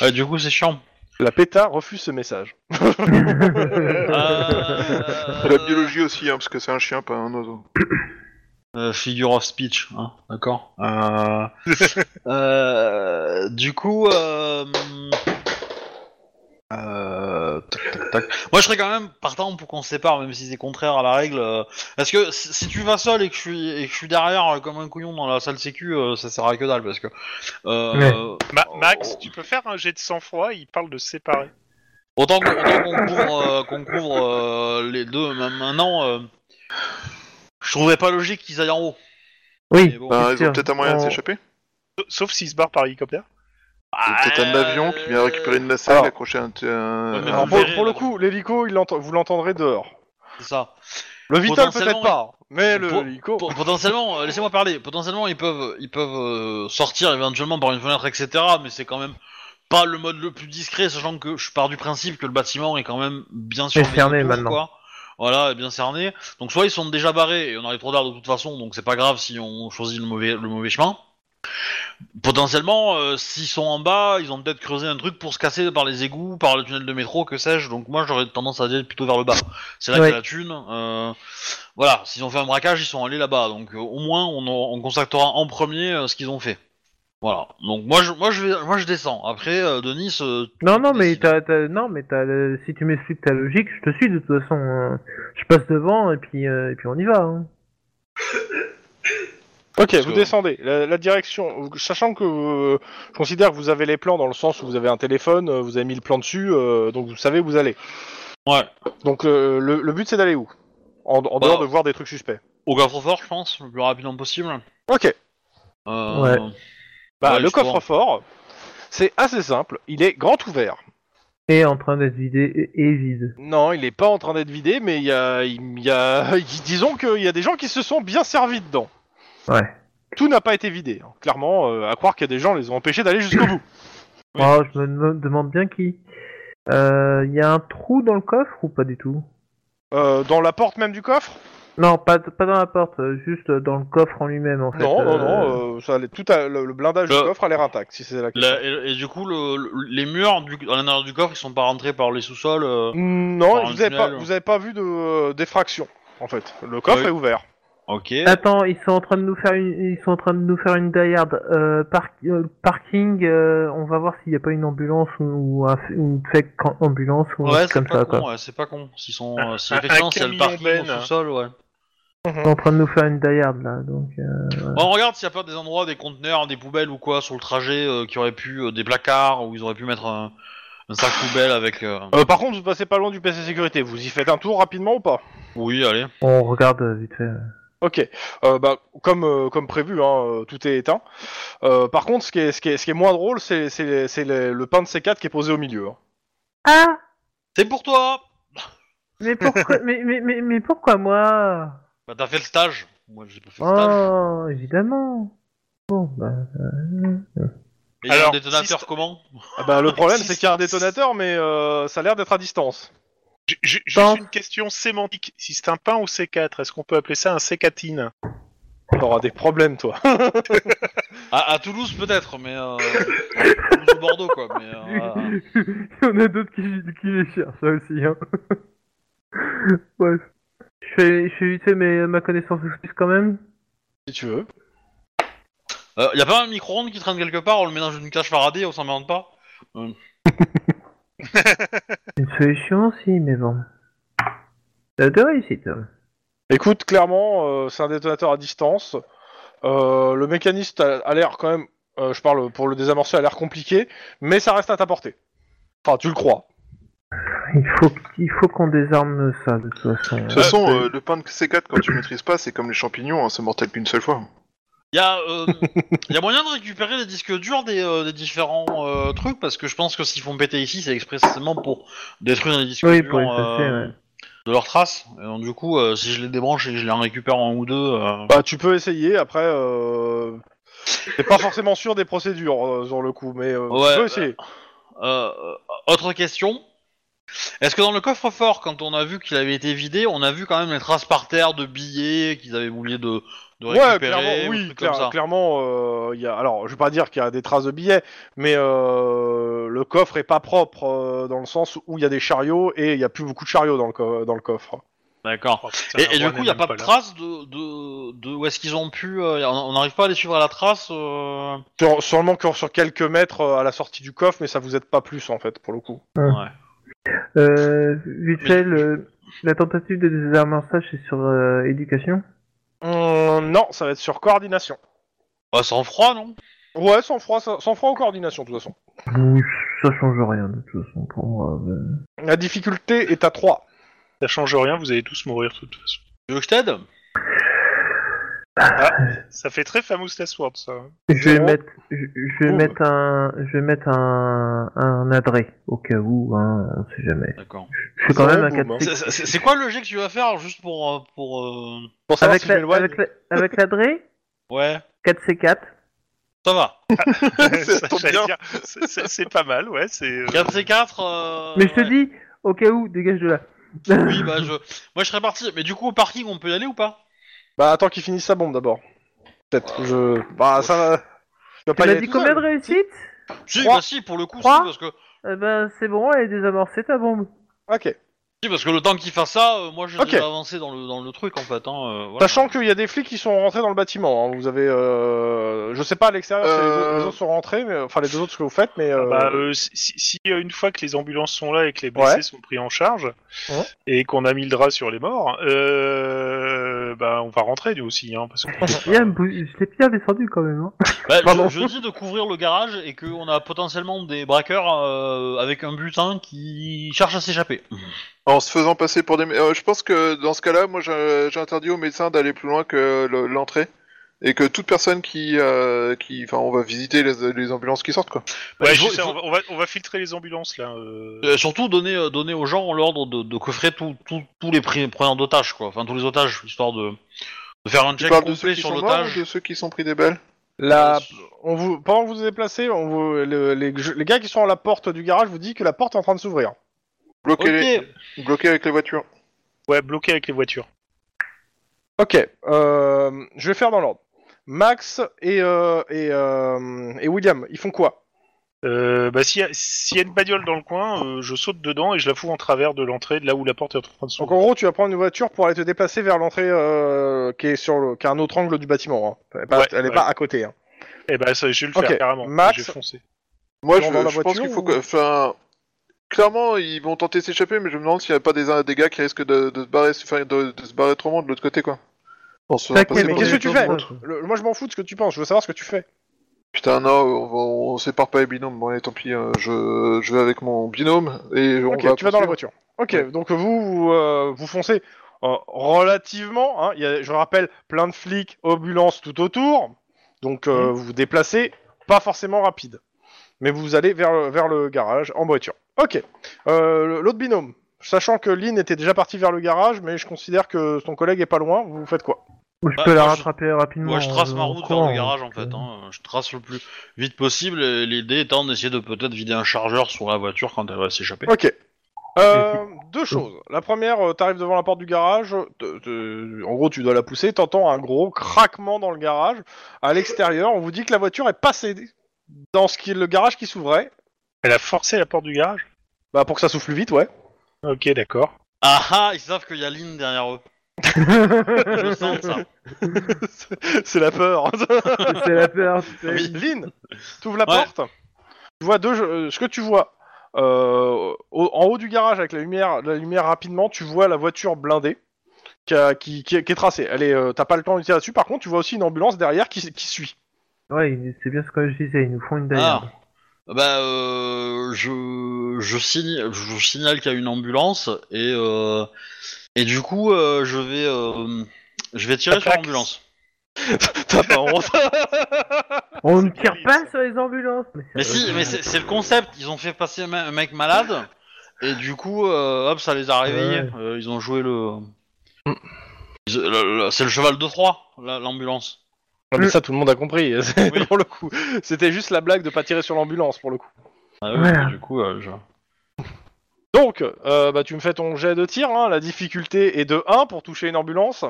Speaker 4: ouais, du coup c'est chiant.
Speaker 2: La PETA refuse ce message.
Speaker 4: Euh,
Speaker 1: La biologie aussi, hein, parce que c'est un chien, pas un oiseau.
Speaker 4: Euh, figure of speech, hein, d'accord. Euh, euh, du coup, euh, euh, tac, tac, tac. moi je serais quand même partant pour qu'on se sépare, même si c'est contraire à la règle. euh, parce que si si tu vas seul et que je suis et que je suis derrière euh, comme un couillon dans la salle sécu, euh, ça sert à que dalle parce que. euh,
Speaker 5: Ma- Max, tu peux faire un jet de sang-froid, il parle de se séparer.
Speaker 4: Autant qu'on autant qu'on couvre, euh, qu'on couvre, euh, les deux ma- maintenant, euh, je trouverais pas logique qu'ils aillent en haut.
Speaker 3: Oui.
Speaker 4: Mais bon.
Speaker 1: Bah, ils
Speaker 3: sûr.
Speaker 1: ont peut-être un moyen de
Speaker 3: On-
Speaker 1: s'échapper
Speaker 5: Sauf s'il se barre par hélicoptère.
Speaker 1: Il y a peut-être un avion qui vient récupérer une nacelle,
Speaker 2: Alors.
Speaker 1: accrocher un... un-
Speaker 4: mais
Speaker 1: un-
Speaker 2: Alors,
Speaker 4: vous
Speaker 2: pour,
Speaker 4: verrez,
Speaker 2: pour le
Speaker 4: là,
Speaker 2: coup, l'hélico, il l'entend- vous l'entendrez dehors.
Speaker 4: C'est ça.
Speaker 2: Le Vital peut-être
Speaker 4: Potentiellement,
Speaker 2: pas, mais
Speaker 4: Pot-
Speaker 2: le l'hélico.
Speaker 4: Po- potentiellement, euh, laissez-moi parler. Potentiellement, ils peuvent, ils peuvent euh, sortir éventuellement par une fenêtre, etc. Mais c'est quand même pas le mode le plus discret, sachant que je pars du principe que le bâtiment est quand même bien surveillé
Speaker 3: cerné
Speaker 4: autour,
Speaker 3: maintenant.
Speaker 4: quoi. Voilà, bien cerné. Donc soit ils sont déjà barrés et on arrive trop tard de toute façon, donc c'est pas grave si on choisit le mauvais, le mauvais chemin. Potentiellement, euh, s'ils sont en bas, ils ont peut-être creusé un truc pour se casser par les égouts, par le tunnel de métro, que sais-je. Donc moi, j'aurais tendance à dire plutôt vers le bas. C'est là
Speaker 3: Ouais.
Speaker 4: qu'il y a la thune. euh, voilà, s'ils ont fait un braquage, ils sont allés là-bas. Donc euh, au moins, on, en- on contactera en premier euh, ce qu'ils ont fait. Voilà. Donc moi, je, moi, je, vais, moi, je descends. Après, euh, Denis, euh,
Speaker 3: Non, non, mais
Speaker 4: Décide.
Speaker 3: t'as, t'as- non, mais t'as, le- si tu m'expliques ta logique, je te suis de toute façon. euh, Je passe devant et puis, euh, et puis on y va. hein.
Speaker 2: Ok,
Speaker 4: Parce
Speaker 2: vous
Speaker 4: que-
Speaker 2: descendez. La, la direction, sachant que euh, je considère que vous avez les plans dans le sens où vous avez un téléphone, euh, vous avez mis le plan dessus, euh, donc vous savez où vous allez.
Speaker 4: Ouais.
Speaker 2: Donc euh, le, le but c'est d'aller où En, en
Speaker 4: Bah-
Speaker 2: dehors de voir des trucs suspects.
Speaker 4: au coffre-fort, je pense, le plus rapidement possible.
Speaker 2: Ok.
Speaker 4: Euh,
Speaker 3: Ouais.
Speaker 2: Bah
Speaker 4: Ouais,
Speaker 2: le
Speaker 4: je crois.
Speaker 2: coffre-fort, c'est assez simple. Il est grand ouvert.
Speaker 3: Et en train d'être vidé et, et vide.
Speaker 2: Non, il est pas en train d'être vidé, mais il y a, il y a, disons qu'il y a des gens qui se sont bien servis dedans.
Speaker 3: Ouais.
Speaker 2: Tout n'a pas été vidé. hein. Clairement, euh, à croire qu'il y a des gens les ont empêchés d'aller jusqu'au bout. Oui.
Speaker 3: Oh, je me dem- demande bien qui. Il y a un trou dans le coffre ou pas du tout
Speaker 2: Euh, dans la porte même du coffre
Speaker 3: Non, pas, pas dans la porte, euh, juste dans le coffre en lui-même en fait.
Speaker 2: Non, non,
Speaker 3: euh,
Speaker 2: non. euh, ça a l'air- tout a- le, le blindage
Speaker 4: Le-
Speaker 2: du coffre a l'air intact, si c'est la question.
Speaker 4: La- et, et du coup, le- le- les murs du, à l'intérieur du coffre, ils sont pas rentrés par les sous-sols. euh.
Speaker 2: Non,
Speaker 4: Par un
Speaker 2: vous avez, pas,
Speaker 4: tunnel.
Speaker 2: vous avez pas vu de euh, d'effraction, en fait. Le coffre
Speaker 4: Oui.
Speaker 2: est ouvert.
Speaker 4: Ok.
Speaker 3: Attends, ils sont en train de nous faire une, ils sont en train de nous faire une die-hard. Euh, par- euh, parking, euh, on va voir s'il n'y a pas une ambulance ou, ou un, f- ou une fake can- ambulance ou un
Speaker 4: Ouais,
Speaker 3: truc
Speaker 4: c'est
Speaker 3: comme
Speaker 4: pas,
Speaker 3: ça.
Speaker 4: con.
Speaker 3: Quoi.
Speaker 4: ouais, c'est pas con. S'ils sont,
Speaker 5: Un-
Speaker 4: euh, si
Speaker 5: un-
Speaker 4: effectivement,
Speaker 5: un
Speaker 4: s'il y a le
Speaker 5: camion
Speaker 4: parking
Speaker 5: Ben.
Speaker 4: au sous-sol, ouais.
Speaker 3: Ils sont en train de nous faire une die-hard là, donc. euh,
Speaker 4: On regarde s'il n'y a pas des endroits, des conteneurs, des poubelles ou quoi sur le trajet euh, qui auraient pu, euh, des placards où ils auraient pu mettre un, un sac poubelle avec. euh,
Speaker 2: Euh, par contre, vous passez pas loin du PC sécurité. Vous y faites un tour rapidement ou pas
Speaker 4: Oui, allez.
Speaker 3: On regarde euh, vite fait. ouais.
Speaker 2: Ok, Euh, bah, comme, euh, comme prévu, hein, euh, tout est éteint. Euh, par contre, ce qui est, ce qui est, ce qui est moins drôle, c'est c'est- c'est le, le pain de C4 qui est posé au milieu. hein.
Speaker 3: Ah,
Speaker 4: C'est pour toi.
Speaker 3: mais pourquoi, mais, mais, mais, mais pourquoi moi
Speaker 4: Bah t'as fait le stage. Moi j'ai pas fait le stage.
Speaker 3: Oh, évidemment. Bon, bah.
Speaker 4: Et il y a un
Speaker 5: Alors,
Speaker 4: détonateur
Speaker 5: si-
Speaker 4: comment
Speaker 2: Ah bah, le problème, c'est qu'il y a un détonateur, mais euh, ça a l'air d'être à distance.
Speaker 5: Ju- ju-
Speaker 3: Pense.
Speaker 5: Juste une question sémantique. Si c'est un pain ou C4, est-ce qu'on peut appeler ça un C4ine
Speaker 2: T'auras des problèmes, toi.
Speaker 4: à, à Toulouse peut-être, mais euh, Toulouse ou Bordeaux quoi. Mais
Speaker 3: Ah.
Speaker 4: euh,
Speaker 3: Il y en a d'autres qui, qui les cherchent, ça aussi. Hein. Bref. Je fais, je fais vite fait mes- ma connaissance de Suisse quand même.
Speaker 2: Si tu veux.
Speaker 4: Euh, y a pas un micro-ondes qui traîne quelque part, on le met dans une cage Faraday, on s'en merde pas
Speaker 3: Une solution, si, mais bon. T'as de réussite.
Speaker 2: Écoute, clairement, euh, c'est un détonateur à distance. Euh, le mécanisme a, a l'air quand même, euh, je parle pour le désamorcer, a l'air compliqué, mais ça reste à ta portée. Enfin, tu le crois.
Speaker 3: Il faut, il faut qu'on désarme ça, de toute façon.
Speaker 1: De toute façon, euh, le pain de C4, quand tu maîtrises pas, c'est comme les champignons, hein, c'est mortel qu'une seule fois.
Speaker 4: Y a, euh, y a moyen de récupérer les disques durs des, euh, des différents euh, trucs, parce que je pense que s'ils font péter ici, c'est expressément pour détruire les disques
Speaker 3: Oui,
Speaker 4: durs
Speaker 3: pour effacer,
Speaker 4: euh,
Speaker 3: ouais.
Speaker 4: de leurs traces. Et donc, du coup, euh, si je les débranche et que je les en récupère un ou deux... euh,
Speaker 2: Bah, tu peux essayer, après, euh... t'es pas forcément sûr des procédures euh, sur le coup, mais euh,
Speaker 4: Ouais,
Speaker 2: tu peux
Speaker 4: bah,
Speaker 2: essayer.
Speaker 4: Euh, autre question. Est-ce que dans le coffre-fort, quand on a vu qu'il avait été vidé, on a vu quand même les traces par terre de billets qu'ils avaient oublié de, de récupérer
Speaker 2: ouais, clairement,
Speaker 4: ou des
Speaker 2: oui,
Speaker 4: trucs comme
Speaker 2: clair-
Speaker 4: ça
Speaker 2: clairement, euh, il y a, alors je vais pas dire qu'il y a des traces de billets, mais euh, le coffre est pas propre euh, dans le sens où il y a des chariots et il y a plus beaucoup de chariots dans le, co- dans le coffre.
Speaker 4: D'accord.
Speaker 5: Oh, putain,
Speaker 4: Et,
Speaker 5: la
Speaker 4: et du
Speaker 5: roi
Speaker 4: coup, il
Speaker 5: n'est
Speaker 4: n'y a
Speaker 5: même
Speaker 4: pas de
Speaker 5: là.
Speaker 4: trace de, de, de où est-ce qu'ils ont pu. euh, on on n'arrive pas à les suivre à la trace. euh,
Speaker 2: Sur- Sûrement que sur quelques mètres euh, à la sortie du coffre, mais ça vous aide pas plus en fait pour le coup.
Speaker 3: Euh, vite
Speaker 4: Mais-
Speaker 3: fait, le- la tentative de désarmençage, c'est sur euh, éducation.
Speaker 2: Hum, non, ça va être sur coordination.
Speaker 4: Bah, sans froid, non
Speaker 2: Ouais, sans froid, sans, sans froid ou coordination de toute façon.
Speaker 3: Oui, ça change rien, de toute façon, pour moi. mais-
Speaker 2: La difficulté est à 3.
Speaker 5: Ça change rien, vous allez tous mourir de toute façon.
Speaker 4: Tu veux que je t'aide
Speaker 5: Ça fait très famous Last Word, ça. hein.
Speaker 3: Je vais
Speaker 2: Zéro.
Speaker 3: mettre, je, je vais
Speaker 2: Boum.
Speaker 3: mettre un, je vais mettre un, un adré au cas où, hein, on sait jamais.
Speaker 4: D'accord.
Speaker 3: Je suis quand
Speaker 2: Zéro
Speaker 3: même un
Speaker 2: boum,
Speaker 3: 4
Speaker 2: hein.
Speaker 4: C'est- C'est c'est quoi le jet que tu vas faire juste pour. euh, pour euh,
Speaker 2: Pour savoir
Speaker 3: Avec,
Speaker 2: si
Speaker 3: la-
Speaker 2: je m'éloigne.
Speaker 3: avec, la- avec l'adré,
Speaker 4: Ouais,
Speaker 3: 4C4.
Speaker 4: ça va.
Speaker 5: Ça,
Speaker 1: tombe
Speaker 5: j'allais
Speaker 1: bien.
Speaker 5: dire, c'est- c'est c'est pas mal, ouais. C'est. euh,
Speaker 4: 4C4. euh,
Speaker 3: Mais je te
Speaker 4: ouais.
Speaker 3: dis, au cas où, dégage de là.
Speaker 4: Oui, bah, je... Moi, je serais parti. Mais du coup, au parking, on peut y aller ou pas
Speaker 2: Bah attends qu'il finisse sa bombe d'abord. Peut-être. Je. Bah ça. va- Tu vas
Speaker 3: Tu
Speaker 2: pas y
Speaker 3: m'as
Speaker 2: aller
Speaker 3: dit
Speaker 2: tout
Speaker 3: combien
Speaker 2: seul.
Speaker 3: de réussites
Speaker 4: Si,
Speaker 2: Trois.
Speaker 4: bah si, pour le coup, si,
Speaker 3: Trois.
Speaker 4: parce que
Speaker 3: Eh ben, c'est bon, elle est désamorcée ta bombe.
Speaker 2: Ok.
Speaker 4: si, parce que le temps qu'il fasse ça, euh, moi j'ai
Speaker 2: Ok.
Speaker 4: déjà avancé dans le dans le truc en fait. Hein, euh, voilà.
Speaker 2: Sachant qu'il y a des flics qui sont rentrés dans le bâtiment. hein. Vous avez, euh... je sais pas à l'extérieur, si les,
Speaker 1: Euh.
Speaker 2: autres, les autres sont rentrés, mais enfin les deux autres ce que vous faites, mais.
Speaker 5: Ah
Speaker 2: euh,
Speaker 5: bah, euh, si, si- si, euh, une fois que les ambulances sont là et que les blessés
Speaker 2: Ouais.
Speaker 5: sont pris en charge
Speaker 2: Ouais.
Speaker 5: et qu'on a mis le drap sur les morts, euh, bah, on va rentrer nous aussi. Hein, parce que
Speaker 3: Il y a un bou- Je t'ai bien descendu quand même. Hein.
Speaker 4: Bah, je-
Speaker 2: Pardon.
Speaker 4: je, dis de couvrir le garage et qu'on a potentiellement des braqueurs euh, avec un butin qui cherche à s'échapper.
Speaker 1: En se faisant passer pour des. mé- euh, je pense que dans ce cas-là, moi j'ai j'ai interdit aux médecins d'aller plus loin que le- l'entrée. Et que toute personne qui. euh, qui enfin, on va visiter les, les ambulances qui sortent, quoi.
Speaker 4: Bah,
Speaker 5: Ouais,
Speaker 4: il faut-
Speaker 5: je sais,
Speaker 4: il faut-
Speaker 5: on, va, on va- on va filtrer les ambulances là. euh.
Speaker 4: Euh, surtout donner euh, donner aux gens l'ordre de, de coffrer tous tous tous les pri- preneurs d'otages quoi, enfin tous les otages histoire de, de faire un
Speaker 1: Tu
Speaker 4: check
Speaker 1: parles de ceux
Speaker 4: complet
Speaker 1: qui
Speaker 4: sur
Speaker 1: sont morts ou
Speaker 4: l'otage. Euh,
Speaker 1: de ceux qui sont pris des Ah, balles
Speaker 5: euh,
Speaker 2: La... On vous... Pendant que vous vous déplacez, on vous... le- les... les gars qui sont à la porte du garage vous disent que la porte est en train de s'ouvrir.
Speaker 1: Bloquer,
Speaker 4: Ok.
Speaker 1: les... bloquer avec les voitures.
Speaker 5: Ouais, bloqué avec les voitures.
Speaker 2: Ok, euh, je vais faire dans l'ordre. Max et, euh, et, euh, et William, ils font quoi
Speaker 5: Euh, bah, s'il y, a- s'il y a une bagnole dans le coin, euh, je saute dedans et je la fous en travers de l'entrée, de là où la porte est en train de
Speaker 2: Donc
Speaker 5: s'ouvrir.
Speaker 2: en gros, tu vas prendre une voiture pour aller te déplacer vers l'entrée euh, qui est sur le, qui est un autre angle du bâtiment. hein. Elle est pas,
Speaker 5: Ouais,
Speaker 2: elle est
Speaker 5: ouais.
Speaker 2: pas à côté. hein.
Speaker 5: Eh bah, ça, je vais le faire
Speaker 2: Ok,
Speaker 5: carrément.
Speaker 2: Max.
Speaker 5: Je vais foncer.
Speaker 1: Moi,
Speaker 2: Ils
Speaker 1: je,
Speaker 2: vont dans la
Speaker 1: je pense
Speaker 2: voiture
Speaker 1: qu'il faut
Speaker 2: ou-
Speaker 1: que. Enfin. Clairement, ils vont tenter de s'échapper, mais je me demande s'il n'y a pas des, des gars qui risquent de, de se barrer, enfin, de, de se barrer trop loin de l'autre côté, quoi. En se faisant
Speaker 3: T'inquiète,
Speaker 1: passer
Speaker 2: mais
Speaker 1: pour
Speaker 2: qu'est-ce que
Speaker 1: des-
Speaker 2: tu fais Le- moi, je m'en fous de ce que tu penses. Je veux savoir ce que tu fais.
Speaker 1: Putain, non, on, va- on sépare pas les binômes. Bon, allez, tant pis, euh, je, je vais avec mon binôme et on
Speaker 2: ok,
Speaker 1: va.
Speaker 2: tu vas dans la
Speaker 1: poursuivre.
Speaker 2: voiture. Ok, donc vous, vous, euh, vous foncez euh, relativement. hein. Il y a, je le rappelle, plein de flics, ambulances tout autour. Donc
Speaker 1: Mhm.
Speaker 2: euh, vous vous déplacez, pas forcément rapide. Mais vous allez vers, le- vers le garage en voiture. Ok, Euh, le- l'autre binôme. Sachant que Lynn était déjà partie vers le garage, mais je considère que son collègue est pas loin, vous faites quoi
Speaker 3: Ou je
Speaker 4: Bah,
Speaker 3: peux la
Speaker 4: moi, je-
Speaker 3: rattraper rapidement.
Speaker 4: Moi, je trace
Speaker 3: en-
Speaker 4: ma
Speaker 3: en
Speaker 4: route vers
Speaker 3: courant,
Speaker 4: le garage en
Speaker 3: donc, euh,
Speaker 4: fait. Hein. Je trace le plus vite possible. et L'idée étant d'essayer de peut-être vider un chargeur sur la voiture quand elle va s'échapper.
Speaker 2: Ok. Euh, deux choses. La première, euh, t'arrives devant la porte du garage. te- te- en gros, tu dois la pousser. T'entends un gros craquement dans le garage. À l'extérieur, on vous dit que la voiture est passée dans ce qui est le garage qui s'ouvrait.
Speaker 5: Elle a forcé la porte du garage
Speaker 2: Bah pour que ça souffle plus vite, ouais.
Speaker 5: Ok, d'accord.
Speaker 4: Ah ah, ils savent qu'il y a Lynn derrière eux. Je sens ça.
Speaker 2: C'est la peur.
Speaker 3: C'est la peur, tu sais.
Speaker 4: Oui.
Speaker 2: Ah Lynn, t'ouvres la
Speaker 4: Ouais.
Speaker 2: porte. Tu vois deux. euh, ce que tu vois euh, au- en haut du garage avec la lumière, la lumière rapidement, tu vois la voiture blindée qui, a- qui- qui est- qui est tracée. Elle est. euh, T'as pas le temps de tirer dessus. Par contre, tu vois aussi une ambulance derrière qui, qui suit.
Speaker 3: Ouais, c'est bien ce que je disais, ils nous font une
Speaker 4: Ah.
Speaker 3: d'ailleurs.
Speaker 4: Bah, euh, je, je, signe- je signale qu'il y a une ambulance et, euh, et du coup, euh, je vais, euh, je vais tirer sur
Speaker 5: Attaque.
Speaker 4: l'ambulance.
Speaker 5: T'as pas honte
Speaker 3: On ne
Speaker 5: C'est
Speaker 3: tire
Speaker 5: terrible,
Speaker 3: pas
Speaker 5: ça.
Speaker 3: sur les ambulances
Speaker 4: Mais si, mais c'est c'est le concept. Ils ont fait passer un me- un mec malade et du coup, euh, hop, ça les a réveillés.
Speaker 3: Ouais.
Speaker 4: Euh, ils ont joué le. Ils- le- le- C'est le cheval de Troie, la- l'ambulance.
Speaker 2: Non, mais
Speaker 3: Mm.
Speaker 2: ça, tout le monde a compris. c'est-
Speaker 4: Oui.
Speaker 2: pour le coup, c'était juste la blague de pas tirer sur l'ambulance pour le coup.
Speaker 4: Ah oui,
Speaker 3: Voilà.
Speaker 4: Du coup, euh, je-
Speaker 2: Donc, euh, bah, tu me fais ton jet de tir. hein. La difficulté est de 1 pour toucher une ambulance.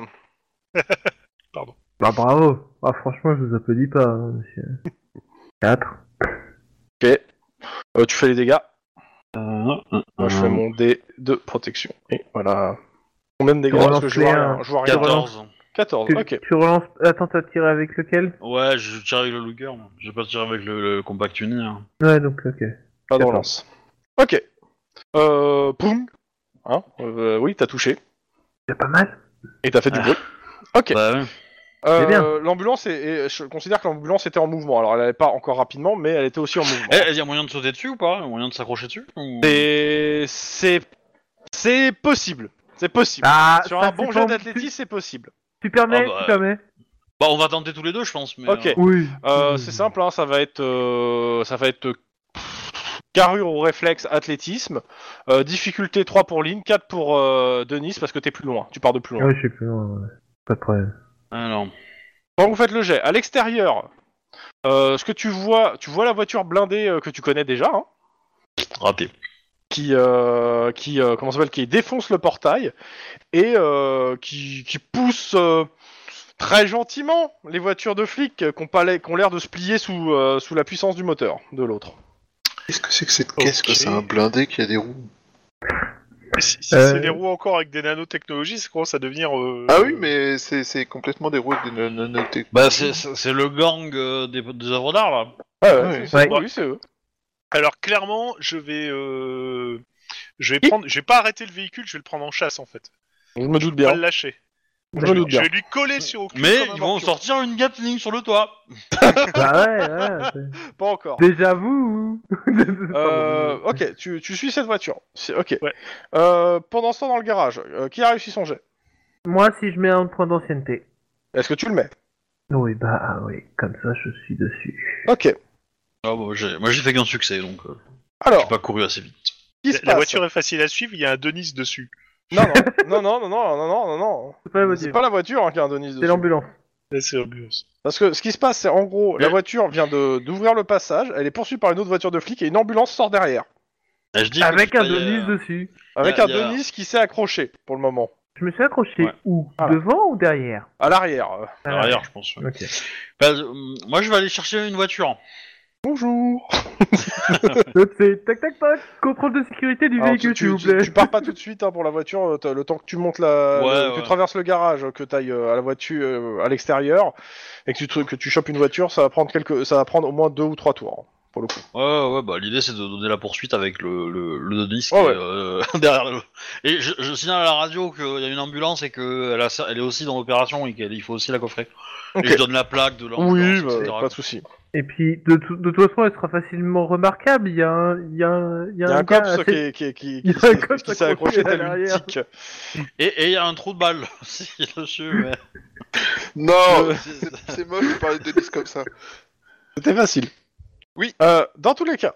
Speaker 3: Bah bravo Ah franchement, je vous applaudis pas, hein, monsieur. 4.
Speaker 2: Ok. Euh, tu fais les dégâts. Moi, je
Speaker 4: Euh,
Speaker 2: fais mon dé de protection. Et voilà. Combien de dégâts
Speaker 3: Tu
Speaker 2: Parce que je vois
Speaker 3: relances les
Speaker 2: rien.
Speaker 3: un.
Speaker 2: Je vois rien.
Speaker 4: 14.
Speaker 2: 14,
Speaker 3: Tu,
Speaker 2: ok.
Speaker 3: tu relances... Attends, t'as tiré avec lequel
Speaker 4: Ouais, je tire avec le Luger. moi. J'ai pas tiré avec le, le compact uni. hein.
Speaker 3: Ouais, donc ok.
Speaker 2: Pas de
Speaker 3: 14.
Speaker 2: relance. Ok. Euh, poum. Hein euh, oui, t'as touché.
Speaker 3: C'est pas mal.
Speaker 2: Et t'as fait du
Speaker 4: Ah.
Speaker 2: bruit. Ok.
Speaker 4: Bah oui.
Speaker 2: Euh,
Speaker 3: c'est Eh bien.
Speaker 2: l'ambulance, est, est- je considère que l'ambulance était en mouvement. Alors, elle allait pas encore rapidement, mais elle était aussi en mouvement.
Speaker 4: Eh, Il y a moyen de sauter dessus ou pas Y a moyen de s'accrocher dessus ou-
Speaker 2: C'est... C'est... C'est possible. C'est possible.
Speaker 3: Ah,
Speaker 2: Sur
Speaker 3: ça,
Speaker 2: un bon
Speaker 3: c'est
Speaker 2: jeu
Speaker 3: pas-
Speaker 2: d'athlétisme, c'est possible.
Speaker 3: Tu, tu permets,
Speaker 4: Ah bah,
Speaker 3: tu permets.
Speaker 4: Bah, on va tenter tous les deux, je pense. Mais,
Speaker 2: Ok.
Speaker 4: euh,
Speaker 3: Oui.
Speaker 2: Euh, c'est simple, hein, ça va être, euh, ça va être euh, carrure au réflexe, athlétisme, Euh, difficulté 3 pour Lynn, 4 pour euh, Denis parce que t'es plus loin, tu pars de plus
Speaker 3: Ah
Speaker 2: loin.
Speaker 3: ouais, je sais plus, ouais, ouais. Pas de problème.
Speaker 4: Alors,
Speaker 2: Quand vous faites le jet, à l'extérieur, euh, ce que tu vois, tu vois la voiture blindée euh, que tu connais déjà, hein,
Speaker 4: raté.
Speaker 2: qui, euh, qui, euh, comment ça s'appelle, qui défonce le portail et euh, qui, qui pousse euh, très gentiment les voitures de flics euh, qui ont pas l'air- qui ont l'air de se plier sous, euh, sous la puissance du moteur de l'autre.
Speaker 1: Qu'est-ce que c'est que cette
Speaker 5: caisse, quoi C'est un
Speaker 1: blindé qui a des roues.
Speaker 5: Si, si
Speaker 3: Euh.
Speaker 5: c'est les roues encore avec des nanotechnologies, ça commence à devenir. euh,
Speaker 1: Ah oui, mais c'est c'est complètement des roues avec des nanotechnologies.
Speaker 4: Bah, c'est- c'est c'est le gang euh, des, des œuvres d'art, là.
Speaker 2: Ah
Speaker 1: ouais,
Speaker 2: c'est-
Speaker 3: Ouais.
Speaker 2: c'est- oui, c'est eux.
Speaker 5: Alors clairement, je vais, euh, je vais prendre, je vais pas arrêter le véhicule, je vais le prendre en chasse en fait.
Speaker 2: Je me doute
Speaker 5: Je vais
Speaker 2: bien.
Speaker 5: pas le lâcher.
Speaker 2: Je me doute
Speaker 5: Je
Speaker 2: bien.
Speaker 5: vais lui coller sur au cul
Speaker 4: Mais
Speaker 5: comme un
Speaker 4: ils vont
Speaker 5: morpion.
Speaker 4: sortir une Gatling sur le toit.
Speaker 3: bah ouais, ouais. c'est-
Speaker 2: Pas encore.
Speaker 3: Déjà vous ou-
Speaker 2: Euh, ok, tu, tu suis cette voiture. C'est- Ok.
Speaker 5: Ouais.
Speaker 2: Euh, pendant ce temps, dans le garage, euh, qui a réussi son jet
Speaker 3: Moi, si je mets un point d'ancienneté.
Speaker 2: Est-ce que tu le mets
Speaker 3: Oui, bah ah oui, comme ça, je suis dessus.
Speaker 2: Ok.
Speaker 4: Ah, bah, j'ai- moi, j'ai fait qu'un succès, donc euh, j'ai
Speaker 2: Alors,
Speaker 4: pas couru assez vite.
Speaker 5: La,
Speaker 2: qui se
Speaker 5: la
Speaker 2: passe
Speaker 5: voiture est facile à suivre, il y a un Denis dessus.
Speaker 2: Non, non, non, non, non, non, non, non, non,
Speaker 3: C'est pas la
Speaker 2: non.
Speaker 3: voiture,
Speaker 2: C'est pas la voiture hein, qui a un Denis
Speaker 3: c'est
Speaker 2: dessus.
Speaker 3: l'ambulance.
Speaker 5: Là, c'est l'ambulance.
Speaker 2: Parce que ce qui se passe, c'est en gros, la
Speaker 4: Mais-
Speaker 2: voiture vient de d'ouvrir le passage, elle est poursuivie par une autre voiture de flic et une ambulance sort derrière.
Speaker 4: Ah, je dis,
Speaker 3: Avec
Speaker 4: écoute,
Speaker 3: un
Speaker 4: là, il y a-
Speaker 3: Denis
Speaker 2: euh,
Speaker 3: dessus.
Speaker 2: Avec
Speaker 5: Ah,
Speaker 4: Y a-
Speaker 2: un
Speaker 4: y a-
Speaker 2: Denis qui s'est accroché pour le moment.
Speaker 3: Je me suis accroché
Speaker 4: Ouais.
Speaker 3: où
Speaker 2: Voilà.
Speaker 3: Devant ou derrière
Speaker 2: À l'arrière. euh.
Speaker 3: Ah,
Speaker 4: Derrière, je pense. ouais.
Speaker 3: Ok.
Speaker 4: Bah, euh, moi, je vais aller chercher une voiture.
Speaker 2: Bonjour.
Speaker 3: Hop, c'est tac tac tac. Contrôle de sécurité du
Speaker 2: Alors,
Speaker 3: véhicule,
Speaker 2: tu,
Speaker 3: s'il
Speaker 2: tu-
Speaker 3: vous
Speaker 2: tu-
Speaker 3: plaît.
Speaker 2: tu pars pas tout de suite hein, pour la voiture, euh, t'as- le temps que tu montes la,
Speaker 4: Ouais,
Speaker 2: le- que tu
Speaker 4: ouais.
Speaker 2: traverses le garage, euh, que t'ailles euh, à la voiture euh, à l'extérieur et que tu te- que tu chopes une voiture, ça va prendre quelques, ça va prendre au moins deux ou trois tours hein, pour le coup.
Speaker 4: Ouais, ouais, ouais, bah l'idée c'est de donner la poursuite avec le, le, le Denis qui
Speaker 2: Ouais, ouais.
Speaker 4: est, euh, derrière le... Et je, je signale à la radio qu'il y a une ambulance et qu'elle elle est aussi dans l'opération et qu'il faut aussi la coffrer.
Speaker 2: Ok.
Speaker 4: Et je donne la plaque de l'ambulance,
Speaker 2: Oui, bah,
Speaker 4: etc.
Speaker 2: pas de souci.
Speaker 3: Et puis, de, tout- de toute façon, elle sera facilement remarquable. Il y a un, il y a un, il y
Speaker 2: Il y
Speaker 3: a
Speaker 2: a un
Speaker 3: gars
Speaker 2: cops
Speaker 3: assez-
Speaker 2: qui, est- qui, est- qui,
Speaker 3: Il y
Speaker 2: qui
Speaker 3: a
Speaker 2: s'est-
Speaker 3: un cops
Speaker 2: qui s'est accroché
Speaker 3: accroché à
Speaker 2: tel une
Speaker 3: l'arrière.
Speaker 2: tique.
Speaker 4: Et et il y a un trou de balle aussi dessus. Mais...
Speaker 5: Oh.
Speaker 1: Non,
Speaker 4: C'est-
Speaker 1: Euh, c'est moche de parler de Denis comme ça.
Speaker 2: C'était facile.
Speaker 1: Oui.
Speaker 2: Euh, dans tous les cas.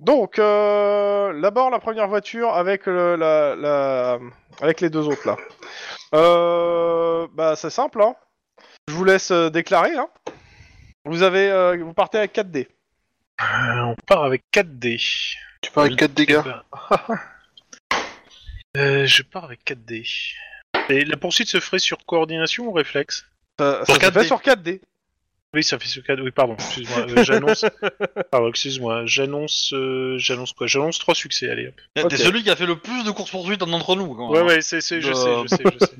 Speaker 2: Donc, euh, d'abord la première voiture avec le- la, la- avec les deux autres là. Euh, bah c'est simple. Hein. Je vous laisse euh, déclarer. Hein. Vous avez, euh, vous partez avec 4 d
Speaker 5: Euh, on part avec 4 dés. Eh ben.
Speaker 1: Tu parles
Speaker 4: Oui.
Speaker 1: 4 dégâts.
Speaker 5: Euh, je pars avec 4 dés. Et la poursuite se ferait sur coordination ou réflexe
Speaker 2: Ça,
Speaker 4: Sur
Speaker 2: ça se
Speaker 4: 4D.
Speaker 2: fait sur 4 d
Speaker 5: Oui, ça fait ce cadeau. Oui, pardon, excuse-moi, euh, j'annonce. pardon, excuse-moi, j'annonce, euh, j'annonce quoi J'annonce trois succès, allez hop.
Speaker 4: T'es
Speaker 2: Ok.
Speaker 4: celui qui a fait le plus de courses poursuites d'entre nous. Quand
Speaker 5: Ouais,
Speaker 4: même.
Speaker 5: ouais, c'est, c'est, je
Speaker 4: Bah.
Speaker 5: sais, je sais, je sais.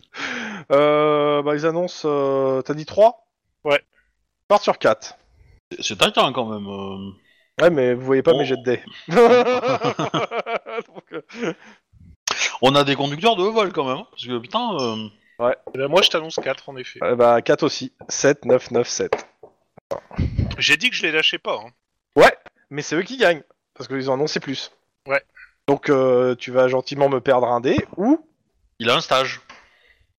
Speaker 2: Euh, bah, ils annoncent. euh, T'as dit 3
Speaker 5: Ouais.
Speaker 2: Part sur 4.
Speaker 4: C'est- C'est taquin quand même. euh.
Speaker 2: Ouais, mais vous voyez pas
Speaker 4: Oh.
Speaker 2: mes jets de dés. Donc, euh,
Speaker 4: On a des conducteurs de haut vol quand même. hein, Parce que putain. euh,
Speaker 5: Eh ben, moi, je t'annonce 4 en effet.
Speaker 2: euh, bah, 4 aussi. 7, 9, 9, 7.
Speaker 5: J'ai dit que je les lâchais pas. hein.
Speaker 2: Mais c'est eux qui gagnent. Parce qu'ils ont annoncé plus.
Speaker 5: Ouais.
Speaker 2: Donc, euh, tu vas gentiment me perdre un dé ou.
Speaker 4: Il a un stage.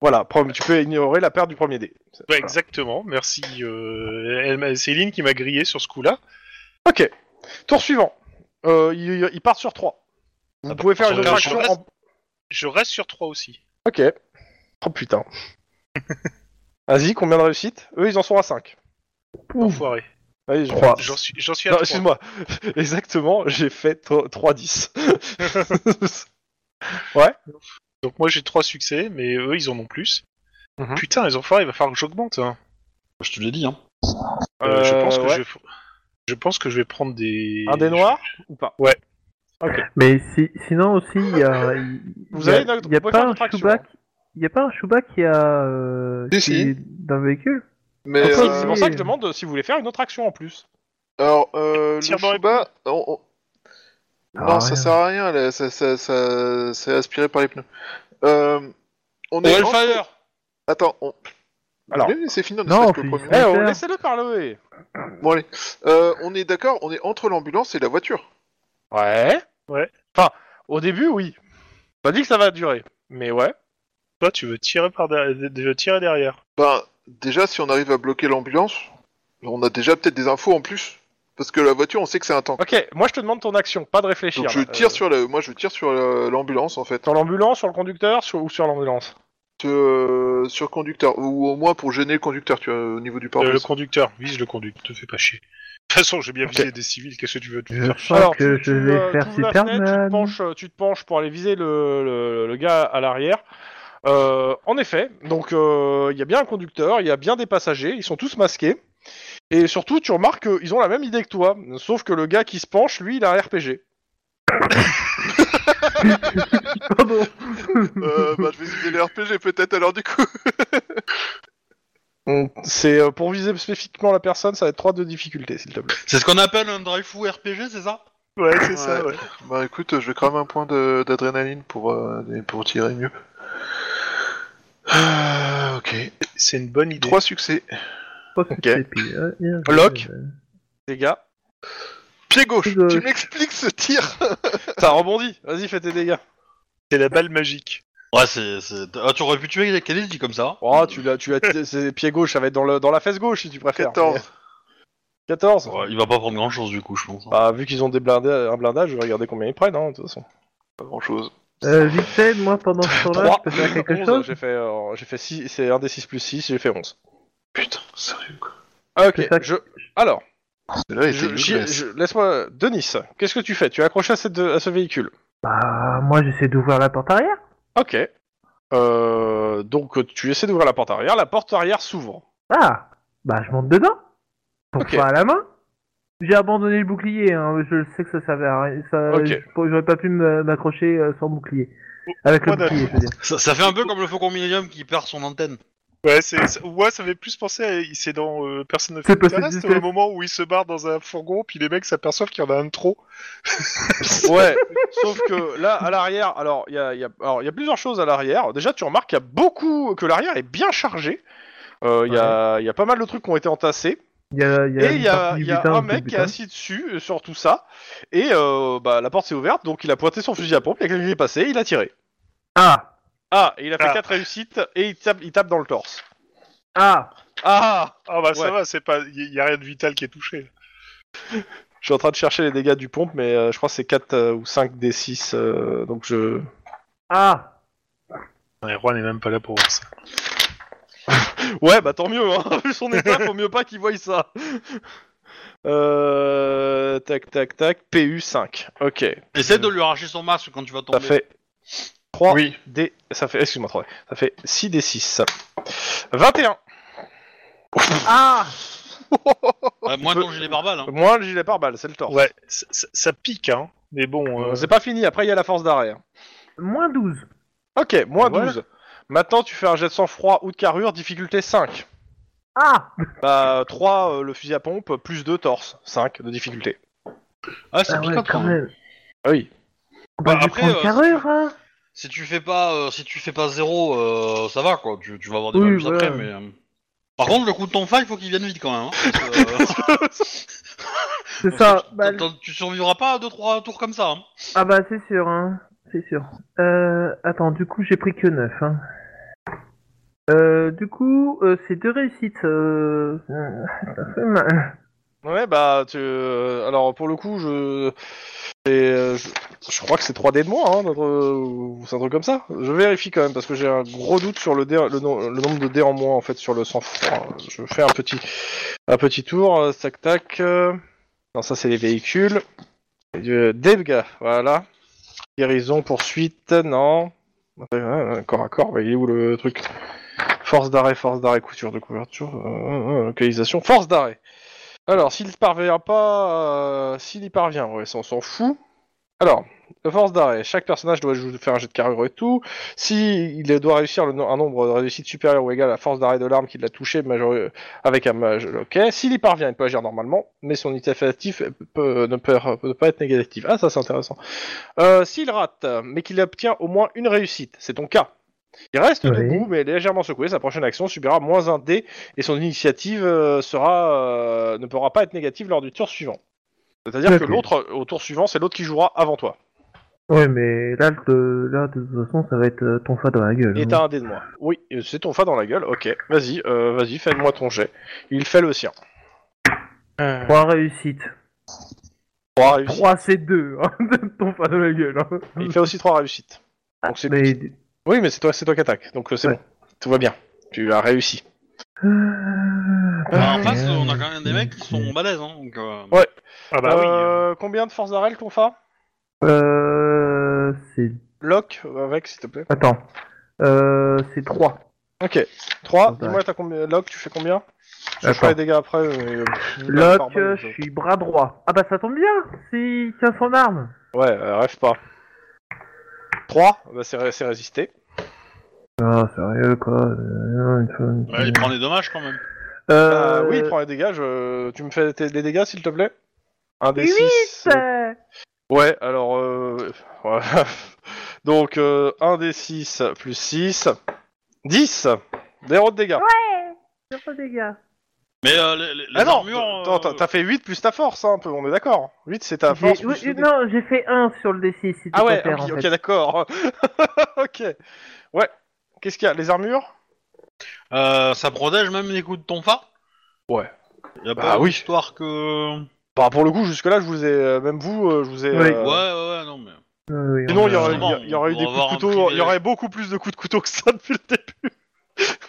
Speaker 2: Voilà, prom- tu peux ignorer la perte du premier dé.
Speaker 5: Ouais, exactement. Merci. euh, elle m'a- Céline qui m'a grillé sur ce coup-là.
Speaker 2: Ok. Tour suivant. Euh, ils, ils partent sur 3. Vous
Speaker 4: Ah,
Speaker 2: pouvez faire
Speaker 4: sur
Speaker 2: une autre
Speaker 4: quatre,
Speaker 2: action
Speaker 5: je
Speaker 2: en...
Speaker 5: Je reste sur 3 aussi.
Speaker 2: Ok. Oh putain. Vas-y, combien de réussites Eux, ils en sont à 5.
Speaker 5: Enfoiré.
Speaker 2: Allez, je...
Speaker 3: Trois.
Speaker 5: J'en suis, j'en suis à
Speaker 2: Ah. Non,
Speaker 5: trois.
Speaker 2: excuse-moi. Exactement, j'ai fait 3-10.
Speaker 5: Donc moi j'ai trois succès, mais eux ils en ont plus.
Speaker 2: Mhm.
Speaker 5: Putain, les enfoirés, il va falloir que j'augmente. hein.
Speaker 4: Je te l'ai dit. Hein.
Speaker 5: Euh, je, pense que
Speaker 2: ouais.
Speaker 5: je, vais- je pense que je vais prendre des.
Speaker 2: Un dé noir ou pas
Speaker 3: Mais si- sinon aussi, il y a. il-
Speaker 2: Vous
Speaker 3: il y a-
Speaker 2: avez une autre- hein.
Speaker 3: il y a
Speaker 2: vous pouvez
Speaker 3: pas
Speaker 2: faire
Speaker 3: un
Speaker 2: une autre action,
Speaker 3: Chewbacca- Il n'y a pas un Chouba qui a. euh,
Speaker 1: Si,
Speaker 3: qui
Speaker 1: si.
Speaker 3: est dans le véhicule
Speaker 1: Mais
Speaker 3: Pourquoi
Speaker 2: C'est
Speaker 1: euh,
Speaker 2: pour ça que je demande si vous voulez faire une autre action en plus.
Speaker 1: alors, euh, le
Speaker 5: Tire dans les
Speaker 1: Chouba, on- on- non, ça sert à Ah, rien, là, ça, ça, ça- c'est aspiré par les pneus. Euh, on est. entre- Attends, on.
Speaker 2: Alors.
Speaker 1: Mais C'est fini, on
Speaker 3: Non,
Speaker 1: est presque
Speaker 3: puis-
Speaker 1: au premier.
Speaker 2: Eh,
Speaker 3: Ouais,
Speaker 2: oh,
Speaker 3: faire.
Speaker 2: laissez-le parler.
Speaker 1: Bon, allez. Euh, on est d'accord, on est entre l'ambulance et la voiture.
Speaker 2: Ouais.
Speaker 5: Ouais.
Speaker 2: Enfin, au début, oui. Pas dit que ça va durer. Mais ouais.
Speaker 5: Toi tu veux tirer par derrière, tu veux tirer derrière.
Speaker 1: Ben, déjà, si on arrive à bloquer l'ambulance, on a déjà peut-être des infos en plus. Parce que la voiture, on sait que c'est un tank.
Speaker 2: Ok, moi je te demande ton action, pas de réfléchir.
Speaker 1: Donc je
Speaker 2: là.
Speaker 1: tire
Speaker 2: Euh,
Speaker 1: sur la... moi je tire sur la- l'ambulance en fait,
Speaker 2: Sur l'ambulance, sur le conducteur sur- ou sur l'ambulance
Speaker 1: sur, euh, sur le conducteur ou au moins pour gêner le conducteur tu vois, au niveau du pare
Speaker 5: Euh, le conducteur, vise le conducteur, te fais pas chier. De toute façon, j'ai bien visé des civils, qu'est-ce que tu veux te
Speaker 3: Je
Speaker 5: faire
Speaker 3: sens que je vais
Speaker 2: euh,
Speaker 3: faire
Speaker 2: t'ouvres la fenêtre, tu, te
Speaker 3: Superman.
Speaker 2: penches, euh, tu te penches pour aller viser le, le- le gars à l'arrière. Euh, en effet, donc euh, il y a bien un conducteur, il y a bien des passagers, ils sont tous masqués. Et surtout, tu remarques qu'ils ont la même idée que toi, sauf que le gars qui se penche, lui, il a un RPG.
Speaker 3: Pardon.
Speaker 1: Euh, bah, je vais utiliser les RPG peut-être alors du coup.
Speaker 2: C'est euh, pour viser spécifiquement la personne, ça va être 3 de difficulté, s'il te plaît.
Speaker 4: C'est ce qu'on appelle un drive-through RPG, c'est ça
Speaker 5: Ouais, c'est
Speaker 1: ça, ouais. Bah écoute, je vais cramer un point de- d'adrénaline pour, euh, pour tirer mieux. Ah, ok.
Speaker 5: C'est une bonne idée.
Speaker 1: Trois succès.
Speaker 3: Pas succès, puis, euh, et un-
Speaker 2: Lock. Les gars,
Speaker 1: Pied gauche,
Speaker 3: Pied gauche.
Speaker 1: tu m'expliques ce tir
Speaker 2: ça rebondit, vas-y, fais tes dégâts.
Speaker 5: C'est la balle magique.
Speaker 4: Ouais, c'est. c'est- Ah, tu aurais pu tuer Kennedy comme ça.
Speaker 2: Oh, tu l'as, tu l'as, c'est pied gauche, ça va être dans, le, dans la fesse gauche si tu préfères.
Speaker 1: 14.
Speaker 2: 14
Speaker 4: Ouais, il va pas prendre grand chose du coup, je pense.
Speaker 2: Bah, vu qu'ils ont des blindés, un blindage, je vais regarder combien ils prennent, hein, de toute façon.
Speaker 1: Pas grand chose.
Speaker 3: Euh, vite fait, moi pendant ce temps-là, je peux faire quelque
Speaker 2: 11,
Speaker 3: chose.
Speaker 2: J'ai fait, euh, j'ai fait 6, c'est 1 des 6 plus 6, j'ai fait 11.
Speaker 1: Putain, sérieux quoi.
Speaker 2: Ah, Ok,
Speaker 3: C'est ça que-
Speaker 2: je... alors,
Speaker 1: Là, il
Speaker 2: je-
Speaker 1: était
Speaker 2: j'y-
Speaker 1: useless.
Speaker 2: je- laisse-moi. Denis, qu'est-ce que tu fais Tu es accroché à, cette, à ce véhicule
Speaker 3: Bah, moi j'essaie d'ouvrir la porte arrière.
Speaker 2: Ok. Euh, donc, tu essaies d'ouvrir la porte arrière, la porte arrière s'ouvre.
Speaker 3: Ah, bah je monte dedans.
Speaker 2: Ok.
Speaker 3: Pourquoi à la main J'ai abandonné le bouclier, hein, je sais que ça servait à rien. ça-
Speaker 2: Ok.
Speaker 3: je- J'aurais pas pu me- m'accrocher euh, sans bouclier.
Speaker 5: Oh,
Speaker 3: Avec le
Speaker 5: moi,
Speaker 3: bouclier, je veux dire.
Speaker 4: Ça, ça fait un peu comme le faucon Millennium qui perd son antenne.
Speaker 5: Ouais, c'est, c'est- ouais, ça fait plus penser à. C'est dans euh, Person of
Speaker 3: C'est pas
Speaker 5: Interest,
Speaker 3: cette
Speaker 5: le moment où il se barre dans un fourgon, puis les mecs s'aperçoivent qu'il y en a un de trop.
Speaker 2: Ouais, sauf que là, à l'arrière, alors il y a, il y a- alors, il y a plusieurs choses à l'arrière. Déjà, tu remarques qu'il y a beaucoup, que l'arrière est bien chargé. Euh, Il y, a, il y a pas mal de trucs qui ont été entassés.
Speaker 3: Il y a, il y a
Speaker 2: Et
Speaker 3: une
Speaker 2: il y a,
Speaker 3: partie
Speaker 2: il y a
Speaker 3: butin,
Speaker 2: un
Speaker 3: une partie
Speaker 2: mec qui est
Speaker 3: butin.
Speaker 2: assis dessus, euh, sur tout ça, et euh, bah, la porte s'est ouverte, donc il a pointé son fusil à pompe, il y a quelqu'un qui est passé, il a tiré.
Speaker 3: Ah
Speaker 2: Ah, et il a fait
Speaker 5: Ah.
Speaker 2: 4 réussites, et il tape, il tape dans le torse.
Speaker 3: Ah
Speaker 2: Ah
Speaker 5: Ah bah
Speaker 2: Ouais.
Speaker 5: ça va, c'est pas. Il y a rien de vital qui est touché.
Speaker 2: Je suis en train de chercher les dégâts du pompe, mais euh, je crois que c'est 4 ou 5 des 6, donc je...
Speaker 3: Ah
Speaker 5: Ouais, Juan n'est même pas là pour voir ça.
Speaker 2: Ouais, bah tant mieux, hein vu son état, faut mieux pas qu'il voie ça Euh... Tac, tac, tac, PU5, ok,
Speaker 4: Essaie de lui arracher son masque quand tu vas
Speaker 2: ça
Speaker 4: tomber.
Speaker 2: fait 3
Speaker 1: Oui.
Speaker 2: des... ça fait, excuse-moi, 3, ça fait 6 des 6. 21
Speaker 3: Ah
Speaker 4: Ouais, moins ton gilet pare-balles. hein.
Speaker 2: Moins le gilet pare-balles, c'est le torse.
Speaker 5: Ouais, ça, ça- ça pique, hein. Mais bon, euh,
Speaker 2: C'est pas fini, après il y a la force d'arrêt. hein.
Speaker 3: Moins 12.
Speaker 2: Ok, moins
Speaker 5: Voilà.
Speaker 2: 12. Maintenant, tu fais un jet de sang-froid ou de carrure, difficulté 5.
Speaker 3: Ah
Speaker 2: Bah, 3 le fusil à pompe, plus 2 torse, 5 de difficulté.
Speaker 4: Ah, c'est
Speaker 3: Ah ouais,
Speaker 4: piquant
Speaker 3: quand
Speaker 4: hein.
Speaker 3: même.
Speaker 2: Ah oui.
Speaker 3: Bah,
Speaker 4: Bah,
Speaker 3: je
Speaker 4: après,
Speaker 3: prends
Speaker 4: euh,
Speaker 3: carrure, hein
Speaker 4: Si tu fais pas, euh, si tu fais pas zéro, euh, ça va quoi. Tu, tu vas avoir des
Speaker 3: Oui,
Speaker 4: malus
Speaker 3: voilà.
Speaker 4: après, mais. euh, Par contre, le coup de ton fa, il faut qu'il vienne vite quand même. hein, parce que, euh,
Speaker 3: C'est ça. Bah,
Speaker 4: t'en- tu survivras pas à deux trois tours comme ça. hein.
Speaker 3: ah bah, c'est sûr, hein. C'est sûr. Euh, attends, du coup, j'ai pris que 9, hein. Euh, du coup, euh, c'est deux réussites. Euh... euh, Ça fait mal.
Speaker 2: Ouais, bah, tu... euh, alors pour le coup, je. c'est, euh, je... je crois que c'est 3D de moins, hein, notre... ou c'est un truc comme ça. Je vérifie quand même, parce que j'ai un gros doute sur le, dé... le, no- le nombre de dés en moins, en fait, sur le sang froid. Je fais un petit, un petit tour, euh, tac tac. euh. Non, ça, c'est les véhicules. Et, euh, dégâts, voilà. Guérison, poursuite, non. Ouais, ouais, ouais, Corps à corps, bah, il est où le truc Force d'arrêt, force d'arrêt, couture de couverture, euh, euh, localisation, force d'arrêt. Alors, s'il parvient pas, euh, s'il y parvient, ouais, ça on s'en fout. Alors, force d'arrêt. Chaque personnage doit jou- faire un jet de carrure et tout. Si il doit réussir le no- un nombre de réussites supérieur ou égal à la force d'arrêt de l'arme qui l'a touché majori- avec un mage loquet. S'il y parvient, il peut agir normalement, mais son initiative peut, ne peut, peut pas être négatif. Ah, ça c'est intéressant. Euh, s'il rate, mais qu'il obtient au moins une réussite, c'est ton cas. Il reste
Speaker 3: Oui.
Speaker 2: debout, mais légèrement secoué. Sa prochaine action subira moins un dé et son initiative euh, sera, euh, ne pourra pas être négative lors du tour suivant. C'est-à-dire que
Speaker 3: D'accord.
Speaker 2: l'autre, euh, au tour suivant, c'est l'autre qui jouera avant toi.
Speaker 3: Ouais, mais là, le- là, de toute façon, ça va être euh, ton fa dans la gueule.
Speaker 2: Et
Speaker 3: hein.
Speaker 2: t'as un dé de moi. Oui, euh, c'est ton fa dans la gueule. Ok, vas-y, euh, vas-y, fais-moi ton jet. Il fait le sien.
Speaker 3: Trois réussites.
Speaker 2: Trois réussites.
Speaker 3: Trois, c'est deux, hein. ton fa dans la gueule. hein.
Speaker 2: Il fait aussi trois réussites. Donc c'est
Speaker 3: Mais-
Speaker 2: Oui, mais c'est toi, c'est toi qui attaque. Donc euh, c'est
Speaker 3: Ouais.
Speaker 2: bon, tout va bien. Tu as réussi.
Speaker 4: Bah,
Speaker 3: Ah,
Speaker 4: en face,
Speaker 3: euh,
Speaker 4: on a quand même des mecs qui sont balèzes. Hein, donc, euh,
Speaker 2: Ouais.
Speaker 5: Ah bah oui.
Speaker 2: Euh, Combien de force d'arrêt ton fa
Speaker 3: Euh, c'est...
Speaker 2: Lock avec, s'il te plaît.
Speaker 3: Attends. Euh, c'est 3.
Speaker 2: Ok. 3,
Speaker 3: Ouais.
Speaker 2: dis-moi, t'as combien Lock, tu fais combien Je
Speaker 3: Attends.
Speaker 2: ferai les dégâts après. mais, euh,
Speaker 3: Locke,
Speaker 2: par balle,
Speaker 3: je
Speaker 2: donc.
Speaker 3: suis bras droit. Ah bah ça tombe bien, s'il tient son arme.
Speaker 2: Ouais, euh, rêve pas. 3, bah c'est ré- c'est résisté.
Speaker 3: Ah, sérieux quoi. Euh, une fois, une fois.
Speaker 4: bah, il prend des dommages quand même.
Speaker 2: Euh,
Speaker 3: Euh,
Speaker 2: oui, prends les dégâts. je- Tu me fais tes- les dégâts, s'il te plaît Un des
Speaker 3: Huit,
Speaker 2: 6.
Speaker 3: euh,
Speaker 2: Ouais, alors. Euh... ouais. Donc, euh, 1 des 6 plus 6. 10 Zéro de dégâts.
Speaker 3: il tient pas des gars.
Speaker 4: Mais euh, les, les- les
Speaker 2: ah non
Speaker 4: armures, euh,
Speaker 2: attends, t'as- T'as fait 8 plus ta force, hein, un peu, on est d'accord. 8 c'est ta
Speaker 3: J'ai-
Speaker 2: force.
Speaker 3: oui,
Speaker 2: plus le dé-
Speaker 3: non, j'ai fait 1 sur le D6, si tu
Speaker 2: ah ouais,
Speaker 3: préfères,
Speaker 2: ok,
Speaker 3: en
Speaker 2: ok,
Speaker 3: fait.
Speaker 2: d'accord. ok. Ouais. Qu'est-ce qu'il y a Les armures
Speaker 4: euh, ça protège même les coups de ton fa.
Speaker 2: Ouais.
Speaker 4: Y a
Speaker 2: Bah
Speaker 4: pas
Speaker 2: oui.
Speaker 4: histoire que.
Speaker 2: Bah, pour le coup, jusque-là, je vous ai. euh, Même vous, euh, je vous ai.
Speaker 3: Oui.
Speaker 2: euh,
Speaker 4: Ouais, ouais, ouais, non mais.
Speaker 3: Euh, oui,
Speaker 2: Sinon,
Speaker 3: on
Speaker 2: il y
Speaker 3: a-
Speaker 2: aurait,
Speaker 4: Sûrement,
Speaker 2: il y aurait eu
Speaker 4: on
Speaker 2: des
Speaker 4: va
Speaker 2: coups de
Speaker 4: avoir un
Speaker 2: couteau, il y
Speaker 4: privilège.
Speaker 2: aurait beaucoup plus de coups de couteau que ça depuis le début.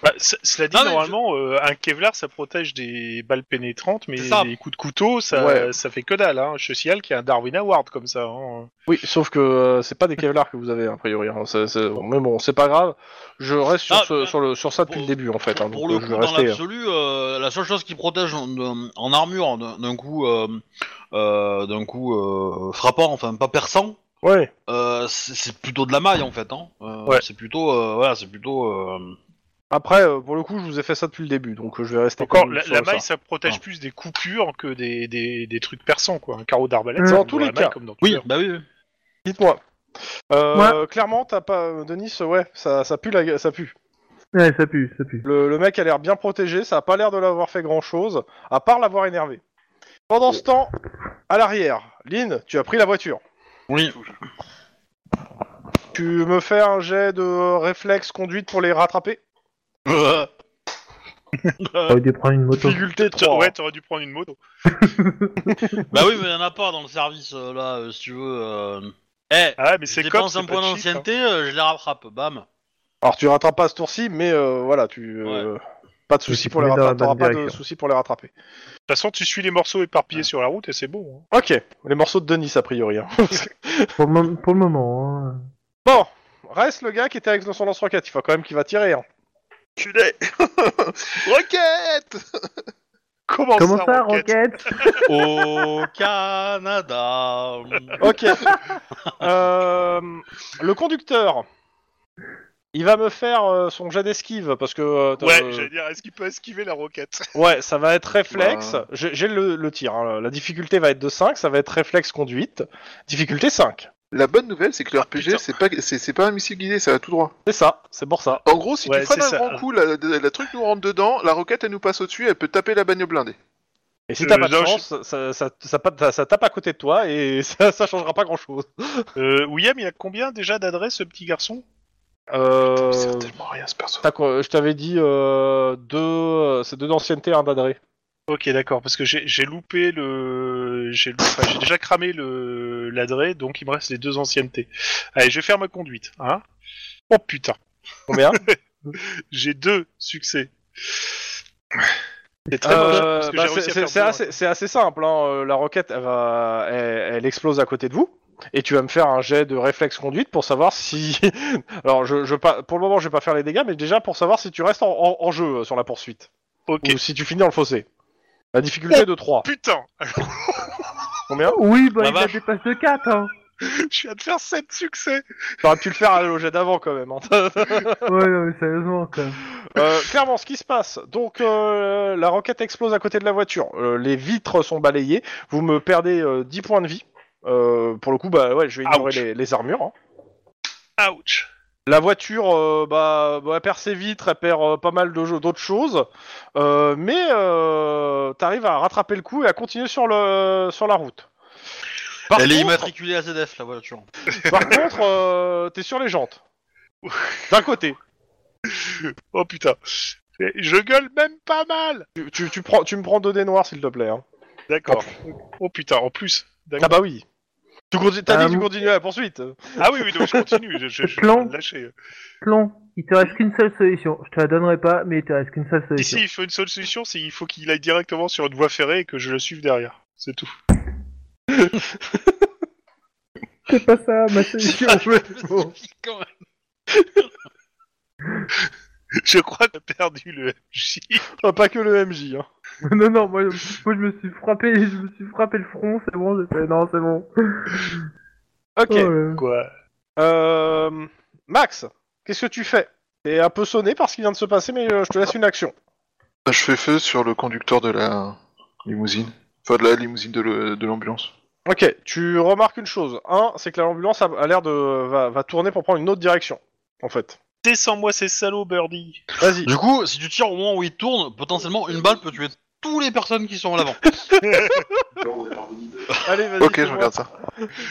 Speaker 5: Bah, c- cela dit,
Speaker 4: Non, mais
Speaker 5: normalement, euh, un Kevlar, ça protège des balles pénétrantes, mais
Speaker 4: C'est ça.
Speaker 5: les coups de couteau, ça,
Speaker 2: Ouais.
Speaker 5: ça fait que dalle. Hein. Je signale qu'il y a un Darwin Award comme ça. hein.
Speaker 2: Oui, sauf que euh, c'est pas des Kevlar que vous avez, a priori. hein. C'est- c'est- bon, mais bon, c'est pas grave. Je reste sur,
Speaker 4: Ah,
Speaker 2: ce- sur le, sur ça depuis
Speaker 4: pour-
Speaker 2: le début, en fait. hein.
Speaker 4: Pour
Speaker 2: Donc,
Speaker 4: le
Speaker 2: euh,
Speaker 4: coup,
Speaker 2: je vais
Speaker 4: dans
Speaker 2: rester, euh,
Speaker 4: l'absolu, euh, la seule chose qui protège en, d'un- en armure d'un d'un coup, euh, euh, d'un coup euh, frappant, enfin pas perçant,
Speaker 2: hein. Ouais,
Speaker 4: euh, c'est c'est plutôt de la maille en fait. Hein. Euh,
Speaker 2: Ouais.
Speaker 4: C'est plutôt, euh, voilà, c'est plutôt. euh,
Speaker 2: après, euh, pour le coup, je vous ai fait ça depuis le début, donc euh, je vais rester
Speaker 5: Encore,
Speaker 2: comme-
Speaker 5: la,
Speaker 2: sur
Speaker 5: la
Speaker 2: ça.
Speaker 5: maille, ça protège
Speaker 4: Ah.
Speaker 5: plus des coupures que des, des, des trucs perçants, quoi. Un carreau d'arbalète,
Speaker 3: Dans
Speaker 5: ça rentre
Speaker 2: tous
Speaker 5: la
Speaker 2: les
Speaker 5: maille
Speaker 2: cas.
Speaker 5: comme dans tout
Speaker 4: Oui,
Speaker 5: le-
Speaker 4: bah oui. oui.
Speaker 2: Dites-moi. Euh, Clairement, t'as pas. euh, Denis, ouais, ça, ça pue. La, ça pue.
Speaker 3: Ouais, ça pue, ça pue.
Speaker 2: Le, le mec a l'air bien protégé, ça a pas l'air de l'avoir fait grand chose, à part l'avoir énervé. Pendant ce temps, à l'arrière, Lynn, tu as pris la voiture.
Speaker 4: Oui.
Speaker 2: Tu me fais un jet de réflexe conduite pour les rattraper
Speaker 4: Euh,
Speaker 2: Euh,
Speaker 3: J'aurais dû prendre une moto.
Speaker 2: Difficulté
Speaker 5: T-
Speaker 2: 3.
Speaker 5: Ouais, t'aurais dû prendre une moto.
Speaker 4: bah oui, mais y en a pas dans le service euh, là, euh, si tu veux. euh. Eh,
Speaker 5: Ah, mais
Speaker 4: je
Speaker 5: c'est comme
Speaker 4: dépense
Speaker 5: c'est
Speaker 4: un point
Speaker 5: pas cheap, hein.
Speaker 4: d'ancienneté, euh, je les rattrape, bam.
Speaker 2: Alors tu rattrapes pas ce tour-ci, mais euh, voilà, tu euh, pas de souci
Speaker 3: Tu te
Speaker 2: pour les
Speaker 3: mets dans la
Speaker 2: rattraper.
Speaker 3: bonne
Speaker 2: t'auras pas de
Speaker 3: direction.
Speaker 2: souci pour les rattraper.
Speaker 5: De toute façon, tu suis les morceaux éparpillés sur la route et c'est beau. hein.
Speaker 2: Ok, les morceaux de Denis a priori. hein.
Speaker 3: Pour le, mom- pour le moment, hein.
Speaker 2: Oh, bon, reste le gars qui était avec son lance-roquette. Il faut quand même qu'il va tirer. hein.
Speaker 1: Culé Roquette
Speaker 5: Comment,
Speaker 3: Comment
Speaker 5: ça,
Speaker 3: ça,
Speaker 5: Rocket
Speaker 3: Rocket
Speaker 4: Au Canada.
Speaker 2: Ok. Euh, le conducteur Il va me faire euh, son jet d'esquive parce que. euh, t'as-
Speaker 5: Ouais,
Speaker 2: euh,
Speaker 5: j'allais dire, est-ce qu'il peut esquiver la roquette
Speaker 2: ouais, ça va être réflexe.
Speaker 1: Bah.
Speaker 2: J'ai j'ai le, le tir. hein. La difficulté va être de 5, ça va être réflexe conduite. Difficulté 5.
Speaker 1: La bonne nouvelle, c'est que le RPG,
Speaker 5: putain.
Speaker 1: c'est pas, c'est, c'est pas un missile guidé, ça va tout droit.
Speaker 2: C'est ça, c'est pour ça.
Speaker 1: En gros, si
Speaker 5: Ouais,
Speaker 1: tu freines
Speaker 5: c'est ça.
Speaker 1: un grand coup, la, la- la truc nous rentre dedans, la roquette, elle nous passe au-dessus, elle peut taper la bagnole blindée.
Speaker 2: Et si t'as
Speaker 5: Euh,
Speaker 2: pas de
Speaker 5: non, je-
Speaker 2: chance, ça, ça- ça pa- ça tape à côté de toi et ça, ça changera pas grand chose.
Speaker 5: euh, William, il a combien déjà d'adresses, ce petit garçon
Speaker 1: Ça
Speaker 2: Euh,
Speaker 1: sert tellement à rien, ce perso.
Speaker 2: t'as quoi- je t'avais dit euh, deux, euh, c'est deux d'ancienneté, un d'adré.
Speaker 5: Ok, d'accord, parce que j'ai j'ai loupé le... J'ai lou- enfin, j'ai déjà cramé le l'adré, donc il me reste les deux anciennetés. Allez, je vais faire ma conduite, hein Oh putain,
Speaker 2: Combien
Speaker 5: j'ai deux succès. C'est très
Speaker 2: Euh,
Speaker 5: moche, parce que
Speaker 2: bah,
Speaker 5: j'ai
Speaker 2: c'est-
Speaker 5: réussi à
Speaker 2: C'est
Speaker 5: faire
Speaker 2: c'est
Speaker 5: deux,
Speaker 2: assez, c'est assez simple. hein, euh, La roquette, elle, va- elle- elle explose à côté de vous. Et tu vas me faire un jet de réflexe conduite pour savoir si. Alors, je, je pas... pour le moment, je vais pas faire les dégâts, mais déjà pour savoir si tu restes en, en- en jeu euh, sur la poursuite.
Speaker 5: hein. Ok,
Speaker 2: Ou si tu finis dans le fossé. La difficulté est de 3.
Speaker 5: putain
Speaker 2: Combien
Speaker 3: Oui, bah
Speaker 4: La
Speaker 3: il la
Speaker 4: vache.
Speaker 3: dépasse de 4, hein.
Speaker 5: Je suis à te faire sept succès
Speaker 2: T'aurais pu le faire à jet d'avant quand même. hein.
Speaker 3: Ouais, non, mais sérieusement, quoi.
Speaker 2: Euh, clairement, ce qui se passe. Donc, euh, la roquette explose à côté de la voiture. Euh, les vitres sont balayées. Vous me perdez euh, 10 points de vie. Euh, pour le coup, bah ouais, je vais ignorer
Speaker 5: Ouch.
Speaker 2: les, les armures. hein.
Speaker 5: Ouch
Speaker 2: La voiture, euh, bah, bah, elle perd ses vitres, elle perd euh, pas mal de jeux- d'autres choses. Euh, mais euh, t'arrives à rattraper le coup et à continuer sur, le, sur la route. Par
Speaker 4: Elle est
Speaker 2: contre-
Speaker 4: immatriculée à ZF, la voiture.
Speaker 2: Par contre, euh, t'es sur les jantes. D'un côté.
Speaker 5: Oh putain Et Je gueule même pas mal
Speaker 2: Tu, tu, tu prends, tu me prends deux dés noirs, s'il te plaît. hein.
Speaker 5: D'accord. Oh putain, en plus
Speaker 2: Ah
Speaker 5: D'accord.
Speaker 2: bah oui. Tu continu- T'as
Speaker 3: Ah,
Speaker 1: Euh,
Speaker 2: dit que tu
Speaker 3: oui.
Speaker 2: continuais la poursuite.
Speaker 5: Ah oui, oui, donc je continue, je, je, je vais
Speaker 3: Plan.
Speaker 5: pas le lâcher.
Speaker 3: Plon, il te reste qu'une seule solution. Je te la donnerai pas, mais il te reste qu'une seule solution.
Speaker 5: Ici, il faut une seule solution, c'est qu'il faut qu'il aille directement sur une voie ferrée et que je le suive derrière. C'est tout.
Speaker 3: C'est pas ça, ma solution. Oh.
Speaker 5: Je crois que t'as perdu le MJ.
Speaker 2: Ah, pas que le MJ. Hein.
Speaker 3: non, non, moi, moi, je me suis frappé, je me suis frappé le front, c'est bon, j'ai fait, non, c'est bon.
Speaker 2: Ok.
Speaker 3: Oh, là.
Speaker 5: Quoi
Speaker 2: Euh, Max, qu'est-ce que tu fais T'es un peu sonné par ce qui vient de se passer, mais euh, je te laisse une action.
Speaker 1: Bah, je fais feu sur le conducteur de la limousine. Enfin, de la limousine de, le- de l'ambulance.
Speaker 2: Ok, tu remarques une chose. Un, c'est que l'ambulance a, a l'air de va, va tourner pour prendre une autre direction. En fait.
Speaker 5: Descends-moi ces salauds, Birdie
Speaker 2: Vas-y.
Speaker 4: Du coup, si tu tires au moment où il tourne, potentiellement une balle peut tuer toutes les personnes qui sont à l'avant.
Speaker 2: Allez, vas-y.
Speaker 1: Ok, je
Speaker 2: fais-moi-
Speaker 1: regarde ça.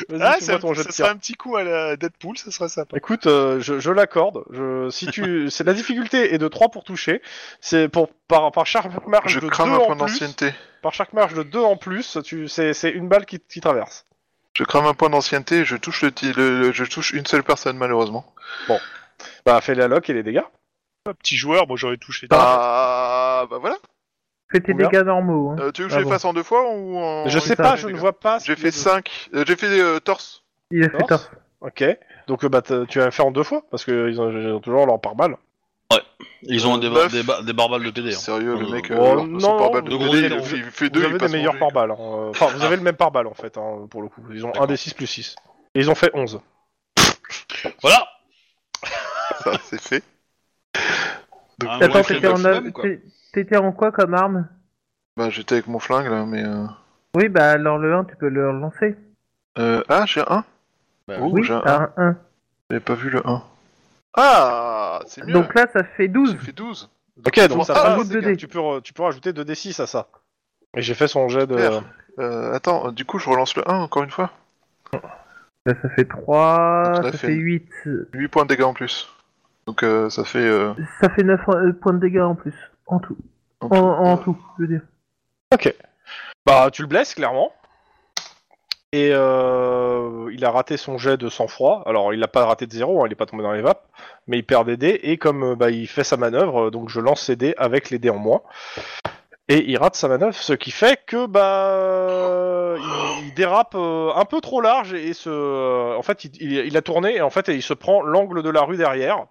Speaker 2: Vas-y,
Speaker 5: Ah,
Speaker 2: fais-moi
Speaker 5: ça,
Speaker 2: ton jet de
Speaker 5: ça
Speaker 2: tir.
Speaker 5: serait un petit coup à la Deadpool, ça serait sympa.
Speaker 2: Écoute, euh, je, je l'accorde. Je, si tu, c'est la difficulté est de 3 pour toucher. C'est pour par, par chaque marche
Speaker 1: Je
Speaker 2: de 2
Speaker 1: crame un point
Speaker 2: en plus.
Speaker 1: d'ancienneté.
Speaker 2: Par chaque marche de 2 en plus, tu, c'est, c'est une balle qui, qui traverse.
Speaker 1: Je crame un point d'ancienneté et je touche, le, ti- le- le- je touche une seule personne, malheureusement.
Speaker 2: Bah, fais la lock et les dégâts.
Speaker 5: Un petit joueur, moi j'aurais touché.
Speaker 1: Ah, bah voilà.
Speaker 3: Fais tes
Speaker 2: Combien
Speaker 3: dégâts normaux. Hein.
Speaker 1: Euh, tu veux que
Speaker 3: Ah
Speaker 1: je les
Speaker 3: bon.
Speaker 1: fasse en deux fois ou en.
Speaker 2: je sais
Speaker 1: une
Speaker 2: pas,
Speaker 1: fois,
Speaker 2: je
Speaker 1: les
Speaker 2: ne
Speaker 1: gars
Speaker 2: vois pas. ce
Speaker 1: J'ai
Speaker 2: qui
Speaker 1: fait
Speaker 2: est de-
Speaker 1: 5. J'ai fait euh, torse.
Speaker 3: Il a fait
Speaker 2: Torse.
Speaker 3: tort.
Speaker 2: Ok. Donc, euh, bah, t'as- tu vas le faire en deux fois, parce qu'ils ont, ils ont toujours leur par balle.
Speaker 4: Ils ont des, ba-
Speaker 1: Neuf.
Speaker 4: des, ba- des barbales de TD. hein.
Speaker 1: Sérieux, le
Speaker 4: Euh,
Speaker 1: mec,
Speaker 4: bon,
Speaker 1: euh, alors,
Speaker 2: Oh. non,
Speaker 1: son pare-balles
Speaker 4: non,
Speaker 1: de
Speaker 4: vous
Speaker 1: télé,
Speaker 4: avez-
Speaker 1: il fait- il fait
Speaker 2: Vous
Speaker 1: deux, il
Speaker 2: avez des
Speaker 1: passe en
Speaker 2: meilleurs
Speaker 1: deux.
Speaker 2: par balles. Enfin, vous avez le même par balle, en fait, hein, pour le coup. Ils ont un
Speaker 4: D'accord.
Speaker 2: des 6 plus 6. Et ils ont fait 11.
Speaker 4: Voilà
Speaker 1: Ça, Bah, c'est fait.
Speaker 4: Ah,
Speaker 1: Donc,
Speaker 4: ouais,
Speaker 3: Attends,
Speaker 4: c'est
Speaker 3: t'étais en,
Speaker 4: maximum, quoi.
Speaker 3: t'é- t'étais en quoi comme arme
Speaker 1: bah, j'étais avec mon flingue là, mais. euh,
Speaker 3: Oui, bah alors le 1, tu peux le relancer.
Speaker 1: euh, ah, j'ai un.
Speaker 4: Bah,
Speaker 1: Oh,
Speaker 3: oui,
Speaker 1: j'ai un.
Speaker 3: t'as un 1.
Speaker 1: J'avais pas vu le 1. Ah, c'est mieux.
Speaker 3: Donc là, ça fait 12.
Speaker 1: J'ai fait 12.
Speaker 2: Ok, donc
Speaker 1: Bon,
Speaker 2: ça
Speaker 1: ah,
Speaker 2: passe.
Speaker 1: c'est
Speaker 3: deux
Speaker 2: Tu
Speaker 3: dés.
Speaker 2: peux, re- tu peux rajouter 2d6 à ça. Et j'ai fait son jet de.
Speaker 1: Super. Euh, attends, euh, du coup, je relance le 1 encore une fois.
Speaker 3: Là, ça fait 3,
Speaker 1: Donc, ça
Speaker 3: ça,
Speaker 1: fait-
Speaker 3: fait 8.
Speaker 1: 8 points de dégâts en plus. Donc euh, ça fait. euh,
Speaker 3: Ça fait 9 points de dégâts en plus. En tout. En,
Speaker 1: en tout,
Speaker 3: en
Speaker 1: euh,
Speaker 3: tout, je veux dire.
Speaker 2: Bah, tu le blesses, clairement. Et euh, il a raté son jet de sang-froid. Alors, il l'a pas raté de zéro, hein, il est pas tombé dans les vapes. Mais il perd des dés. Et comme euh, bah, il fait sa manœuvre, euh, donc je lance ses dés avec les dés en moins. Et il rate sa manœuvre, ce qui fait que bah euh, il, il dérape euh, un peu trop large et, et se, euh, en fait il, il- il a tourné et en fait il se prend l'angle de la rue derrière.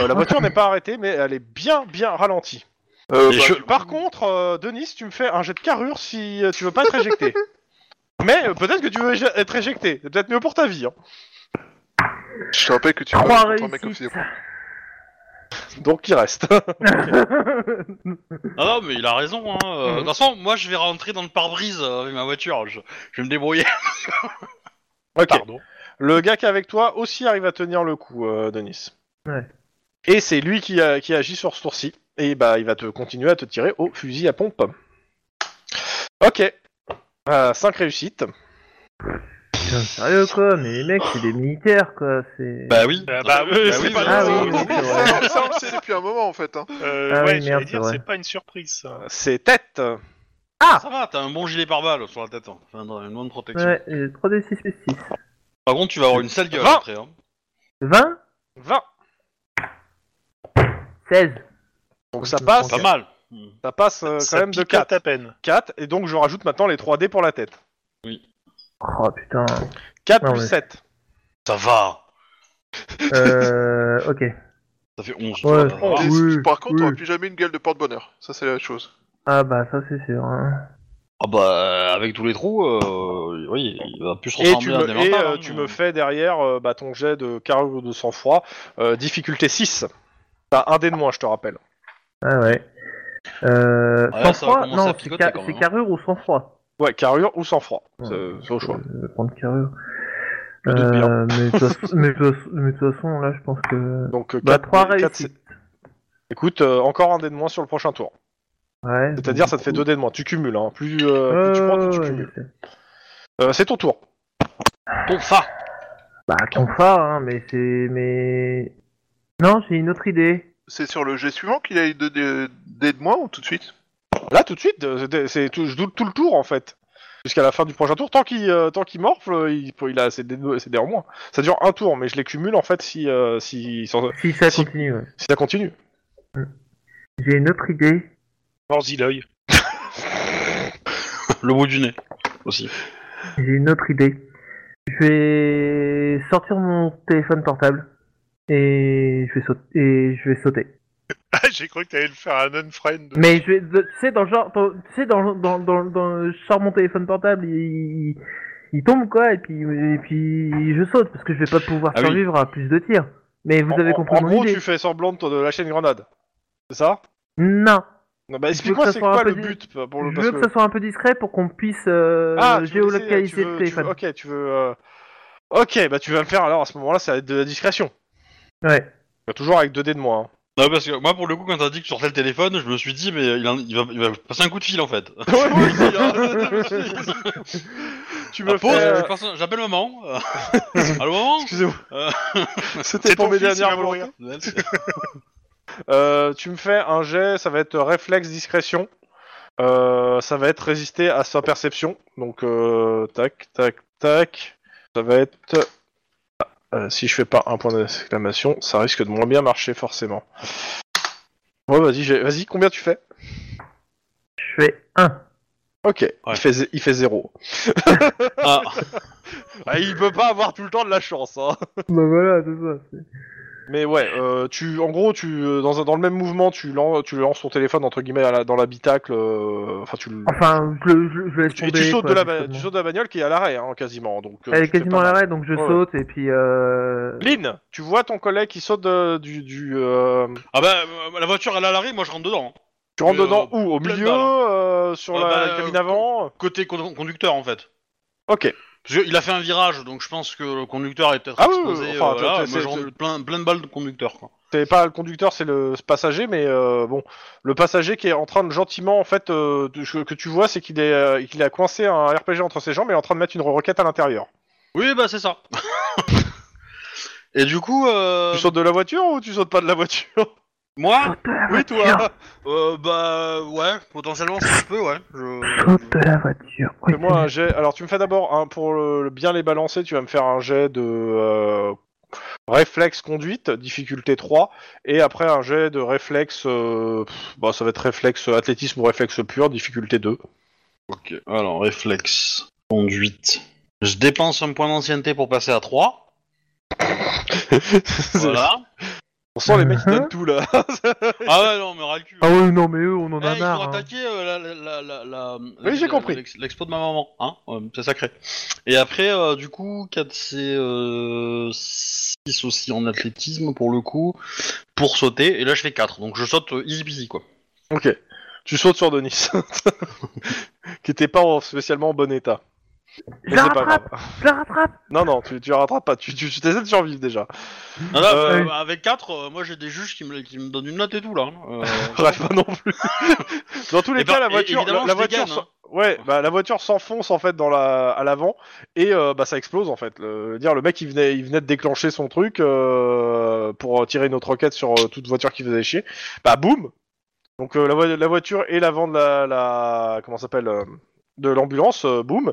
Speaker 2: Euh, la voiture n'est pas arrêtée mais elle est bien bien ralentie.
Speaker 1: euh,
Speaker 4: Et
Speaker 1: bah,
Speaker 4: je-
Speaker 2: Par contre, euh, Denis, tu me fais un jet de carrure si euh, tu veux pas être éjecté. Mais euh, peut-être que tu veux éje- être éjecté. C'est peut-être mieux pour ta vie. hein.
Speaker 1: Je te rappelle que tu peux
Speaker 3: 3
Speaker 1: contre un mec au
Speaker 3: réussites.
Speaker 1: fusil à pompe.
Speaker 2: Donc il reste.
Speaker 4: Ah non, mais il a raison. Hein. Euh, De
Speaker 3: Mhm.
Speaker 4: toute façon, moi, je vais rentrer dans le pare-brise euh, avec ma voiture. Je, je vais me débrouiller.
Speaker 2: ok.
Speaker 5: Pardon.
Speaker 2: Le gars qui est avec toi aussi arrive à tenir le coup, euh, Denis.
Speaker 3: Ouais.
Speaker 2: Et c'est lui qui, a- qui agit sur ce tour-ci. Et bah, il va te continuer à te tirer au fusil à pompe. Ok. 5 réussites.
Speaker 3: Putain, sérieux quoi, mais les mecs c'est des militaires quoi, c'est.
Speaker 4: Bah oui.
Speaker 5: Bah, bah, euh,
Speaker 4: Bah
Speaker 5: c'est
Speaker 4: oui,
Speaker 5: pas
Speaker 4: bah
Speaker 3: Ah oui,
Speaker 5: non,
Speaker 3: oui, c'est vrai.
Speaker 1: ça, ça, on le sait depuis un moment en fait. Hein.
Speaker 5: Euh,
Speaker 3: Ah oui,
Speaker 5: ouais,
Speaker 3: merde,
Speaker 5: j'allais dire,
Speaker 3: c'est
Speaker 5: c'est
Speaker 3: vrai.
Speaker 5: pas une surprise. Ça.
Speaker 2: C'est tête.
Speaker 4: Ça va, t'as un bon gilet pare-balles sur la tête. hein. Enfin, une bonne protection.
Speaker 3: Ouais, euh, 3d6 plus 6.
Speaker 4: Par contre, tu vas avoir une sale gueule
Speaker 2: Va.
Speaker 4: après. Hein.
Speaker 3: 20
Speaker 2: 20.
Speaker 3: 16
Speaker 2: Donc ça passe,
Speaker 4: Pas mal. Mhm.
Speaker 2: ça passe euh, quand
Speaker 5: Ça
Speaker 2: même de
Speaker 5: picote
Speaker 2: 4.
Speaker 5: à peine.
Speaker 2: 4. Et donc je rajoute maintenant les 3D pour la tête.
Speaker 3: Oh putain.
Speaker 2: 4
Speaker 3: Ah
Speaker 2: plus
Speaker 3: ouais.
Speaker 2: 7.
Speaker 4: Ça va.
Speaker 3: Euh. Ok.
Speaker 4: Ça fait 11.
Speaker 3: Ouais.
Speaker 4: ça va.
Speaker 3: Oh.
Speaker 1: Des-
Speaker 3: oui,
Speaker 1: Par contre,
Speaker 3: oui.
Speaker 1: on n'aura plus jamais une gueule de porte-bonheur. Ça, c'est la chose.
Speaker 3: Ah bah ça c'est sûr. hein.
Speaker 4: Ah bah, avec tous les trous, euh, oui, il va plus se
Speaker 2: Et
Speaker 4: ressembler
Speaker 2: tu
Speaker 4: à
Speaker 2: me,
Speaker 4: des
Speaker 2: et,
Speaker 4: mentales,
Speaker 2: euh,
Speaker 4: hein.
Speaker 2: tu me fais derrière euh, bah, ton jet de carreau de sang-froid, euh, difficulté 6. T'as un dé de moins, je te rappelle.
Speaker 3: Ah ouais. Euh.
Speaker 4: Ah là,
Speaker 3: sans
Speaker 4: ça va
Speaker 3: froid
Speaker 4: commencer à
Speaker 3: Non, c'est
Speaker 4: picoter,
Speaker 3: ca-
Speaker 4: quand même,
Speaker 3: c'est
Speaker 4: hein.
Speaker 3: carrure ou sans froid
Speaker 2: Ouais, carrure ou sang-froid.
Speaker 3: Ouais.
Speaker 2: C'est- C'est au choix.
Speaker 3: Je vais prendre carrure.
Speaker 2: Le deux de
Speaker 3: Euh, mais de toute façon- mais de toute façon- mais de toute façon, là je pense que.
Speaker 2: Donc, euh,
Speaker 3: Bah
Speaker 2: quatre-
Speaker 3: 3
Speaker 2: quatre,
Speaker 3: réussites.
Speaker 2: c'est- Écoute, euh, encore un dé de moins sur le prochain tour.
Speaker 3: Ouais.
Speaker 2: C'est-à-dire,
Speaker 3: donc-
Speaker 2: ça te fait deux dés de moins. Tu cumules, hein. Plus, euh, plus tu prends, plus tu
Speaker 3: Ouais,
Speaker 2: cumules.
Speaker 3: je sais.
Speaker 2: Euh, c'est ton tour.
Speaker 4: Ton fa.
Speaker 3: Bah ton phare, hein, mais c'est. Mais. Non, j'ai une autre idée.
Speaker 1: C'est sur le jet suivant qu'il a eu de, de, des de moins ou tout de suite
Speaker 2: Là, tout de suite, euh, c'est- c'est tout, je doute tout le tour, en fait. Jusqu'à la fin du prochain tour. Tant qu'il euh, tant qu'il morfle, euh, il, faut- il a ses dés, de- ses dés en moins. Ça dure un tour, mais je les cumule, en fait, si, euh, si, sans-
Speaker 3: Si ça
Speaker 2: Si.
Speaker 3: continue, ouais.
Speaker 2: si ça continue.
Speaker 3: J'ai une autre idée.
Speaker 5: Morziloy.
Speaker 4: Le bout du nez. Aussi.
Speaker 3: J'ai une autre idée. Je vais sortir mon téléphone portable et je vais sauter. Et je vais sauter.
Speaker 5: Ah, J'ai cru que t'allais le faire un unfriend.
Speaker 3: Mais je vais, tu sais dans le genre, dans- tu sais dans, dans, dans, dans- je sors mon téléphone portable, il, il- il tombe quoi et puis et puis je saute parce que je vais pas pouvoir
Speaker 4: Ah oui.
Speaker 3: survivre à plus de tirs. Mais vous
Speaker 2: En-
Speaker 3: avez
Speaker 2: en-
Speaker 3: compris
Speaker 2: En
Speaker 3: mon
Speaker 2: gros,
Speaker 3: idée.
Speaker 2: tu fais semblant de, de lâcher une grenade. C'est ça
Speaker 3: Non,
Speaker 2: Non, bah,
Speaker 3: veux que
Speaker 2: explique-moi,
Speaker 3: ça
Speaker 2: c'est
Speaker 3: soit
Speaker 2: quoi
Speaker 3: un peu
Speaker 2: le
Speaker 3: dit-
Speaker 2: but euh, pour le
Speaker 3: je
Speaker 2: parce
Speaker 3: veux que ça soit un peu discret pour qu'on puisse euh,
Speaker 2: Ah, tu veux laisser- tu
Speaker 3: géolocaliser
Speaker 2: veux-
Speaker 3: le
Speaker 2: tu veux-
Speaker 3: téléphone.
Speaker 2: ok, tu veux. euh, Ok, bah tu vas me faire alors à ce moment-là, ça va être de la discrétion.
Speaker 3: Ouais.
Speaker 2: Bah, toujours avec 2 dés de moins. hein.
Speaker 4: Non, parce que moi, pour le coup, quand t'as dit que tu sortais le téléphone, je me suis dit, mais il, en- il va, il va passer un coup de fil en fait.
Speaker 2: Ouais, moi aussi, hein.
Speaker 4: tu
Speaker 2: tu
Speaker 4: me
Speaker 2: me
Speaker 4: poses,
Speaker 2: fais. euh,
Speaker 4: j'appelle maman. Allô maman
Speaker 2: Excusez-moi.
Speaker 4: Euh,
Speaker 2: C'était
Speaker 5: ton
Speaker 2: pour mes
Speaker 5: fils, il va
Speaker 2: dernières
Speaker 5: mourir.
Speaker 2: volontés. Euh, tu me fais un jet, ça va être réflexe discrétion. Euh, ça va être résister à sa perception. Donc, euh, tac, tac, tac. Ça va être. Ah, euh, si je fais pas un point d'exclamation, ça risque de moins bien marcher forcément. Ouais, vas-y, j'ai- vas-y, combien tu fais
Speaker 3: Je fais 1.
Speaker 2: Ok,
Speaker 4: Ouais.
Speaker 2: il, fait, zé- il fait zéro.
Speaker 4: Ah,
Speaker 2: Ah, il peut pas avoir tout le temps de la chance. Hein.
Speaker 3: Bah voilà, c'est ça. c'est-
Speaker 2: Mais ouais, euh, tu, en gros, tu, euh, dans, un- dans le même mouvement, tu, lan- tu lances ton téléphone entre guillemets à la- dans l'habitacle. euh, Enfin, tu le-
Speaker 3: Enfin, je, le- je, je laisse
Speaker 2: Tu-
Speaker 3: tomber.
Speaker 2: et tu sautes,
Speaker 3: Ah, quoi,
Speaker 2: de la, ba- tu
Speaker 3: justement.
Speaker 2: sautes de la bagnole qui est à l'arrêt, hein, quasiment. Donc, euh,
Speaker 3: Elle
Speaker 2: tu
Speaker 3: est
Speaker 2: fais
Speaker 3: quasiment
Speaker 2: pas
Speaker 3: à
Speaker 2: mal.
Speaker 3: l'arrêt, donc je
Speaker 2: Ouais.
Speaker 3: saute et puis. Euh...
Speaker 2: Lynn, tu vois ton collègue qui saute de- du. du euh,
Speaker 4: ah bah, euh, la voiture elle est à l'arrêt, moi je rentre dedans. hein.
Speaker 2: tu rentres
Speaker 4: Mais,
Speaker 2: dedans
Speaker 4: euh,
Speaker 2: où Au
Speaker 4: pleine
Speaker 2: milieu
Speaker 4: balle, hein.
Speaker 2: euh, Sur
Speaker 4: Ah
Speaker 2: la,
Speaker 4: bah,
Speaker 2: la cabine
Speaker 4: euh,
Speaker 2: avant
Speaker 4: Côté con- conducteur en fait.
Speaker 2: Ok.
Speaker 4: Parce qu'il a fait un virage, donc je pense que le conducteur est peut-être
Speaker 2: Ah oui,
Speaker 4: exposé.
Speaker 2: oui, enfin,
Speaker 4: euh, voilà,
Speaker 2: t'as- t'as-
Speaker 4: moi, je
Speaker 2: c'est-
Speaker 4: rentre plein, plein de balles de conducteur. Quoi.
Speaker 2: C'est pas le conducteur, c'est le passager, mais euh, bon, le passager qui est en train de gentiment, en fait, euh, de- ce que tu vois, c'est qu'il est, euh, qu'il a coincé un RPG entre ses jambes et est en train de mettre une requête à l'intérieur.
Speaker 4: Oui, bah c'est ça. Et du coup, euh,
Speaker 2: Tu sautes de la voiture ou tu sautes pas de la voiture
Speaker 4: moi,
Speaker 2: Oui, toi.
Speaker 4: euh, bah ouais, potentiellement si je peux, ouais. Je-
Speaker 3: Saute de la voiture. Oui,
Speaker 2: Fais-moi un jet. Alors, tu me fais d'abord un pour le- le bien les balancer. Tu vas me faire un jet de euh, réflexe conduite, difficulté 3, et après un jet de réflexe. euh, pff, bah, ça va être réflexe athlétisme ou réflexe pur, difficulté 2.
Speaker 4: Ok, alors réflexe, conduite. Je dépense un point d'ancienneté pour passer à 3. Voilà.
Speaker 2: On sent les mecs qui
Speaker 3: Mhm.
Speaker 2: donnent tout là.
Speaker 4: ah ouais, non, mais ras le cul.
Speaker 3: Ah ouais, non, mais eux, on en
Speaker 4: Eh,
Speaker 3: a
Speaker 4: ils vont
Speaker 3: marre. hein.
Speaker 4: attaquer euh, la, la- la- la- la-
Speaker 2: Oui, j'ai
Speaker 4: la-
Speaker 2: compris.
Speaker 4: l'ex- L'expo de ma maman, hein, euh, c'est sacré. Et après, euh, du euh, coup, 4 c'est 6 aussi en athlétisme pour le coup. pour sauter, et là je fais 4, donc je saute euh, easy peasy quoi.
Speaker 2: Ok. Tu sautes sur Denis, qui était pas en- spécialement en bon état.
Speaker 3: Je
Speaker 2: Mais
Speaker 3: la
Speaker 2: c'est pas
Speaker 3: rattrape,
Speaker 2: grave.
Speaker 3: je la rattrape.
Speaker 2: Non, non, tu, tu la rattrapes pas, tu, tu, tu t'essaies de survivre déjà.
Speaker 4: Non, non,
Speaker 2: Euh,
Speaker 4: euh, avec 4, euh, moi j'ai des juges qui me, qui me donnent une note et tout là. hein. Euh,
Speaker 2: Bref, pas non plus. Dans tous les
Speaker 4: Et
Speaker 2: cas,
Speaker 4: ben,
Speaker 2: la
Speaker 4: et-
Speaker 2: voiture, la,
Speaker 4: évidemment,
Speaker 2: la
Speaker 4: je
Speaker 2: voiture,
Speaker 4: dégaine,
Speaker 2: s'en-
Speaker 4: hein.
Speaker 2: ouais, bah, la voiture s'enfonce en fait dans la, à l'avant et euh, bah ça explose en fait. Le, dire le mec il venait, il venait de déclencher son truc euh, pour euh, tirer notre roquette sur euh, toute voiture qui faisait chier. Bah boum. Donc euh, la, voi- la voiture et l'avant de la, la comment ça s'appelle euh, de l'ambulance, euh, boum.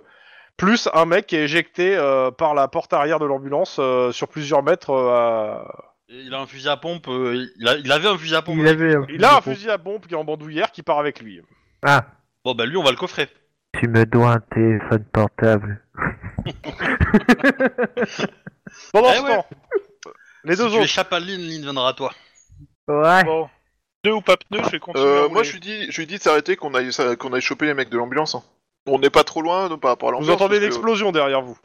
Speaker 2: Plus un mec qui est éjecté euh, par la porte arrière de l'ambulance euh, sur plusieurs mètres. euh, à-
Speaker 4: et il a un fusil à pompe, euh, il, a- il avait un fusil à pompe.
Speaker 3: Il avait. un
Speaker 2: Il a un
Speaker 3: petit
Speaker 2: fusil à bombe qui est en bandoulière qui part avec lui.
Speaker 3: pot. Ah,
Speaker 4: Bon bah lui on va le coffrer.
Speaker 6: Tu me dois un téléphone portable.
Speaker 2: Pendant
Speaker 4: Eh
Speaker 2: ce
Speaker 4: ouais.
Speaker 2: temps, les deux
Speaker 4: si tu
Speaker 2: autres.
Speaker 4: échappes à Lynn, Lynn viendra à toi.
Speaker 3: ouais.
Speaker 5: Bon. Deux ou pas pneus, je vais continuer. à
Speaker 1: Euh,
Speaker 5: rouler.
Speaker 1: moi, je lui dis, je lui dis de s'arrêter qu'on aille, ça- qu'on aille choper les mecs de l'ambulance. hein. On n'est pas trop loin donc, par rapport à l'ambulance.
Speaker 2: Vous entendez
Speaker 1: parce que-
Speaker 2: l'explosion derrière vous.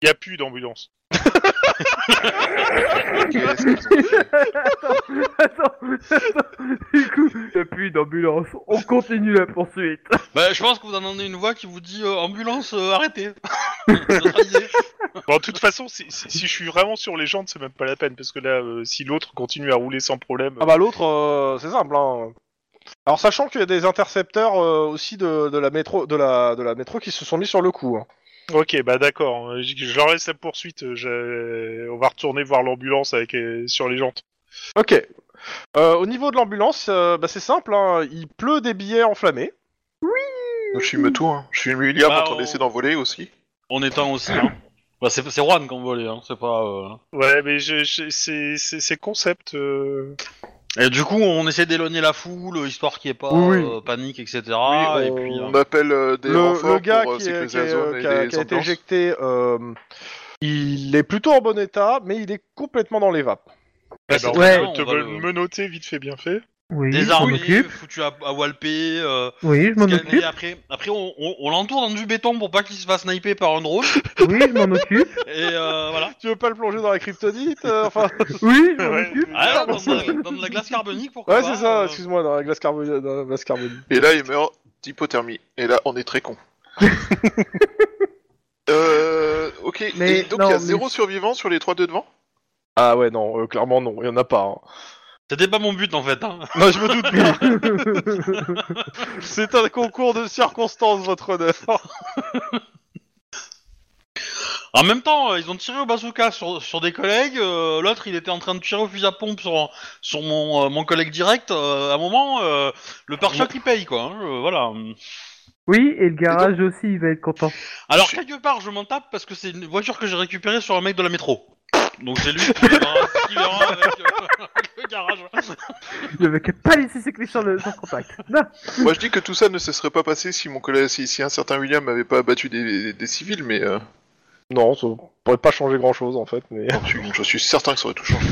Speaker 5: Il n'y a plus d'ambulance.
Speaker 1: Qu'est-ce qu'ils ont fait
Speaker 3: attends, attends. Du coup, il n'y a plus d'ambulance. On continue la poursuite.
Speaker 4: Bah je pense que vous entendez une voix qui vous dit euh, ambulance euh, arrêtez. Notre idée.
Speaker 5: Bon, de toute façon, si, si- si je suis vraiment sur les jambes, c'est même pas la peine, parce que là, euh, si l'autre continue à rouler sans problème...
Speaker 2: Ah bah l'autre, euh, c'est simple. Hein. Alors sachant qu'il y a des intercepteurs euh, aussi de, de la métro, de la de la métro qui se sont mis sur le coup. hein.
Speaker 5: Ok, bah d'accord, euh, je, je leur laisse la poursuite, euh, je- on va retourner voir l'ambulance avec euh, sur les jantes.
Speaker 2: Ok. Euh, au niveau de l'ambulance, euh, bah, c'est simple. hein. Il pleut des billets enflammés.
Speaker 1: Je suis me tourne. hein. Je suis milliard
Speaker 4: Bah,
Speaker 1: en train
Speaker 4: on-
Speaker 1: d'essayer d'envoler aussi.
Speaker 4: En étant aussi hein. Bah c'est c'est Juan qu'on volait hein, c'est pas. euh,
Speaker 5: Ouais, mais je, je- c'est- c'est c'est concept... euh.
Speaker 4: Et du coup, on essaie d'éloigner la foule, histoire qu'il n'y ait pas
Speaker 2: Oui.
Speaker 4: euh, panique, etc.
Speaker 1: Oui,
Speaker 4: Et
Speaker 2: on-
Speaker 4: puis, euh,
Speaker 1: On appelle euh, des
Speaker 2: Le,
Speaker 1: renforts
Speaker 2: le gars
Speaker 1: pour euh,
Speaker 2: qui, est- qui
Speaker 1: sécuriser
Speaker 2: est,
Speaker 1: la zone
Speaker 2: euh,
Speaker 1: et
Speaker 2: qui a,
Speaker 1: les
Speaker 2: qui a été
Speaker 1: ambulances.
Speaker 2: éjecté, euh, il est plutôt en bon état, mais il est complètement dans les vapes.
Speaker 5: Bah,
Speaker 4: c'est
Speaker 5: on
Speaker 4: très
Speaker 3: ouais.
Speaker 4: bien,
Speaker 5: peut
Speaker 4: on
Speaker 5: te
Speaker 4: va le-
Speaker 5: menotter vite fait bien fait.
Speaker 3: Oui, je m'en
Speaker 4: désarmer,
Speaker 3: occupe.
Speaker 4: foutu à, à walper, euh,
Speaker 3: Oui, je m'en
Speaker 4: scanner,
Speaker 3: occupe.
Speaker 4: après, après on, on- on l'entoure dans du béton pour pas qu'il se fasse sniper par un drone,
Speaker 3: Oui, je m'en occupe.
Speaker 4: et euh, voilà.
Speaker 2: Tu veux pas le plonger dans la kryptonite euh, Enfin,
Speaker 3: Oui, je m'en
Speaker 5: Ouais.
Speaker 3: occupe.
Speaker 4: Ah, dans, de la- dans de la glace carbonique, pourquoi
Speaker 2: ouais,
Speaker 4: pas,
Speaker 2: c'est ça.
Speaker 4: euh,
Speaker 2: Excuse-moi, dans la glace carbone, dans la glace carbone.
Speaker 1: Et là, il meurt d'hypothermie. Et là, on est très con. euh, ok,
Speaker 3: Mais
Speaker 1: et donc
Speaker 3: non,
Speaker 1: il y a
Speaker 3: mais-
Speaker 1: zéro survivant sur les trois de devant
Speaker 2: Ah ouais, non, euh, clairement non, il y en a pas. hein.
Speaker 4: C'était pas mon but, en fait. hein.
Speaker 2: Non, je me doute bien. C'est un concours de circonstances, votre honneur.
Speaker 4: En même temps, euh, ils ont tiré au bazooka sur, sur des collègues, euh, l'autre, il était en train de tirer au fusil à pompe sur, sur mon, euh, mon collègue direct, euh, à un moment, euh, le pare-choc, il paye, quoi. hein, euh, voilà.
Speaker 3: Oui, et le garage aussi, il va être content.
Speaker 4: Alors, quelque part, je m'en tape parce que c'est une voiture que j'ai récupérée sur un mec de la métro. Donc, c'est lui qui verra, qui verra avec, euh, avec le garage.
Speaker 3: Je ne veux pas laisser ces clés sur le sans contact. Non.
Speaker 1: Moi, je dis que tout ça ne se serait pas passé si mon collègue, si, si un certain William n'avait pas abattu des, des- des civils, mais euh,
Speaker 2: Non, ça pourrait pas changer grand chose en fait, mais.
Speaker 1: je, suis- je suis certain que ça aurait tout changé.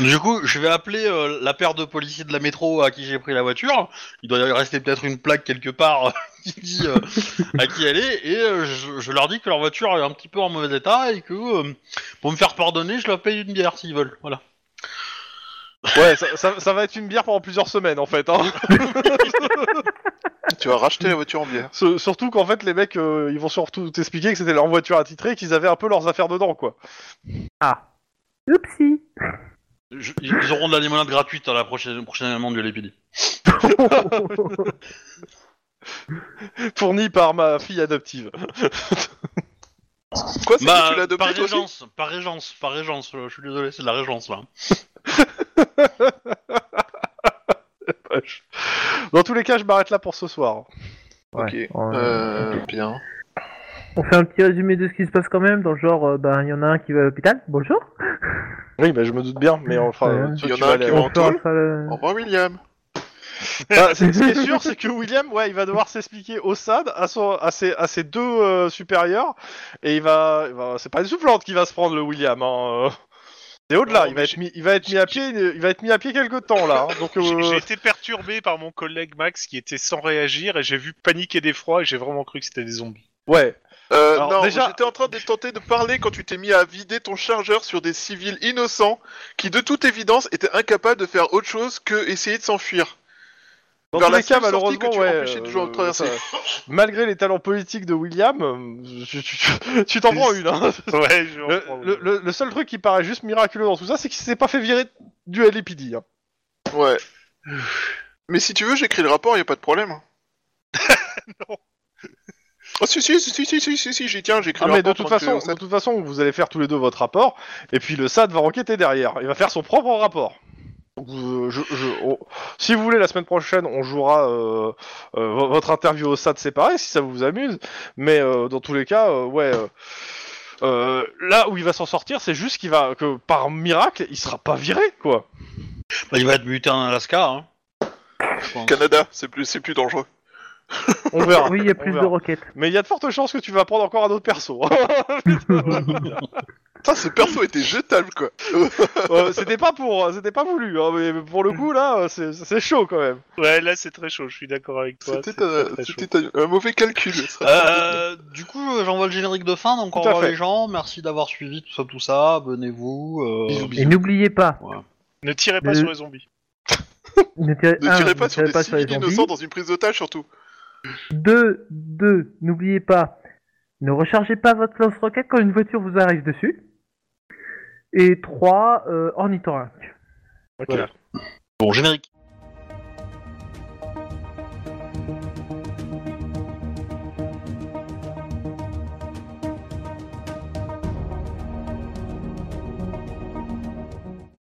Speaker 4: Du coup, je vais appeler euh, la paire de policiers de la métro à qui j'ai pris la voiture. Il doit y rester peut-être une plaque quelque part euh, qui dit euh, à qui elle est. Et euh, je, je leur dis que leur voiture est un petit peu en mauvais état et que euh, pour me faire pardonner, je leur paye une bière s'ils veulent. Voilà.
Speaker 2: Ouais, ça, ça- ça va être une bière pendant plusieurs semaines en fait. Hein.
Speaker 1: tu vas racheter la voiture en bière.
Speaker 2: S- Surtout qu'en fait, les mecs, euh, ils vont surtout t'expliquer que c'était leur voiture attitrée et qu'ils avaient un peu leurs affaires dedans, quoi.
Speaker 3: Ah. Oupsie.
Speaker 4: Je- ils ils auront de la limonade gratuite à la prochaine, prochaine amende de l'épidie.
Speaker 2: Fourni par ma fille adoptive.
Speaker 1: Quoi, c'est que Ah,
Speaker 4: Bah,
Speaker 1: tu l'as
Speaker 4: par
Speaker 1: adopté toi aussi
Speaker 4: régence, par régence, par régence, euh, je suis désolé, c'est de la régence là.
Speaker 2: Dans tous les cas, je m'arrête là pour ce soir.
Speaker 3: Ouais,
Speaker 1: Ok.
Speaker 3: ouais.
Speaker 1: Euh, bien.
Speaker 3: On fait un petit résumé de ce qui se passe quand même, dans le genre, euh, ben, il y en a un qui va à l'hôpital, bonjour.
Speaker 2: Oui, bah je me doute bien, mais enfin.
Speaker 3: Ouais.
Speaker 2: euh, tu-
Speaker 1: Il y en
Speaker 2: tu
Speaker 1: a
Speaker 2: vas
Speaker 1: un qui
Speaker 2: aller-
Speaker 1: va en
Speaker 3: On euh, fera-
Speaker 1: tôle
Speaker 3: fera le-
Speaker 1: Au revoir, William.
Speaker 2: Bah, c'est- ce qui est sûr, c'est que William, ouais, il va devoir s'expliquer au SAD, à, son, à, ses, à ses deux euh, supérieurs, et il va, il va- c'est pas une soufflante qui va se prendre le William. Hein, euh. C'est au-delà,
Speaker 5: Non,
Speaker 2: il va
Speaker 5: mais
Speaker 2: être mis, il va être mis à pied, il va être mis à pied quelque temps là. hein, donc, euh,
Speaker 5: J'ai j'ai été perturbé par mon collègue Max qui était sans réagir, et j'ai vu paniquer d'effroi, et j'ai vraiment cru que c'était des zombies.
Speaker 2: Ouais.
Speaker 1: Euh,
Speaker 2: Alors,
Speaker 1: non,
Speaker 2: déjà-
Speaker 1: j'étais en train de tenter de parler quand tu t'es mis à vider ton chargeur sur des civils innocents qui, de toute évidence, étaient incapables de faire autre chose que essayer de s'enfuir.
Speaker 2: Dans
Speaker 1: Vers
Speaker 2: tous
Speaker 1: la
Speaker 2: les cas,
Speaker 1: seule sortie que
Speaker 2: malheureusement,
Speaker 1: tu
Speaker 2: ouais,
Speaker 1: empêchais de
Speaker 2: euh,
Speaker 1: jouer- de traverser.
Speaker 2: ça- malgré les talents politiques de William, euh, tu- tu tu- tu t'en prends une. Hein.
Speaker 5: Ouais, je
Speaker 2: Le,
Speaker 5: reprends,
Speaker 2: le- le- le seul truc qui paraît juste miraculeux dans tout ça, c'est qu'il s'est pas fait virer du LPD. Hein.
Speaker 1: Ouais. Mais si tu veux, j'écris le rapport, y a pas de problème.
Speaker 5: Non.
Speaker 1: Oh, si, si, si, si, si, si, si, si, j'y tiens, j'écris
Speaker 2: Ah,
Speaker 1: le
Speaker 2: mais
Speaker 1: rapport.
Speaker 2: de toute
Speaker 1: pendant que-
Speaker 2: façon, de toute façon, vous allez faire tous les deux votre rapport, et puis le SAD va enquêter derrière. Il va faire son propre rapport. Donc, vous- je- je- on- Si vous voulez, la semaine prochaine, on jouera euh, euh, vo- votre interview au SAD séparé, si ça vous amuse. Mais euh, dans tous les cas, euh, ouais. euh, euh, là où il va s'en sortir, c'est juste qu'il va que par miracle, il sera pas viré, quoi.
Speaker 4: Bah, il va être muté en Alaska. Hein. Je pense.
Speaker 1: Canada, c'est plus, c'est plus dangereux.
Speaker 2: On verra.
Speaker 3: Oui, il y a
Speaker 2: on
Speaker 3: plus de
Speaker 2: verra.
Speaker 3: roquettes.
Speaker 2: Mais il y a de fortes chances que tu vas prendre encore un autre perso.
Speaker 1: Putain, ce perso était jetable, quoi.
Speaker 2: Euh, c'était pas pour, c'était pas voulu, hein, mais pour le coup là, euh, c'est- c'est chaud quand même.
Speaker 5: Ouais, là c'est très chaud, je suis d'accord avec toi. c'est
Speaker 1: C'était
Speaker 5: très,
Speaker 1: un,
Speaker 5: très chaud.
Speaker 1: c'était un- un mauvais calcul. ça.
Speaker 4: Euh, du coup, euh, j'envoie le générique de fin, donc
Speaker 2: Tout
Speaker 4: au
Speaker 2: à
Speaker 4: revoir
Speaker 2: fait.
Speaker 4: les gens, merci d'avoir suivi tout ça, tout ça, abonnez-vous. euh,
Speaker 5: Bisous, bisous.
Speaker 3: Et n'oubliez pas,
Speaker 5: Ne tirez pas
Speaker 3: Le-
Speaker 5: sur les zombies.
Speaker 3: ne tirez,
Speaker 1: Ne
Speaker 3: un,
Speaker 1: tirez
Speaker 3: ne
Speaker 1: pas sur
Speaker 3: tirez
Speaker 1: des
Speaker 3: pas sur les
Speaker 1: civils
Speaker 3: zombies.
Speaker 1: innocents dans une prise d'otage, surtout.
Speaker 3: Deux, deux, n'oubliez pas, ne rechargez pas votre lance-roquette quand une voiture vous arrive dessus. Et trois, euh, ornithorynque.
Speaker 4: Bon, générique.